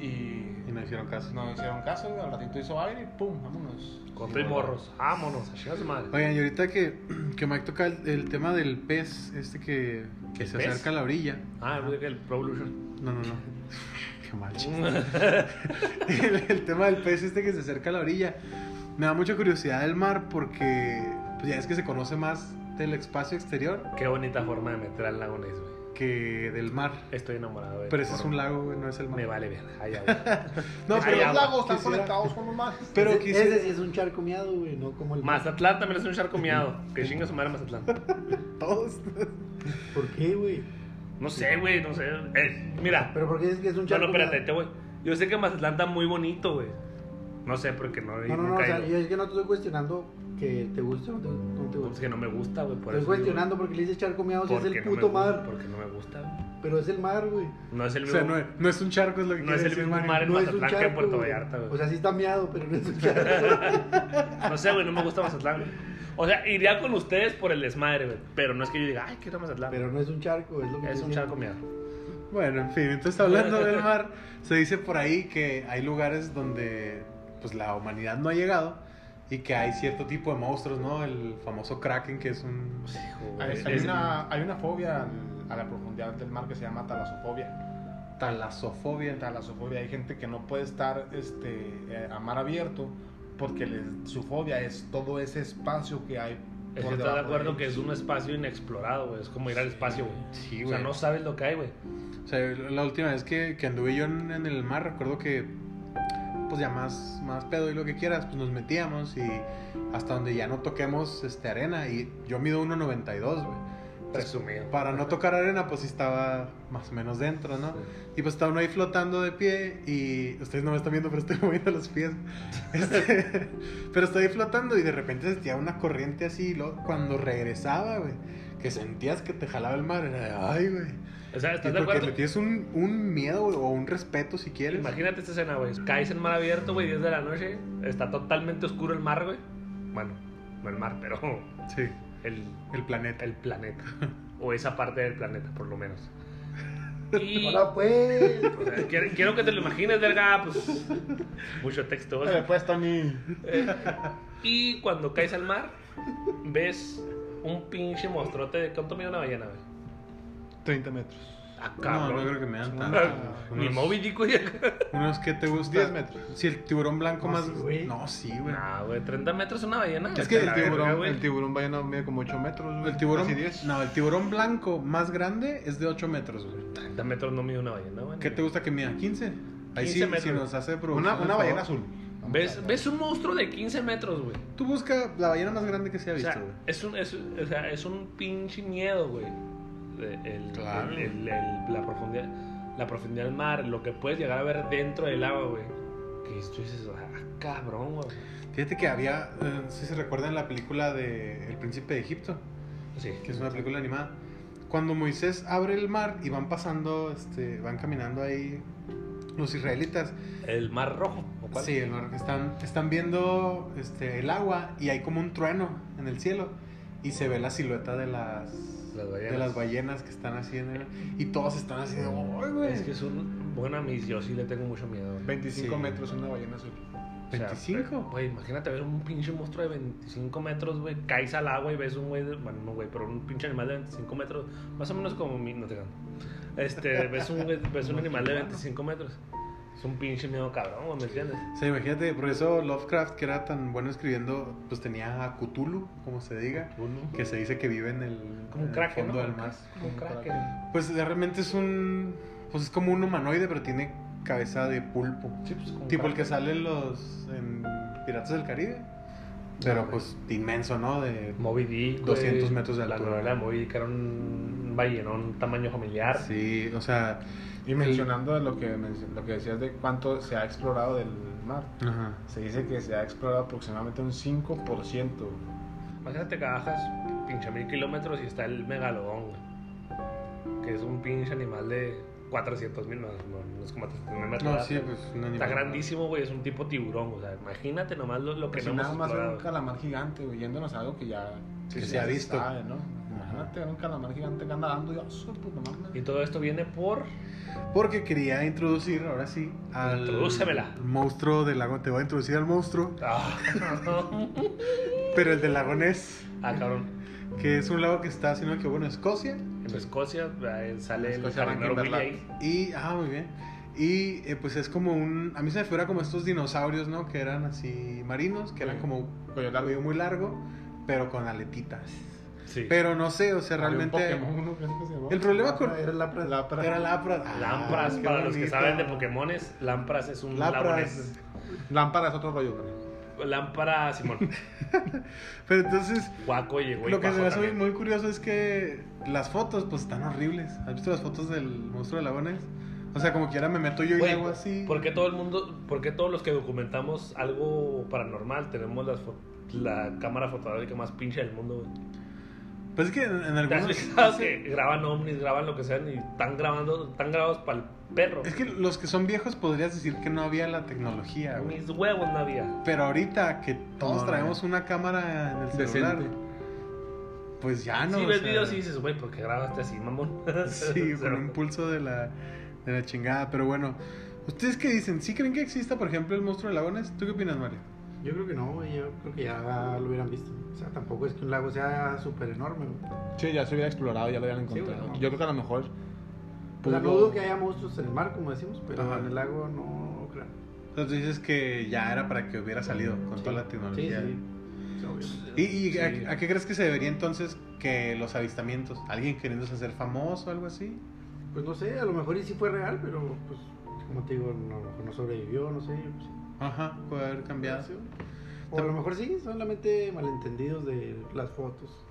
S4: Y
S2: Y no hicieron caso.
S4: no hicieron caso, güey, al ratito hizo aire y pum, vámonos.
S3: Con tres morros. Vámonos, a chingar su madre.
S2: Oigan, y ahorita que, que Mike toca el, el tema del pez, este que, que se
S3: pez?
S2: acerca a la orilla.
S3: Ah, yo dije el Pro Evolution.
S2: No, no, no. Qué mal chiste. el, el tema del pez este que se acerca a la orilla. Me da mucha curiosidad el mar porque pues ya es que se conoce más del espacio exterior
S3: Qué bonita forma de meter al lago Ness, güey.
S2: que del mar.
S3: Estoy enamorado de
S2: Pero ese es un
S3: lago.
S2: lago, güey, no es el mar.
S3: Me vale bien. Ay, ya, güey.
S2: No,
S3: Ay,
S2: pero
S3: ya,
S4: los lagos están
S2: quisiera-
S4: conectados con los mares.
S2: Pero
S6: ese,
S2: quisiera-
S6: ese sí es un charco miado, güey, no como el.
S3: Mazatlán también es un charco miado. Que chinga su madre Mazatlán.
S2: Todos.
S6: ¿Por qué, güey?
S3: No sé, güey, no sé. Eh, mira,
S6: Pero ¿por qué es que es un
S3: no,
S6: charco
S3: no, espérate,
S6: miado?
S3: te voy. Yo sé que Mazatlán está muy bonito, güey. No sé porque no,
S6: No, no, no, o
S3: nunca he
S6: sea,
S3: ido.
S6: yo es que no te estoy cuestionando que te guste o no te, no te
S3: No, pues
S6: guste.
S3: que no me gusta, güey. Por
S6: Estoy
S3: eso
S6: cuestionando porque le dices charco miado, si
S3: digo,
S6: es el
S3: porque no
S6: puto
S3: me gu-
S6: mar.
S3: Porque no me gusta, güey.
S6: Pero es el mar, güey.
S3: No es el
S2: O
S3: mismo.
S2: sea, no, es- no es un charco, es lo que
S3: No
S2: quiere
S3: es el
S2: decir
S3: mismo
S2: Mike.
S3: mar en
S6: No es un
S3: Mazatlán que en
S6: charco.
S3: Puerto
S6: güey.
S3: Vallarta, güey.
S6: O sea, sí está miado, pero no es un charco.
S3: No sé, güey, no me gusta Mazatlán, güey. O sea, iría con ustedes por el desmadre, güey. Pero no es que yo diga, ay, quiero Mazatlán.
S6: pero no es un charco, es lo que
S3: es
S6: estoy
S3: un
S6: diciendo.
S3: charco miedo.
S2: Bueno, en fin, entonces hablando del mar, se dice por ahí que hay lugares donde pues la humanidad no ha llegado y que hay cierto tipo de monstruos, ¿no? El famoso Kraken que es un
S4: Hay, hay
S3: Es-
S4: una, hay una fobia al- a la profundidad del mar que se llama talasofobia.
S2: talasofobia.
S4: Talasofobia, hay gente que no puede estar este, eh, a mar abierto porque les- su fobia es todo ese espacio que hay.
S3: Es
S4: por
S3: que estás
S4: debajo
S3: de acuerdo
S4: ellos.
S3: que es un espacio inexplorado, güey. Es como ir al espacio, güey.
S2: Sí,
S3: o sea,
S2: güey.
S3: no sabes lo que hay, güey.
S2: O sea, la última vez que, que anduve yo en, en el mar, recuerdo que pues ya más, más pedo y lo que quieras, pues nos metíamos y hasta donde ya no toquemos este, arena. Y yo mido 1.92, güey.
S3: Presumido.
S2: Para no tocar arena, pues sí estaba más o menos dentro, ¿no? Y pues estaba uno ahí flotando de pie y ustedes no me están viendo, pero estoy moviendo los pies. Este, pero estaba ahí flotando y de repente sentía una corriente así. Y luego, cuando regresaba, güey, que sentías que te jalaba el mar, era de, ay, güey.
S3: O sea,
S2: Y
S3: ¿estás de
S2: Porque
S3: acuerdo?
S2: le tienes un, un miedo güey, o un respeto si quieres.
S3: Imagínate esta escena, güey. Caes en mar abierto, güey, 10 de la noche. Está totalmente oscuro el mar, güey. Bueno, no el mar, pero
S2: Sí,
S3: el,
S2: el planeta.
S3: el planeta. O esa parte del planeta, por lo menos. Y,
S6: Hola, pues.
S3: o sea, quiero, quiero que te lo imagines, verga. Pues mucho texto. güey.
S4: Después, Tony.
S3: Y cuando caes al mar, ves un pinche monstruote de cuánto mide una ballena, güey.
S4: 30 metros.
S3: Ah,
S2: No,
S3: cabrón.
S2: no creo que me dan
S4: Ah,
S2: tanto.
S3: Ni
S2: Unos-
S3: Moby Dick, güey.
S2: Unos que te gusta.
S4: 10 metros.
S2: Si el tiburón blanco
S6: No,
S2: más.
S6: sí, güey.
S2: no, sí, güey.
S3: No, güey, 30 metros una ballena.
S2: Es que
S3: Vete a
S2: el
S3: la
S2: tiburón-
S3: verga, güey.
S4: El tiburón ballena mide como 8 metros. güey.
S2: El tiburón,
S4: Casi 10.
S2: no, el tiburón blanco más grande es de 8 metros, güey.
S3: 30 metros no mide una ballena, güey.
S2: ¿Qué te gusta que mida? ¿15? Ahí
S3: 15
S2: sí,
S3: metros.
S2: si nos hace producción,
S4: Una,
S2: por
S4: una
S2: favor.
S4: ballena azul.
S3: ¿Ves, ves un monstruo de 15 metros, güey.
S2: Tú busca la ballena más grande que se ha
S3: O
S2: visto,
S3: sea,
S2: güey.
S3: es un, es, o sea, es un pinche miedo, güey. De- el-
S2: Claro.
S3: el- el- el- la, profundidad, la profundidad del mar, lo que puedes llegar a ver dentro del agua, güey. Que tú dices, ah, cabrón, güey.
S2: Fíjate que había, eh, no sé si se recuerdan la película de El Príncipe de Egipto,
S3: Sí.
S2: que es una película animada. Cuando Moisés abre el mar y van pasando, este, van caminando ahí los israelitas.
S3: El mar rojo, ¿o cuál?
S2: Sí, el mar- están, están viendo este, el agua y hay como un trueno en el cielo y se ve la silueta de las,
S3: Las ballenas.
S2: de las ballenas que están así en el- y todos están así de "Ay, güey".
S3: Es que es un. Bueno, a mí yo sí le tengo mucho miedo. güey.
S4: 25
S2: Sí.
S4: metros una ballena azul.
S3: O sea,
S2: 25.
S3: Güey, imagínate ver un pinche monstruo de 25 metros, güey. Caes al agua y ves un güey. de- Bueno, no, güey, pero un pinche animal de 25 metros. Más o menos como mi. No te gano. Este, ves un, güey- ves un animal de 25 metros. Es un pinche miedo cabrón, güey, ¿me entiendes?
S2: O sea, imagínate, por eso Lovecraft, que era tan bueno escribiendo, pues tenía a Cthulhu, como se diga, que se dice que vive en el, en
S3: Como un
S2: el
S3: kraken,
S2: fondo
S3: ¿no?
S2: del mar.
S3: Como un kraken.
S2: Pues de- realmente es un. Pues es como un humanoide, pero tiene cabeza de pulpo.
S3: Sí, pues, como un
S2: tipo el que
S3: kraken.
S2: sale en los. en Piratas del Caribe. Pero pues inmenso, ¿no? De.
S3: Moby Dick. güey.
S2: 200 metros de altura.
S3: La novela de Moby Dick era un ballenón tamaño familiar.
S2: Sí, o sea.
S4: Y mencionando lo que, men- lo que decías de cuánto se ha explorado del mar.
S2: Ajá.
S4: Se dice que se ha explorado aproximadamente un 5%.
S3: Imagínate que bajas pinche mil kilómetros y está el megalodón, güey. Que es un pinche animal de 400 mil, no, no, no es como 300 mil
S2: No, sí, pues un
S3: Está
S2: animal.
S3: grandísimo, güey, es un tipo tiburón, o sea, imagínate nomás lo, lo que
S4: Pues
S3: no
S4: si
S3: hemos
S4: nada más era
S3: explorado.
S4: un calamar gigante, güey, yéndonos a algo que ya
S2: Que
S4: que
S2: se
S4: ya
S2: ha visto.
S4: sabe, ¿no? Imagínate un calamar gigante que anda dando y oh, su puta
S3: Y
S4: madre.
S3: todo esto viene por...
S2: Porque quería introducir, ahora sí, al.
S3: Introdúcemela.
S2: Monstruo del lago. Te voy a introducir al monstruo.
S3: Ah,
S2: Pero el del lago Ness,
S3: ah, cabrón.
S2: que es un lago que está, sino que bueno, Escocia.
S3: En Escocia eh, sale el
S4: Escocia,
S3: jardinero
S4: Rankin
S3: Willy ahí.
S2: Y, ah, muy bien. Y eh, pues es como un. A mí se me figura como estos dinosaurios, ¿no? Que eran así marinos, que eran
S4: Sí.
S2: como
S4: Cuello largo.
S2: cabello muy largo, pero con aletitas.
S3: Sí.
S2: Pero no sé, o sea,
S4: Había un
S2: realmente.
S4: Pokémon, ¿no? Creo que se llamaba.
S2: El problema con.
S6: Era la pra-
S4: Lapra.
S2: Era Lapras. Ah,
S3: Lampras,
S2: qué
S3: para los que
S2: bonito.
S3: saben de Pokémones, Lampras es un
S2: Lapras.
S3: lagonés.
S4: Lámpara es otro rollo, güey.
S3: Lámpara, Simón.
S2: Pero entonces,
S3: Guaco llegó y
S2: lo que se
S3: bajó
S2: me hace muy,
S3: también.
S2: muy curioso es que las fotos, pues están horribles. ¿Has visto las fotos del monstruo de lagones? O sea, como que ahora me meto yo y
S3: Güey,
S2: hago así.
S3: ¿Por qué todo el mundo, por qué todos los que documentamos algo paranormal tenemos las fo- la cámara fotográfica más pinche del mundo, güey?
S2: Pues es que en, en
S3: ¿Te has
S2: algunos.
S3: fijado que graban ovnis, graban lo que sean y están grabando, están grabados para el perro?
S2: Es que los que son viejos podrías decir que no había la tecnología, güey.
S3: Mis huevos no había.
S2: Pero ahorita que todos
S4: No, no,
S2: traemos una cámara en el celular,
S4: Decente.
S2: pues ya no.
S3: si
S2: o
S3: ves
S2: sea,
S3: videos y dices, güey, ¿por qué grabaste así, mamón?
S2: Sí,
S3: O sea,
S2: con un pulso de la, de la chingada. Pero bueno, ¿ustedes qué dicen? ¿Sí creen que exista, por ejemplo, el monstruo de lagones? ¿Tú qué opinas, Mario?
S6: Yo creo que no, güey. Yo creo que ya lo hubieran visto. O sea, tampoco es que un lago sea súper enorme, güey.
S4: Sí, ya se hubiera explorado, ya lo hubieran
S6: Sí, güey,
S4: encontrado.
S6: no.
S4: Yo creo que a lo mejor.
S6: O sea, no
S4: pudo-
S6: dudo que haya monstruos en el mar, como decimos, pero
S2: Ajá.
S6: en el lago no creo.
S2: Entonces dices que ya era para que hubiera salido con
S6: Sí.
S2: toda la
S6: Sí,
S2: tecnología.
S6: sí. Sí, obvio.
S2: ¿Y, y a-
S3: Sí.
S2: a, qué crees que se debería entonces que los avistamientos? ¿Alguien queriéndose hacer famoso o algo así?
S6: Pues no sé, a lo mejor y sí fue real, pero pues, como te digo, no, a lo mejor no sobrevivió, no sé. pues,
S2: Ajá, puede haber cambiado.
S6: O a lo mejor sí, solamente malentendidos de las fotos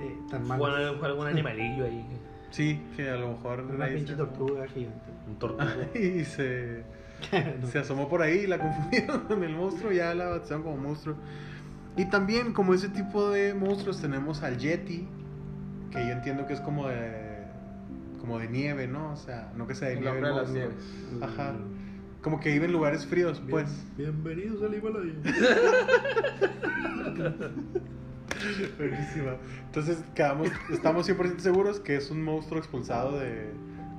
S6: eh, tan
S3: Fue,
S6: malas.
S3: fue algún animalillo ahí.
S2: Sí, que a lo mejor
S6: Una
S2: ahí
S6: pinche
S2: se-
S6: tortuga gigante.
S3: Un tortuga.
S2: y se,
S6: No.
S2: se asomó por ahí y la confundieron con el monstruo, ya la bautizaron como monstruo. Y también, como ese tipo de monstruos, tenemos al Yeti, que yo entiendo que es como de, como de nieve, ¿no? O sea, no que sea de
S4: El
S2: nieve.
S4: hombre de las
S2: monstruo.
S4: nieves.
S6: pues,
S2: Ajá. Como que vive en lugares fríos,
S6: Bien-
S2: pues.
S6: Bienvenidos al Himalaya.
S2: Buenísima. Entonces, quedamos, estamos 100% seguros que es un monstruo expulsado de,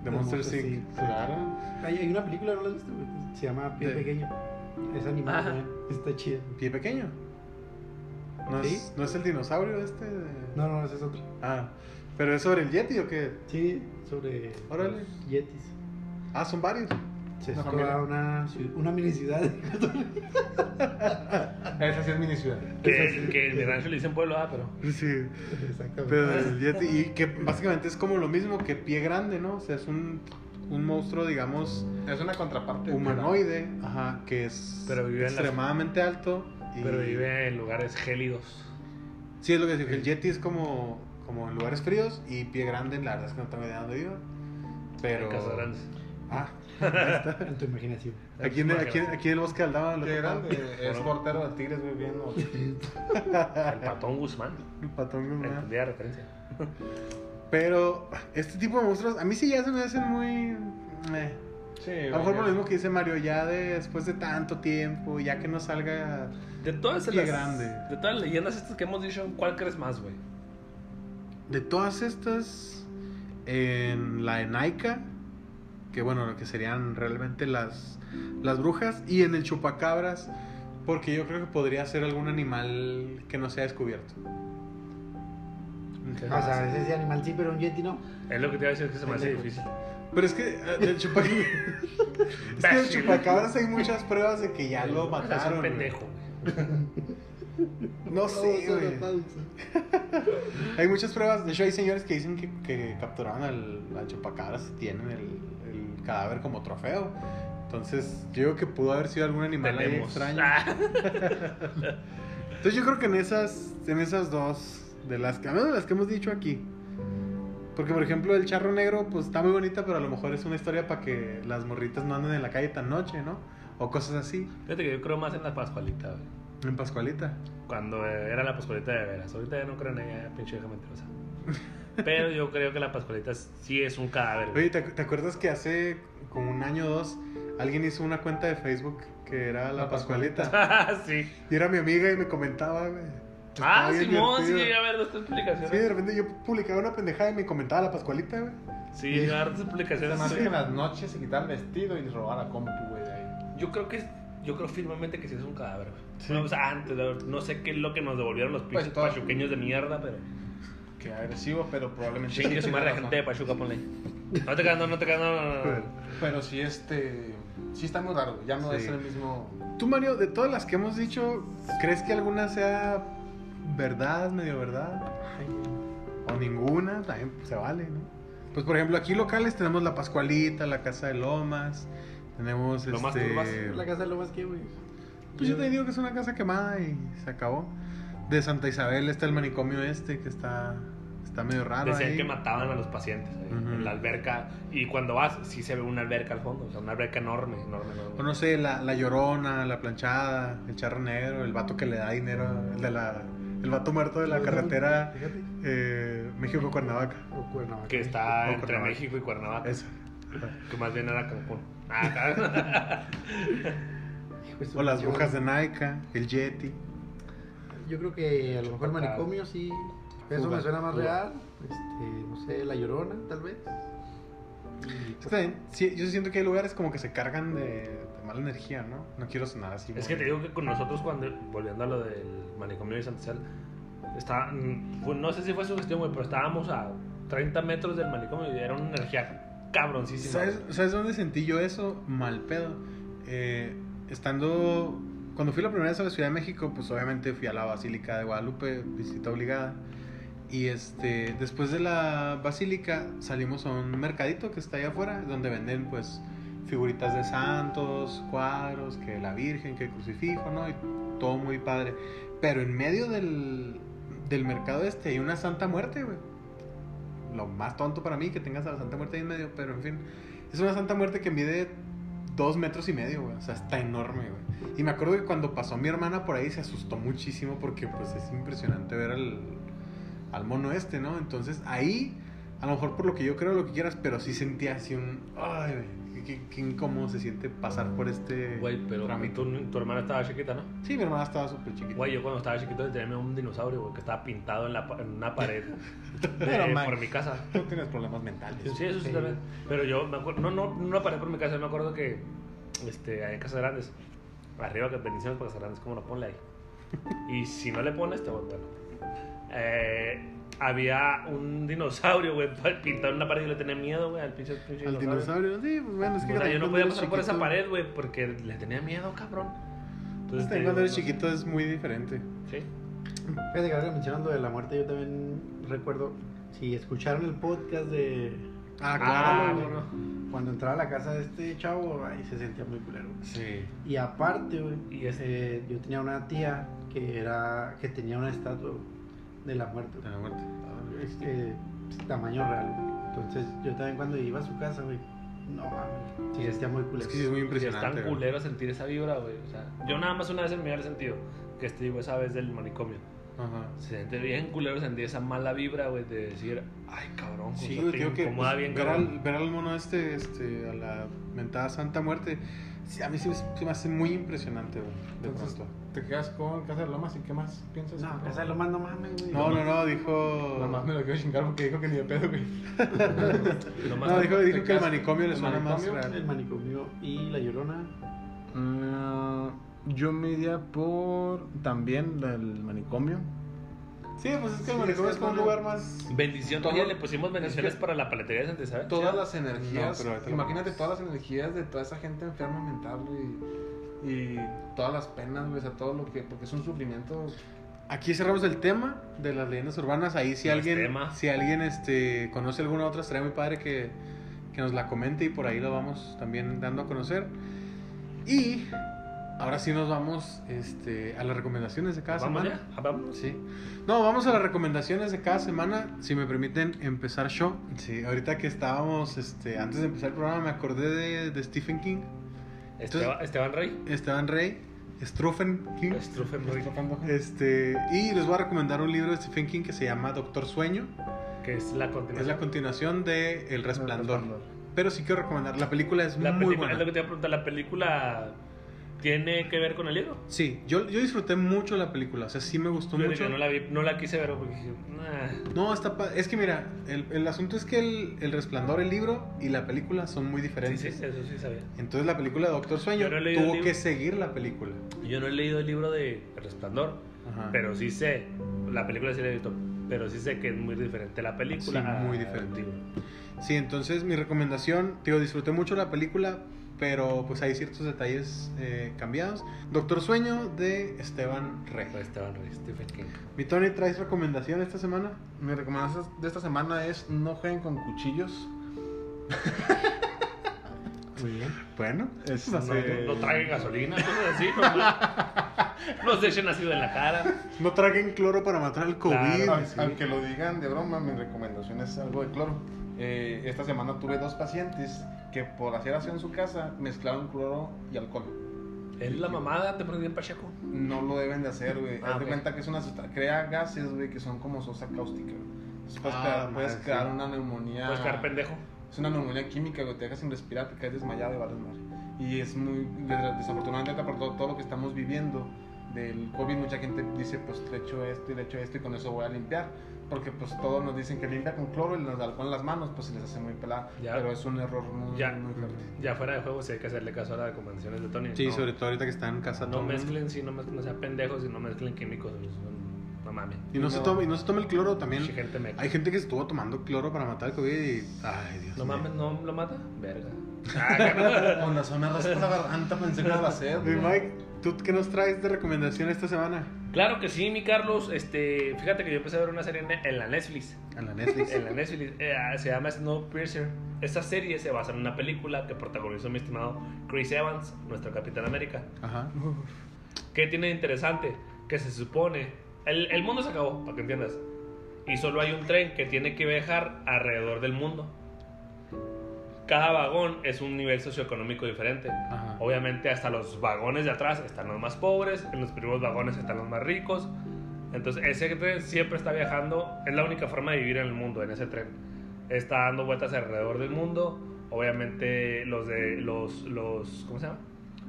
S2: de Monster
S6: Monster
S2: Inc.
S6: Inc.
S2: Claro.
S6: Hay, hay una película, ¿no la has visto? güey? Se llama Pie
S2: Sí.
S6: Pequeño. Es animada,
S3: Ajá.
S6: güey. está chida.
S2: Pie pequeño. ¿No,
S6: ¿Sí?
S2: es, ¿No es el dinosaurio este? de-
S6: No, no, esa es otra.
S2: Ah, pero es sobre el Yeti o qué?
S6: Sí, sobre
S2: Órale.
S6: los yetis.
S2: Ah, son varios.
S6: Se
S4: Una
S6: es
S4: familia.
S6: toda una, ciu- una mini ciudad.
S4: Esa sí es mini ciudad.
S2: Ah,
S3: Que, que en mi rancho le dicen pueblo, ah, pero.
S2: Sí,
S6: Exactamente.
S2: pero el Yeti. Y que básicamente es como lo mismo que pie grande, ¿no? O sea, es un, un monstruo, digamos,
S4: Es una contraparte.
S2: humanoide, ajá, que es
S3: Pero vive en las-
S2: extremadamente alto. y-
S3: Pero vive en lugares gélidos.
S2: Sí, es lo que decía, que el Yeti es como, como en lugares fríos y pie grande, la verdad es que no tengo idea de dónde vive. Pero.
S3: En Casas Grandes.
S2: Ah,
S6: En tu imaginación.
S2: aquí en, aquí, aquí en el bosque de Aldama lo
S4: Qué
S2: topaba.
S4: grande. Es portero de Tigres, güey, bien. ¿no?
S2: Ah.
S3: El patón Guzmán.
S2: El patón de mamá.
S3: Entendía la referencia.
S2: Pero este tipo de monstruos, a mí sí ya se me hacen muy. eh.
S4: Sí,
S2: A
S4: güey,
S2: lo mejor por
S4: ya-
S2: lo mismo que dice Mario, ya de- después de tanto tiempo, ya que no salga.
S3: De todas
S2: Pie
S3: las.
S2: grande.
S3: De todas las leyendas estas que hemos dicho, ¿cuál crees más, güey?
S2: De todas estas, en la Enaica, que bueno, lo que serían realmente las, las brujas, y en el Chupacabras, porque yo creo que podría ser algún animal que no sea descubierto.
S6: O sea, es ese animal sí, pero un yeti no.
S3: Es lo que te iba a decir que se me hace difícil.
S2: Pero es que eh, del chupacabras. es que del chupacabras hay muchas pruebas de que ya lo
S3: O sea, es
S2: mataron.
S3: un
S2: güey.
S3: pendejo, güey.
S2: No sé, güey. Hay muchas pruebas. De hecho, hay señores que dicen que, que capturaron al, al chupacabras y tienen el, el cadáver como trofeo. Entonces, yo creo que pudo haber sido algún animal ahí
S3: Tenemos.
S2: extraño.
S3: Ah,
S2: Entonces, yo creo que en esas, en esas dos, de las que, al menos de las que hemos dicho aquí. Porque, por ejemplo, el charro negro, pues está muy bonita, pero a lo mejor es una historia para que las morritas no anden en la calle tan noche, ¿no? O cosas así.
S3: Fíjate que yo creo más en la Pascualita, güey.
S2: En Pascualita.
S3: Cuando eh, era la Pascualita de veras. Ahorita ya no creo en ella, pinche vieja mentirosa. Pero yo creo que la Pascualita sí es un cadáver. güey.
S2: Oye, ¿te, ac- te acuerdas que hace como un año o dos alguien hizo una cuenta de Facebook que era La
S4: La
S2: Pascualita?
S3: Ah, sí.
S2: Y era mi amiga y me comentaba, güey. Estaba
S3: Ah,
S2: bien
S3: Simón, sí
S2: divertido.
S3: llegué a ver estas
S2: Sí, de
S3: publicaciones.
S2: repente yo publicaba una pendejada y me comentaba La Pascualita, güey.
S3: Sí, llegué a ver estas
S4: Se me hace que en
S3: publicaciones.
S4: las noches se quitaba el vestido y robaba la compu, güey, de ahí.
S3: Yo creo que es- yo creo firmemente que sí es un cadáver, güey. Bueno, o sea, antes, la verdad, no sé qué es lo que nos devolvieron los pinches
S4: Pues todo.
S3: pachuqueños de mierda, pero.
S4: Qué agresivo, pero probablemente. sí
S3: Chingue su
S4: tenga
S3: madre la
S4: razón. Pues,
S3: gente de Pachuca, ponle. No te quedas, no, no te quedas, no, no, no, no.
S4: Pero sí, este. Sí, está muy raro, güey, Ya no
S2: Sí.
S4: es el mismo.
S2: Tú, Mario, de todas las que hemos dicho, ¿crees que alguna sea verdad, medio verdad? O ninguna, también se vale, ¿no? Pues, por ejemplo, aquí locales tenemos La Pascualita, La Casa de Lomas, tenemos
S3: Lomas
S2: este...
S3: Turbas,
S6: La casa de lo más que, güey.
S2: Pues yo te digo que es una casa quemada y se acabó. De Santa Isabel está el manicomio este que está, está medio raro.
S3: Decían
S2: ahí.
S3: que mataban a los pacientes ahí,
S2: Ujú.
S3: en la alberca. Y cuando vas, sí se ve una alberca al fondo, o sea, una alberca enorme, enorme, enorme.
S2: O no sé, la, la llorona, la planchada, el charro negro, el vato que le da dinero, el, de la, el vato muerto de la carretera
S6: Fíjate.
S2: eh, México-Cuernavaca.
S6: O Cuernavaca.
S3: que está
S2: O
S3: entre
S2: Cuernavaca.
S3: México y Cuernavaca,
S2: Eso.
S3: que más bien era Cancún. Ah,
S6: Hijo de su
S2: O las
S6: pinche
S2: brujas
S6: madre.
S2: de Naica, el Yeti.
S6: Yo creo que a lo mejor manicomio sí. Eso
S2: Fuga,
S6: me suena más
S2: fuga.
S6: real. Este, no sé, la llorona, tal vez.
S2: Está bien. Sí, yo siento que hay lugares como que se cargan de, de mala energía, ¿no? No quiero sonar así.
S3: es
S2: muy-
S3: que te digo que con nosotros, cuando, volviendo a lo del manicomio de Santa Isabel, está, mm, fue- no sé si fue su gestión, güey, pero estábamos a 30 metros del manicomio y era una energía cabroncísima.
S2: ¿Sabes, ¿Sabes dónde sentí yo eso? Mal pedo. Eh, estando. Cuando fui la primera vez a la Ciudad de México, pues obviamente fui a la Basílica de Guadalupe, visita obligada. Y este, después de la Basílica salimos a un mercadito que está allá afuera, donde venden pues
S4: figuritas de santos, cuadros, que la Virgen, que el crucifijo, ¿no? Y todo muy padre. Pero en medio del, del mercado este hay una Santa Muerte, güey. Lo más tonto para mí que tengas a la Santa Muerte ahí en medio, pero en fin. Es una Santa Muerte que mide dos metros y medio, güey. O sea, está enorme, güey. Y me acuerdo que cuando pasó mi hermana por ahí se asustó muchísimo porque pues es impresionante ver al, al mono este, ¿no? Entonces ahí, a lo mejor por lo que yo creo, lo que quieras, pero sí sentía así un... Ay, güey, qué, qué incómodo se siente pasar por este...
S3: Güey, pero
S4: trámite".
S3: tu, tu hermana estaba chiquita, ¿no?
S4: Sí, mi hermana estaba súper chiquita.
S3: Güey, yo cuando estaba chiquito tenía un dinosaurio, güey, que estaba pintado en, la, pa- en una pared de-
S4: Pero, Max.
S3: por mi casa.
S4: Tú tienes problemas mentales.
S3: Sí, eso sí también. Pero yo me acuerdo, no, no, no una pared por mi casa, yo me acuerdo que este, ahí en Casas Grandes, arriba que bendiciones para Casas Grandes, ¿cómo lo ponle ahí? Y si no le pones, te voy a poner. Eh, había un dinosaurio, güey, pintado en una pared y yo le tenía miedo, güey, al pinche, pinche
S4: Al dinosaurio, sí, pues bueno, es que
S3: O sea, yo no
S4: cuando
S3: podía
S4: eres
S3: pasar por esa
S4: chiquito-
S3: pared, güey, porque le tenía miedo, cabrón. Entonces,
S4: Este,
S3: te digo,
S4: cuando eres
S3: no sé.
S4: chiquito es muy diferente.
S3: Sí.
S6: Fíjate que ahora que mencionando de la muerte, yo también recuerdo, si escucharon el podcast de
S4: Ah,
S3: Ah,
S4: güey.
S3: bueno.
S6: cuando entraba a la casa de este chavo, ahí se sentía muy culero. güey.
S4: Sí.
S6: Y aparte, güey,
S3: Y es-
S6: eh, yo tenía una tía que era que tenía una estatua güey, de la muerte,
S4: De la muerte.
S6: güey. Es que, pues, tamaño real. güey. Entonces, yo también cuando iba a su casa, güey, no mames, se sentía muy culero.
S4: Es que sí es muy
S3: Y es
S4: impresionante.
S3: tan
S4: güey.
S3: culero sentir esa vibra, güey. O sea, yo nada más una vez en mi vida le he sentido que este digo esa vez del manicomio.
S4: Ajá.
S3: Se siente bien culero sentir esa mala vibra, güey, de decir, ay, cabrón,
S4: Sí,
S3: o sea,
S4: güey,
S3: te
S4: digo que
S3: incomoda
S4: pues,
S3: bien,
S4: ver,
S3: cabrón.
S4: al, ver al mono este, este, a la mentada Santa Muerte, sí, a mí sí, se me hace muy impresionante, güey. De
S2: Entonces,
S4: pronto.
S2: ¿te quedas con Casa de Lomas y qué más piensas?
S6: No, esa es lo más no mames, güey.
S4: No, no, no, dijo.
S2: Nada más me lo quiero chingar porque dijo que ni de pedo, güey.
S3: Lo más
S4: No, dijo,
S2: te
S4: dijo que el
S2: quedas-
S4: manicomio le
S2: el
S4: suena más
S2: manicomio,
S4: real.
S6: El manicomio y la llorona.
S2: Mm, yo me iría por también la del manicomio.
S4: Sí, pues es que el manicomio es como un lugar más.
S3: Bendición,
S2: Todo-
S3: oye, le pusimos bendiciones para la paletería de Santa Isabel.
S2: Todas
S3: Sí.
S2: las
S4: No,
S2: energías,
S4: pero ahorita lo
S2: imagínate
S4: vemos.
S2: todas las energías de toda esa gente enferma mental y, y todas las penas, güey, o sea, todo lo que, porque es un sufrimiento.
S4: Aquí cerramos el tema de las leyendas urbanas. Ahí si
S3: Los
S4: alguien,
S3: temas.
S4: si alguien este, conoce alguna otra, estaría muy padre que, que nos la comente y por ahí lo vamos también dando a conocer. Y ahora sí nos vamos este, a las recomendaciones de cada
S3: ¿Vamos
S4: semana.
S3: ya? Ah, vamos.
S4: Sí. No, vamos a las recomendaciones de cada semana. Si me permiten empezar yo. Sí, ahorita que estábamos, este, antes de empezar el programa, me acordé de, de Stephen King,
S3: Esteba- Esteban Rey.
S4: Esteban Rey, Struffen King.
S3: Struffen Rey.
S4: Este, y les voy a recomendar un libro de Stephen King que se llama Doctor Sueño.
S3: Que es la
S4: Es la
S3: continuación.
S4: continuación de El Resplandor. Pero sí quiero recomendar, la película es
S3: La
S4: muy
S3: película- Es lo que
S4: buena.
S3: te iba a preguntar. ¿La película tiene que ver con el libro?
S4: Sí, yo, yo disfruté mucho la película, o sea, sí me gustó
S3: Yo
S4: mucho.
S3: no la, vi- no la quise ver porque dije, nah.
S4: No, está pa- es que mira, el, el asunto es que el, el Resplandor, el libro y la película son muy
S3: Sí,
S4: diferentes.
S3: sí, eso sí sabía.
S4: Entonces la película de Doctor Sueño
S3: Yo no he leído el
S4: tuvo
S3: libro.
S4: que seguir la película.
S3: Yo no he leído el libro de El Resplandor,
S4: Ajá.
S3: pero sí sé, la película sí la he visto, pero sí sé que es muy diferente la película.
S4: Sí,
S3: a-
S4: muy diferente.
S3: al libro.
S4: Sí, entonces mi recomendación, digo, disfruté mucho la película, pero pues hay ciertos detalles eh, cambiados. Doctor Sueño de Esteban Rey.
S3: Pues Esteban Rey, Stephen King.
S4: Mi Tony, ¿traes recomendación esta semana?
S2: Mi recomendación de esta semana es no jueguen con cuchillos.
S6: Muy bien.
S4: Bueno,
S2: Es-
S4: no,
S3: No,
S4: sé.
S3: no traguen gasolina, cosas así, no, no se echen ácido en la cara.
S4: No traguen cloro para matar al COVID.
S2: Aunque-
S3: Claro.
S4: sí.
S2: Aunque lo digan de broma, mi recomendación es algo de cloro. Eh, esta semana tuve dos pacientes que por hacer aseo en su casa mezclaron cloro y alcohol.
S3: Es la mamada, te pones bien pacheco.
S2: No lo deben de hacer, güey.
S3: Ah,
S2: Haz de
S3: ok.
S2: cuenta que es una sustancia, crea gases, güey, que son como sosa cáustica. güey. Entonces, Puedes,
S4: Ah,
S2: crear,
S4: madre,
S2: puedes
S4: sí.
S2: crear una
S4: Ah.
S2: neumonía.
S3: Puedes quedar pendejo.
S2: Es una neumonía química, güey. Te dejas sin respirar, te caes desmayado y vales madre. Y es muy. des- Desafortunadamente, por todo, todo lo que estamos viviendo del COVID, mucha gente dice, pues le echo esto y le echo esto y con eso voy a limpiar. Porque, pues, todos nos dicen que limpia con cloro y nos da alcohol en las manos, pues se les hace muy pelada.
S3: Ya.
S2: Pero es un error muy,
S3: Ya.
S2: muy fuerte.
S3: Ya fuera de juego, si hay que hacerle caso a las recomendaciones de Tony.
S4: Sí,
S3: no,
S4: sobre todo ahorita que están en casa. todo
S3: No
S4: el mundo.
S3: mezclen, sí, no mezclen, no sean pendejos y no mezclen químicos. no- No mames.
S4: Y no, se
S2: No.
S4: tome, y no se tome el cloro también.
S3: Pinche gente meca.
S4: Hay gente que estuvo tomando cloro para matar al COVID y. Ay, Dios
S3: No
S4: mío.
S3: mames, no lo mata. Verga. Ah, que no.
S2: Con razón me raspa la garganta, pensé que era la sed.
S4: Mi
S2: güey.
S4: Mike,
S2: ¿Tú qué nos traes de recomendación esta semana?
S3: Claro que sí, mi Carlos. Este, fíjate que yo empecé a ver una serie en, en la Netflix.
S2: En la Netflix.
S3: En la Netflix eh, se llama Snowpiercer. Esta serie se basa en una película que protagonizó mi estimado Chris Evans, nuestro Capitán América.
S2: Ajá.
S3: ¿Qué tiene de interesante? Que se supone. El, el mundo se acabó, para que entiendas. Y solo hay un tren que tiene que viajar alrededor del mundo. Cada vagón es un nivel socioeconómico diferente.
S2: Ajá.
S3: Obviamente, hasta los vagones de atrás están los más pobres, en los primeros vagones están los más ricos. Entonces, ese tren siempre está viajando, es la única forma de vivir en el mundo, en ese tren. Está dando vueltas alrededor del mundo. Obviamente, los de los, los ¿cómo se llama?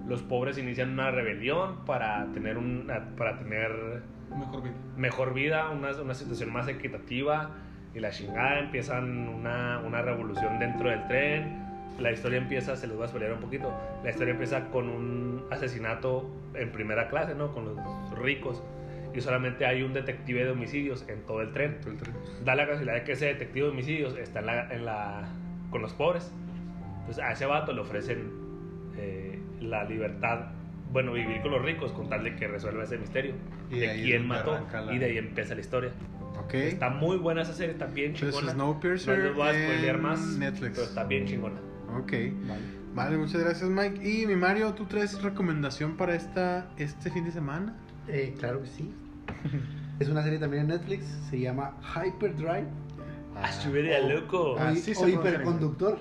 S3: Los pobres inician una rebelión para tener un para tener
S4: Mejor vida.
S3: mejor vida, una, una situación más equitativa y la chingada empiezan una, una revolución dentro del tren. La historia empieza, se los voy a spoilear un poquito, la historia empieza con un asesinato en primera clase, ¿no? Con los ricos. Y solamente hay un detective de homicidios en todo el tren. Da la casualidad de que ese detective de homicidios está en la, en la- con los pobres. Entonces a ese vato le ofrecen eh, la libertad, bueno, vivir con los ricos con tal de que resuelva ese misterio
S2: Y
S3: de
S2: ahí es
S3: quién
S2: donde
S3: mató
S2: arranca la-
S3: y de ahí empieza la historia.
S2: Ok.
S3: Está muy buena esa serie, está bien
S2: Entonces,
S3: chingona.
S2: Snowpiercer
S3: no les voy a spoilear
S2: en
S3: más,
S2: Netflix.
S3: pero está bien chingona.
S2: Ok. Vale, muchas gracias Mike. Y mi Mario, ¿tú traes recomendación para esta, este fin de semana?
S6: Eh, claro que sí. es una serie también en Netflix, se llama Hyperdrive.
S3: Ah, estuviera loco.
S2: Ah.
S6: o,
S4: Así se
S6: o
S4: pronuncia.
S6: hiperconductor.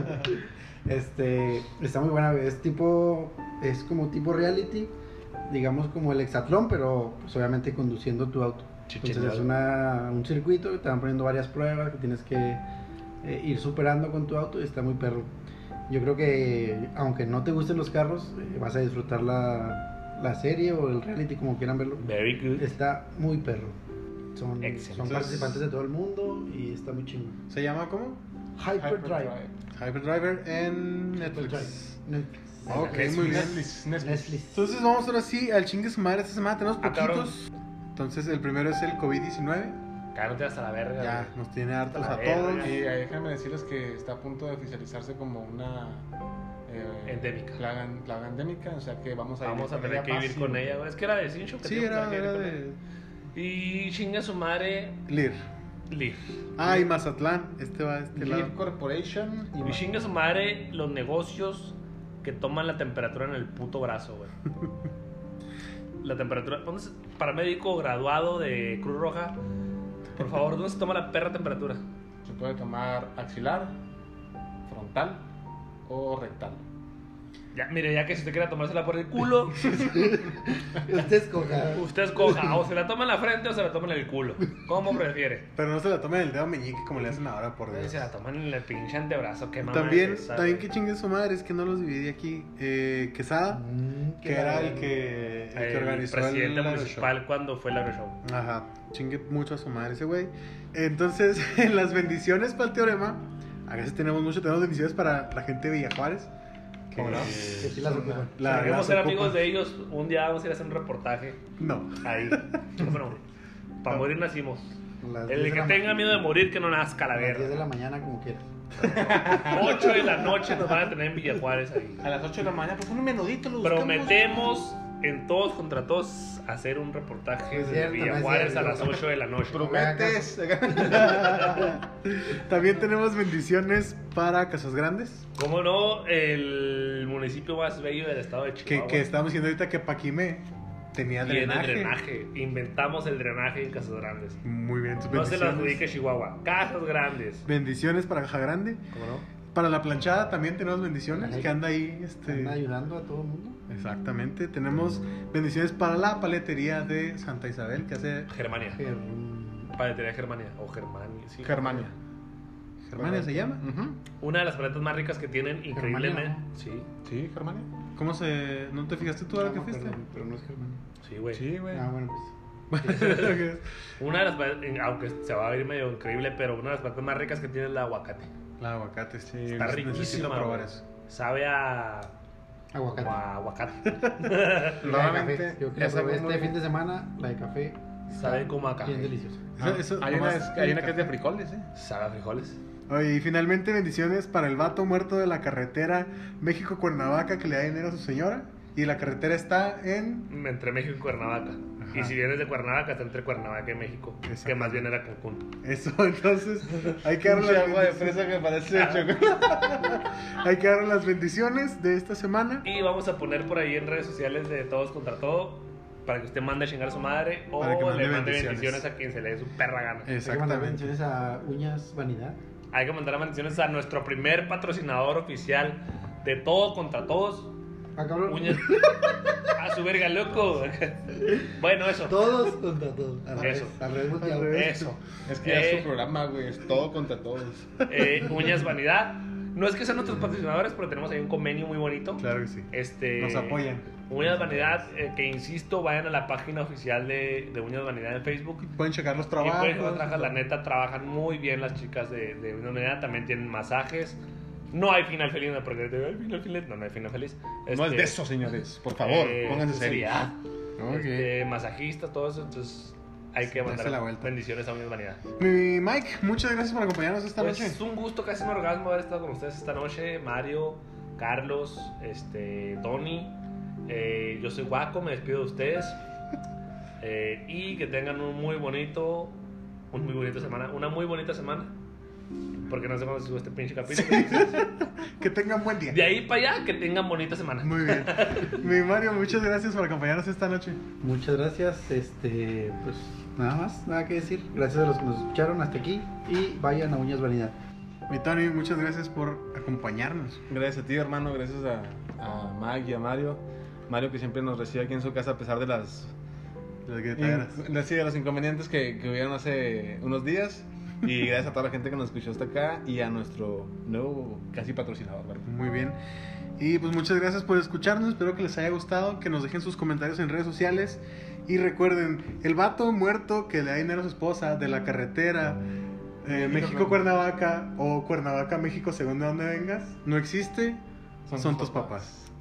S6: este, está muy buena, es tipo, es como tipo reality, digamos como el hexatlón, pero pues, obviamente conduciendo tu auto. Entonces es una, un circuito que te van poniendo varias pruebas que tienes que eh, ir superando con tu auto y está muy perro. Yo creo que aunque no te gusten los carros, eh, vas a disfrutar la, la serie o el reality como quieran verlo.
S3: Very good.
S6: Está muy perro. Son, son
S3: Excelente.
S6: participantes de todo el mundo y está muy chingo.
S2: ¿Se llama cómo?
S6: Hyperdrive.
S2: Hyperdriver en Netflix.
S6: Netflix.
S2: Ok,
S3: Netflix.
S2: muy bien.
S4: Netflix.
S6: Netflix.
S2: Entonces vamos ahora sí al chingue su madre esta semana. Tenemos
S3: Ah, cabrón.
S2: poquitos. Entonces el primero es el COVID-19.
S3: Cárate hasta la verga.
S2: Ya,
S3: güey.
S2: nos tiene hartos
S3: La
S2: a
S3: verga.
S2: todos.
S4: Y eh, déjenme decirles que está a punto de oficializarse como una eh,
S3: Endémica.
S4: Plaga, plaga endémica, o sea que vamos a
S3: Vamos a
S4: con
S3: tener
S4: ella
S3: que vivir
S4: fácil.
S3: con ella, güey. Es que era de Sincho que
S2: Sí,
S3: teníamos
S2: era,
S3: que vivir
S2: era
S3: con
S2: de
S3: ella. Y chinga su madre,
S2: Lir.
S3: Lir.
S2: Ah, y Mazatlán. Este va a este
S4: Leaf
S2: lado.
S4: Corporation y
S3: Y
S4: Machine
S3: chinga su madre los negocios que toman la temperatura en el puto brazo, güey. La temperatura. ¿dónde se- paramédico graduado de Cruz Roja, por favor, ¿dónde se toma la perra temperatura?
S4: se puede tomar axilar, frontal o rectal.
S3: Ya, mire, ya que si usted quiere tomársela por el culo,
S6: Usted escoja.
S3: usted escoja. O se la toma en la frente o se la toma en el culo. ¿Cómo prefiere?
S2: Pero no se la tomen el dedo meñique como le hacen ahora, por Dios.
S3: Se la toman en el pinche antebrazo, qué mamá
S2: También,
S3: es esa,
S2: también
S3: güey?
S2: que chingue su madre es que no los dividí aquí. Eh, Quesada,
S6: Mm,
S2: que era el que, el que
S3: El
S2: organizó
S3: presidente
S2: el
S3: municipal cuando fue el aeroshow.
S2: Ajá, chingue mucho a su madre ese güey. Entonces, en las bendiciones para el teorema, acá sí tenemos mucho, tenemos bendiciones para la gente de Villa Juárez. que-
S4: ¿Cómo no?
S6: Que sí las ocupa.
S2: La-
S3: Queremos
S2: las
S3: ser
S2: ocupa.
S3: amigos de ellos. Un día vamos a ir a hacer un reportaje
S2: No,
S3: ahí. Bueno, para morir nacimos.
S6: Las diez de
S3: El que
S6: la
S3: tenga
S6: ma-
S3: miedo de morir, que no nazca la
S6: a las 10 de
S3: verga.
S6: la mañana, como quiera.
S3: 8 de la noche nos van a tener en Villajuárez ahí.
S4: A las 8 de la mañana, pues un menudito lo buscamos.
S3: Prometemos en todos contra todos hacer un reportaje
S6: No es
S3: de
S6: cierto, no es
S3: Villajuárez a
S6: cierto.
S3: las 8 de la noche.
S4: Prometes.
S2: también tenemos bendiciones para Casas Grandes,
S3: ¿Cómo no? El municipio más bello del estado de
S2: que,
S3: Chihuahua.
S2: que estábamos diciendo ahorita que Paquimé tenía
S3: Ah, Tiene
S2: drenaje.
S3: drenaje. Inventamos el drenaje en Casas Grandes.
S2: Muy bien, tus
S3: No se lo
S2: bendiciones.
S3: adjudique Chihuahua. Casas Grandes.
S2: bendiciones para Caja Grande.
S3: ¿Cómo no?
S2: Para la planchada también tenemos bendiciones,
S6: Ajá.
S2: que anda ahí. Este...
S6: Están ayudando a todo el mundo.
S2: Exactamente, tenemos bendiciones para la paletería de Santa Isabel que hace
S3: Germania.
S6: Pero, mm,
S3: Paletería Germania. O Germania, sí.
S4: Germania.
S2: Germania se llama.
S4: Ujú.
S3: Una de las paletas más ricas que tienen, increíblemente.
S6: Germania,
S3: Sí,
S4: Sí, Germania.
S2: ¿Cómo se.? ¿No te fijaste tú ahora
S6: no
S2: que
S6: me
S2: fuiste?
S6: acuerdo, Pero no es Germán.
S3: sí, güey.
S4: Sí, güey.
S6: Ah, bueno, pues.
S3: Una de las, paletas- aunque se va a ver medio increíble, pero una de las paletas más ricas que tiene es la aguacate.
S2: La aguacate, sí.
S3: Está
S2: necesito
S3: riquísima.
S2: probar
S3: güey.
S2: eso.
S3: Sabe a,
S6: Aguacate.
S3: como a aguacate.
S6: Y la de café.
S4: Normalmente
S6: Yo que la
S4: es algo
S6: probé este
S4: muy-
S6: fin de semana, la de café,
S3: Sabe como a
S6: bien
S3: café.
S6: deliciosa.
S2: Eso- eso
S4: hay, una,
S2: nomás-
S4: es- hay una que es de frijoles, ¿eh?
S3: Sabe a frijoles.
S2: Oye, y finalmente bendiciones para el vato muerto de la carretera México-Cuernavaca que le da dinero a su señora. Y la carretera está en.
S3: Entre México y Cuernavaca.
S2: Ajá.
S3: Y si vienes de Cuernavaca, está entre Cuernavaca y México. Que
S2: Exacto.
S3: más bien era Cancún.
S2: Eso, entonces. Hay que darle
S4: Carlos,
S2: las
S4: agua de
S2: bendiciones,
S4: fresa que parece de chocolate.
S2: hay que darle las bendiciones de esta semana.
S3: Y vamos a poner por ahí en redes sociales de todos contra todo. Para que usted mande a chingar a su madre o
S2: Para que mande
S3: le mande
S2: bendiciones.
S3: bendiciones a quien se le dé su perra gana.
S6: Hay que mandar menciones a Uñas Vanidad.
S3: Hay que mandar bendiciones a nuestro primer patrocinador oficial de todo contra todos.
S6: Ah, cabrón.
S3: Uñas. a su verga, loco. bueno, eso.
S6: Todos contra todos. Al revés,
S3: Eso.
S6: al revés, volteado.
S3: Eso.
S4: Es que ya es
S3: Eh.
S4: su programa, güey. Es todo contra todos.
S3: Eh, uñas Vanidad. No es que sean nuestros patrocinadores, pero tenemos ahí un convenio muy bonito.
S2: Claro que sí.
S3: Este,
S2: Nos apoyan.
S3: Uñas Vanidad, eh, que insisto, vayan a la página oficial de, de Uñas Vanidad en Facebook.
S2: Pueden checar los
S3: Y pues, este,
S2: trabajos.
S3: pueden encontrar trabajas, la neta, trabajan muy bien las chicas de, de Uñas Vanidad. También tienen masajes. No hay final feliz, no, porque hay final feliz. No, no hay final feliz.
S4: No es
S3: Este,
S4: de eso, señores. Por favor,
S3: eh,
S4: pónganse serios.
S3: seriedad.
S4: Ok.
S3: Este, masajistas, todo eso. Entonces, hay que
S2: Darse la
S3: mandar
S2: vuelta.
S3: bendiciones a Uñas Vanidad.
S2: Mi Mike, muchas gracias por acompañarnos esta
S3: Pues
S2: noche.
S3: es un gusto, casi un orgasmo haber estado con ustedes esta noche. Mario, Carlos, este, Tony. eh, yo soy Guaco, me despido de ustedes. Eh, y que tengan un muy bonito, un muy bonita semana, una muy bonita semana. Porque no sé cuándo se sube este pinche capítulo.
S2: Que tengan buen día.
S3: De ahí para allá, que tengan bonita semana.
S2: Muy bien. Mi Mario, muchas gracias por acompañarnos esta noche.
S6: Muchas gracias. Este, pues nada más, nada que decir. Gracias a los que nos escucharon hasta aquí y vayan a Uñas Vanidad.
S2: Mi Tony, muchas gracias por acompañarnos.
S4: Gracias a ti, hermano. Gracias a, a Mag y a Mario. Mario que siempre nos recibe aquí en su casa a pesar de las,
S2: Las gritaderas.
S4: in- sí, de los inconvenientes que, que hubieron hace unos días. Y gracias a toda la gente que nos escuchó hasta acá y a nuestro nuevo casi patrocinador, ¿verdad?
S2: Muy bien. Y pues muchas gracias por escucharnos. Espero que les haya gustado. Que nos dejen sus comentarios en redes sociales. Y recuerden, el vato muerto que le da dinero a su esposa de la carretera eh, México-Cuernavaca o Cuernavaca-México, según de donde vengas, no existe. Son, tus papás.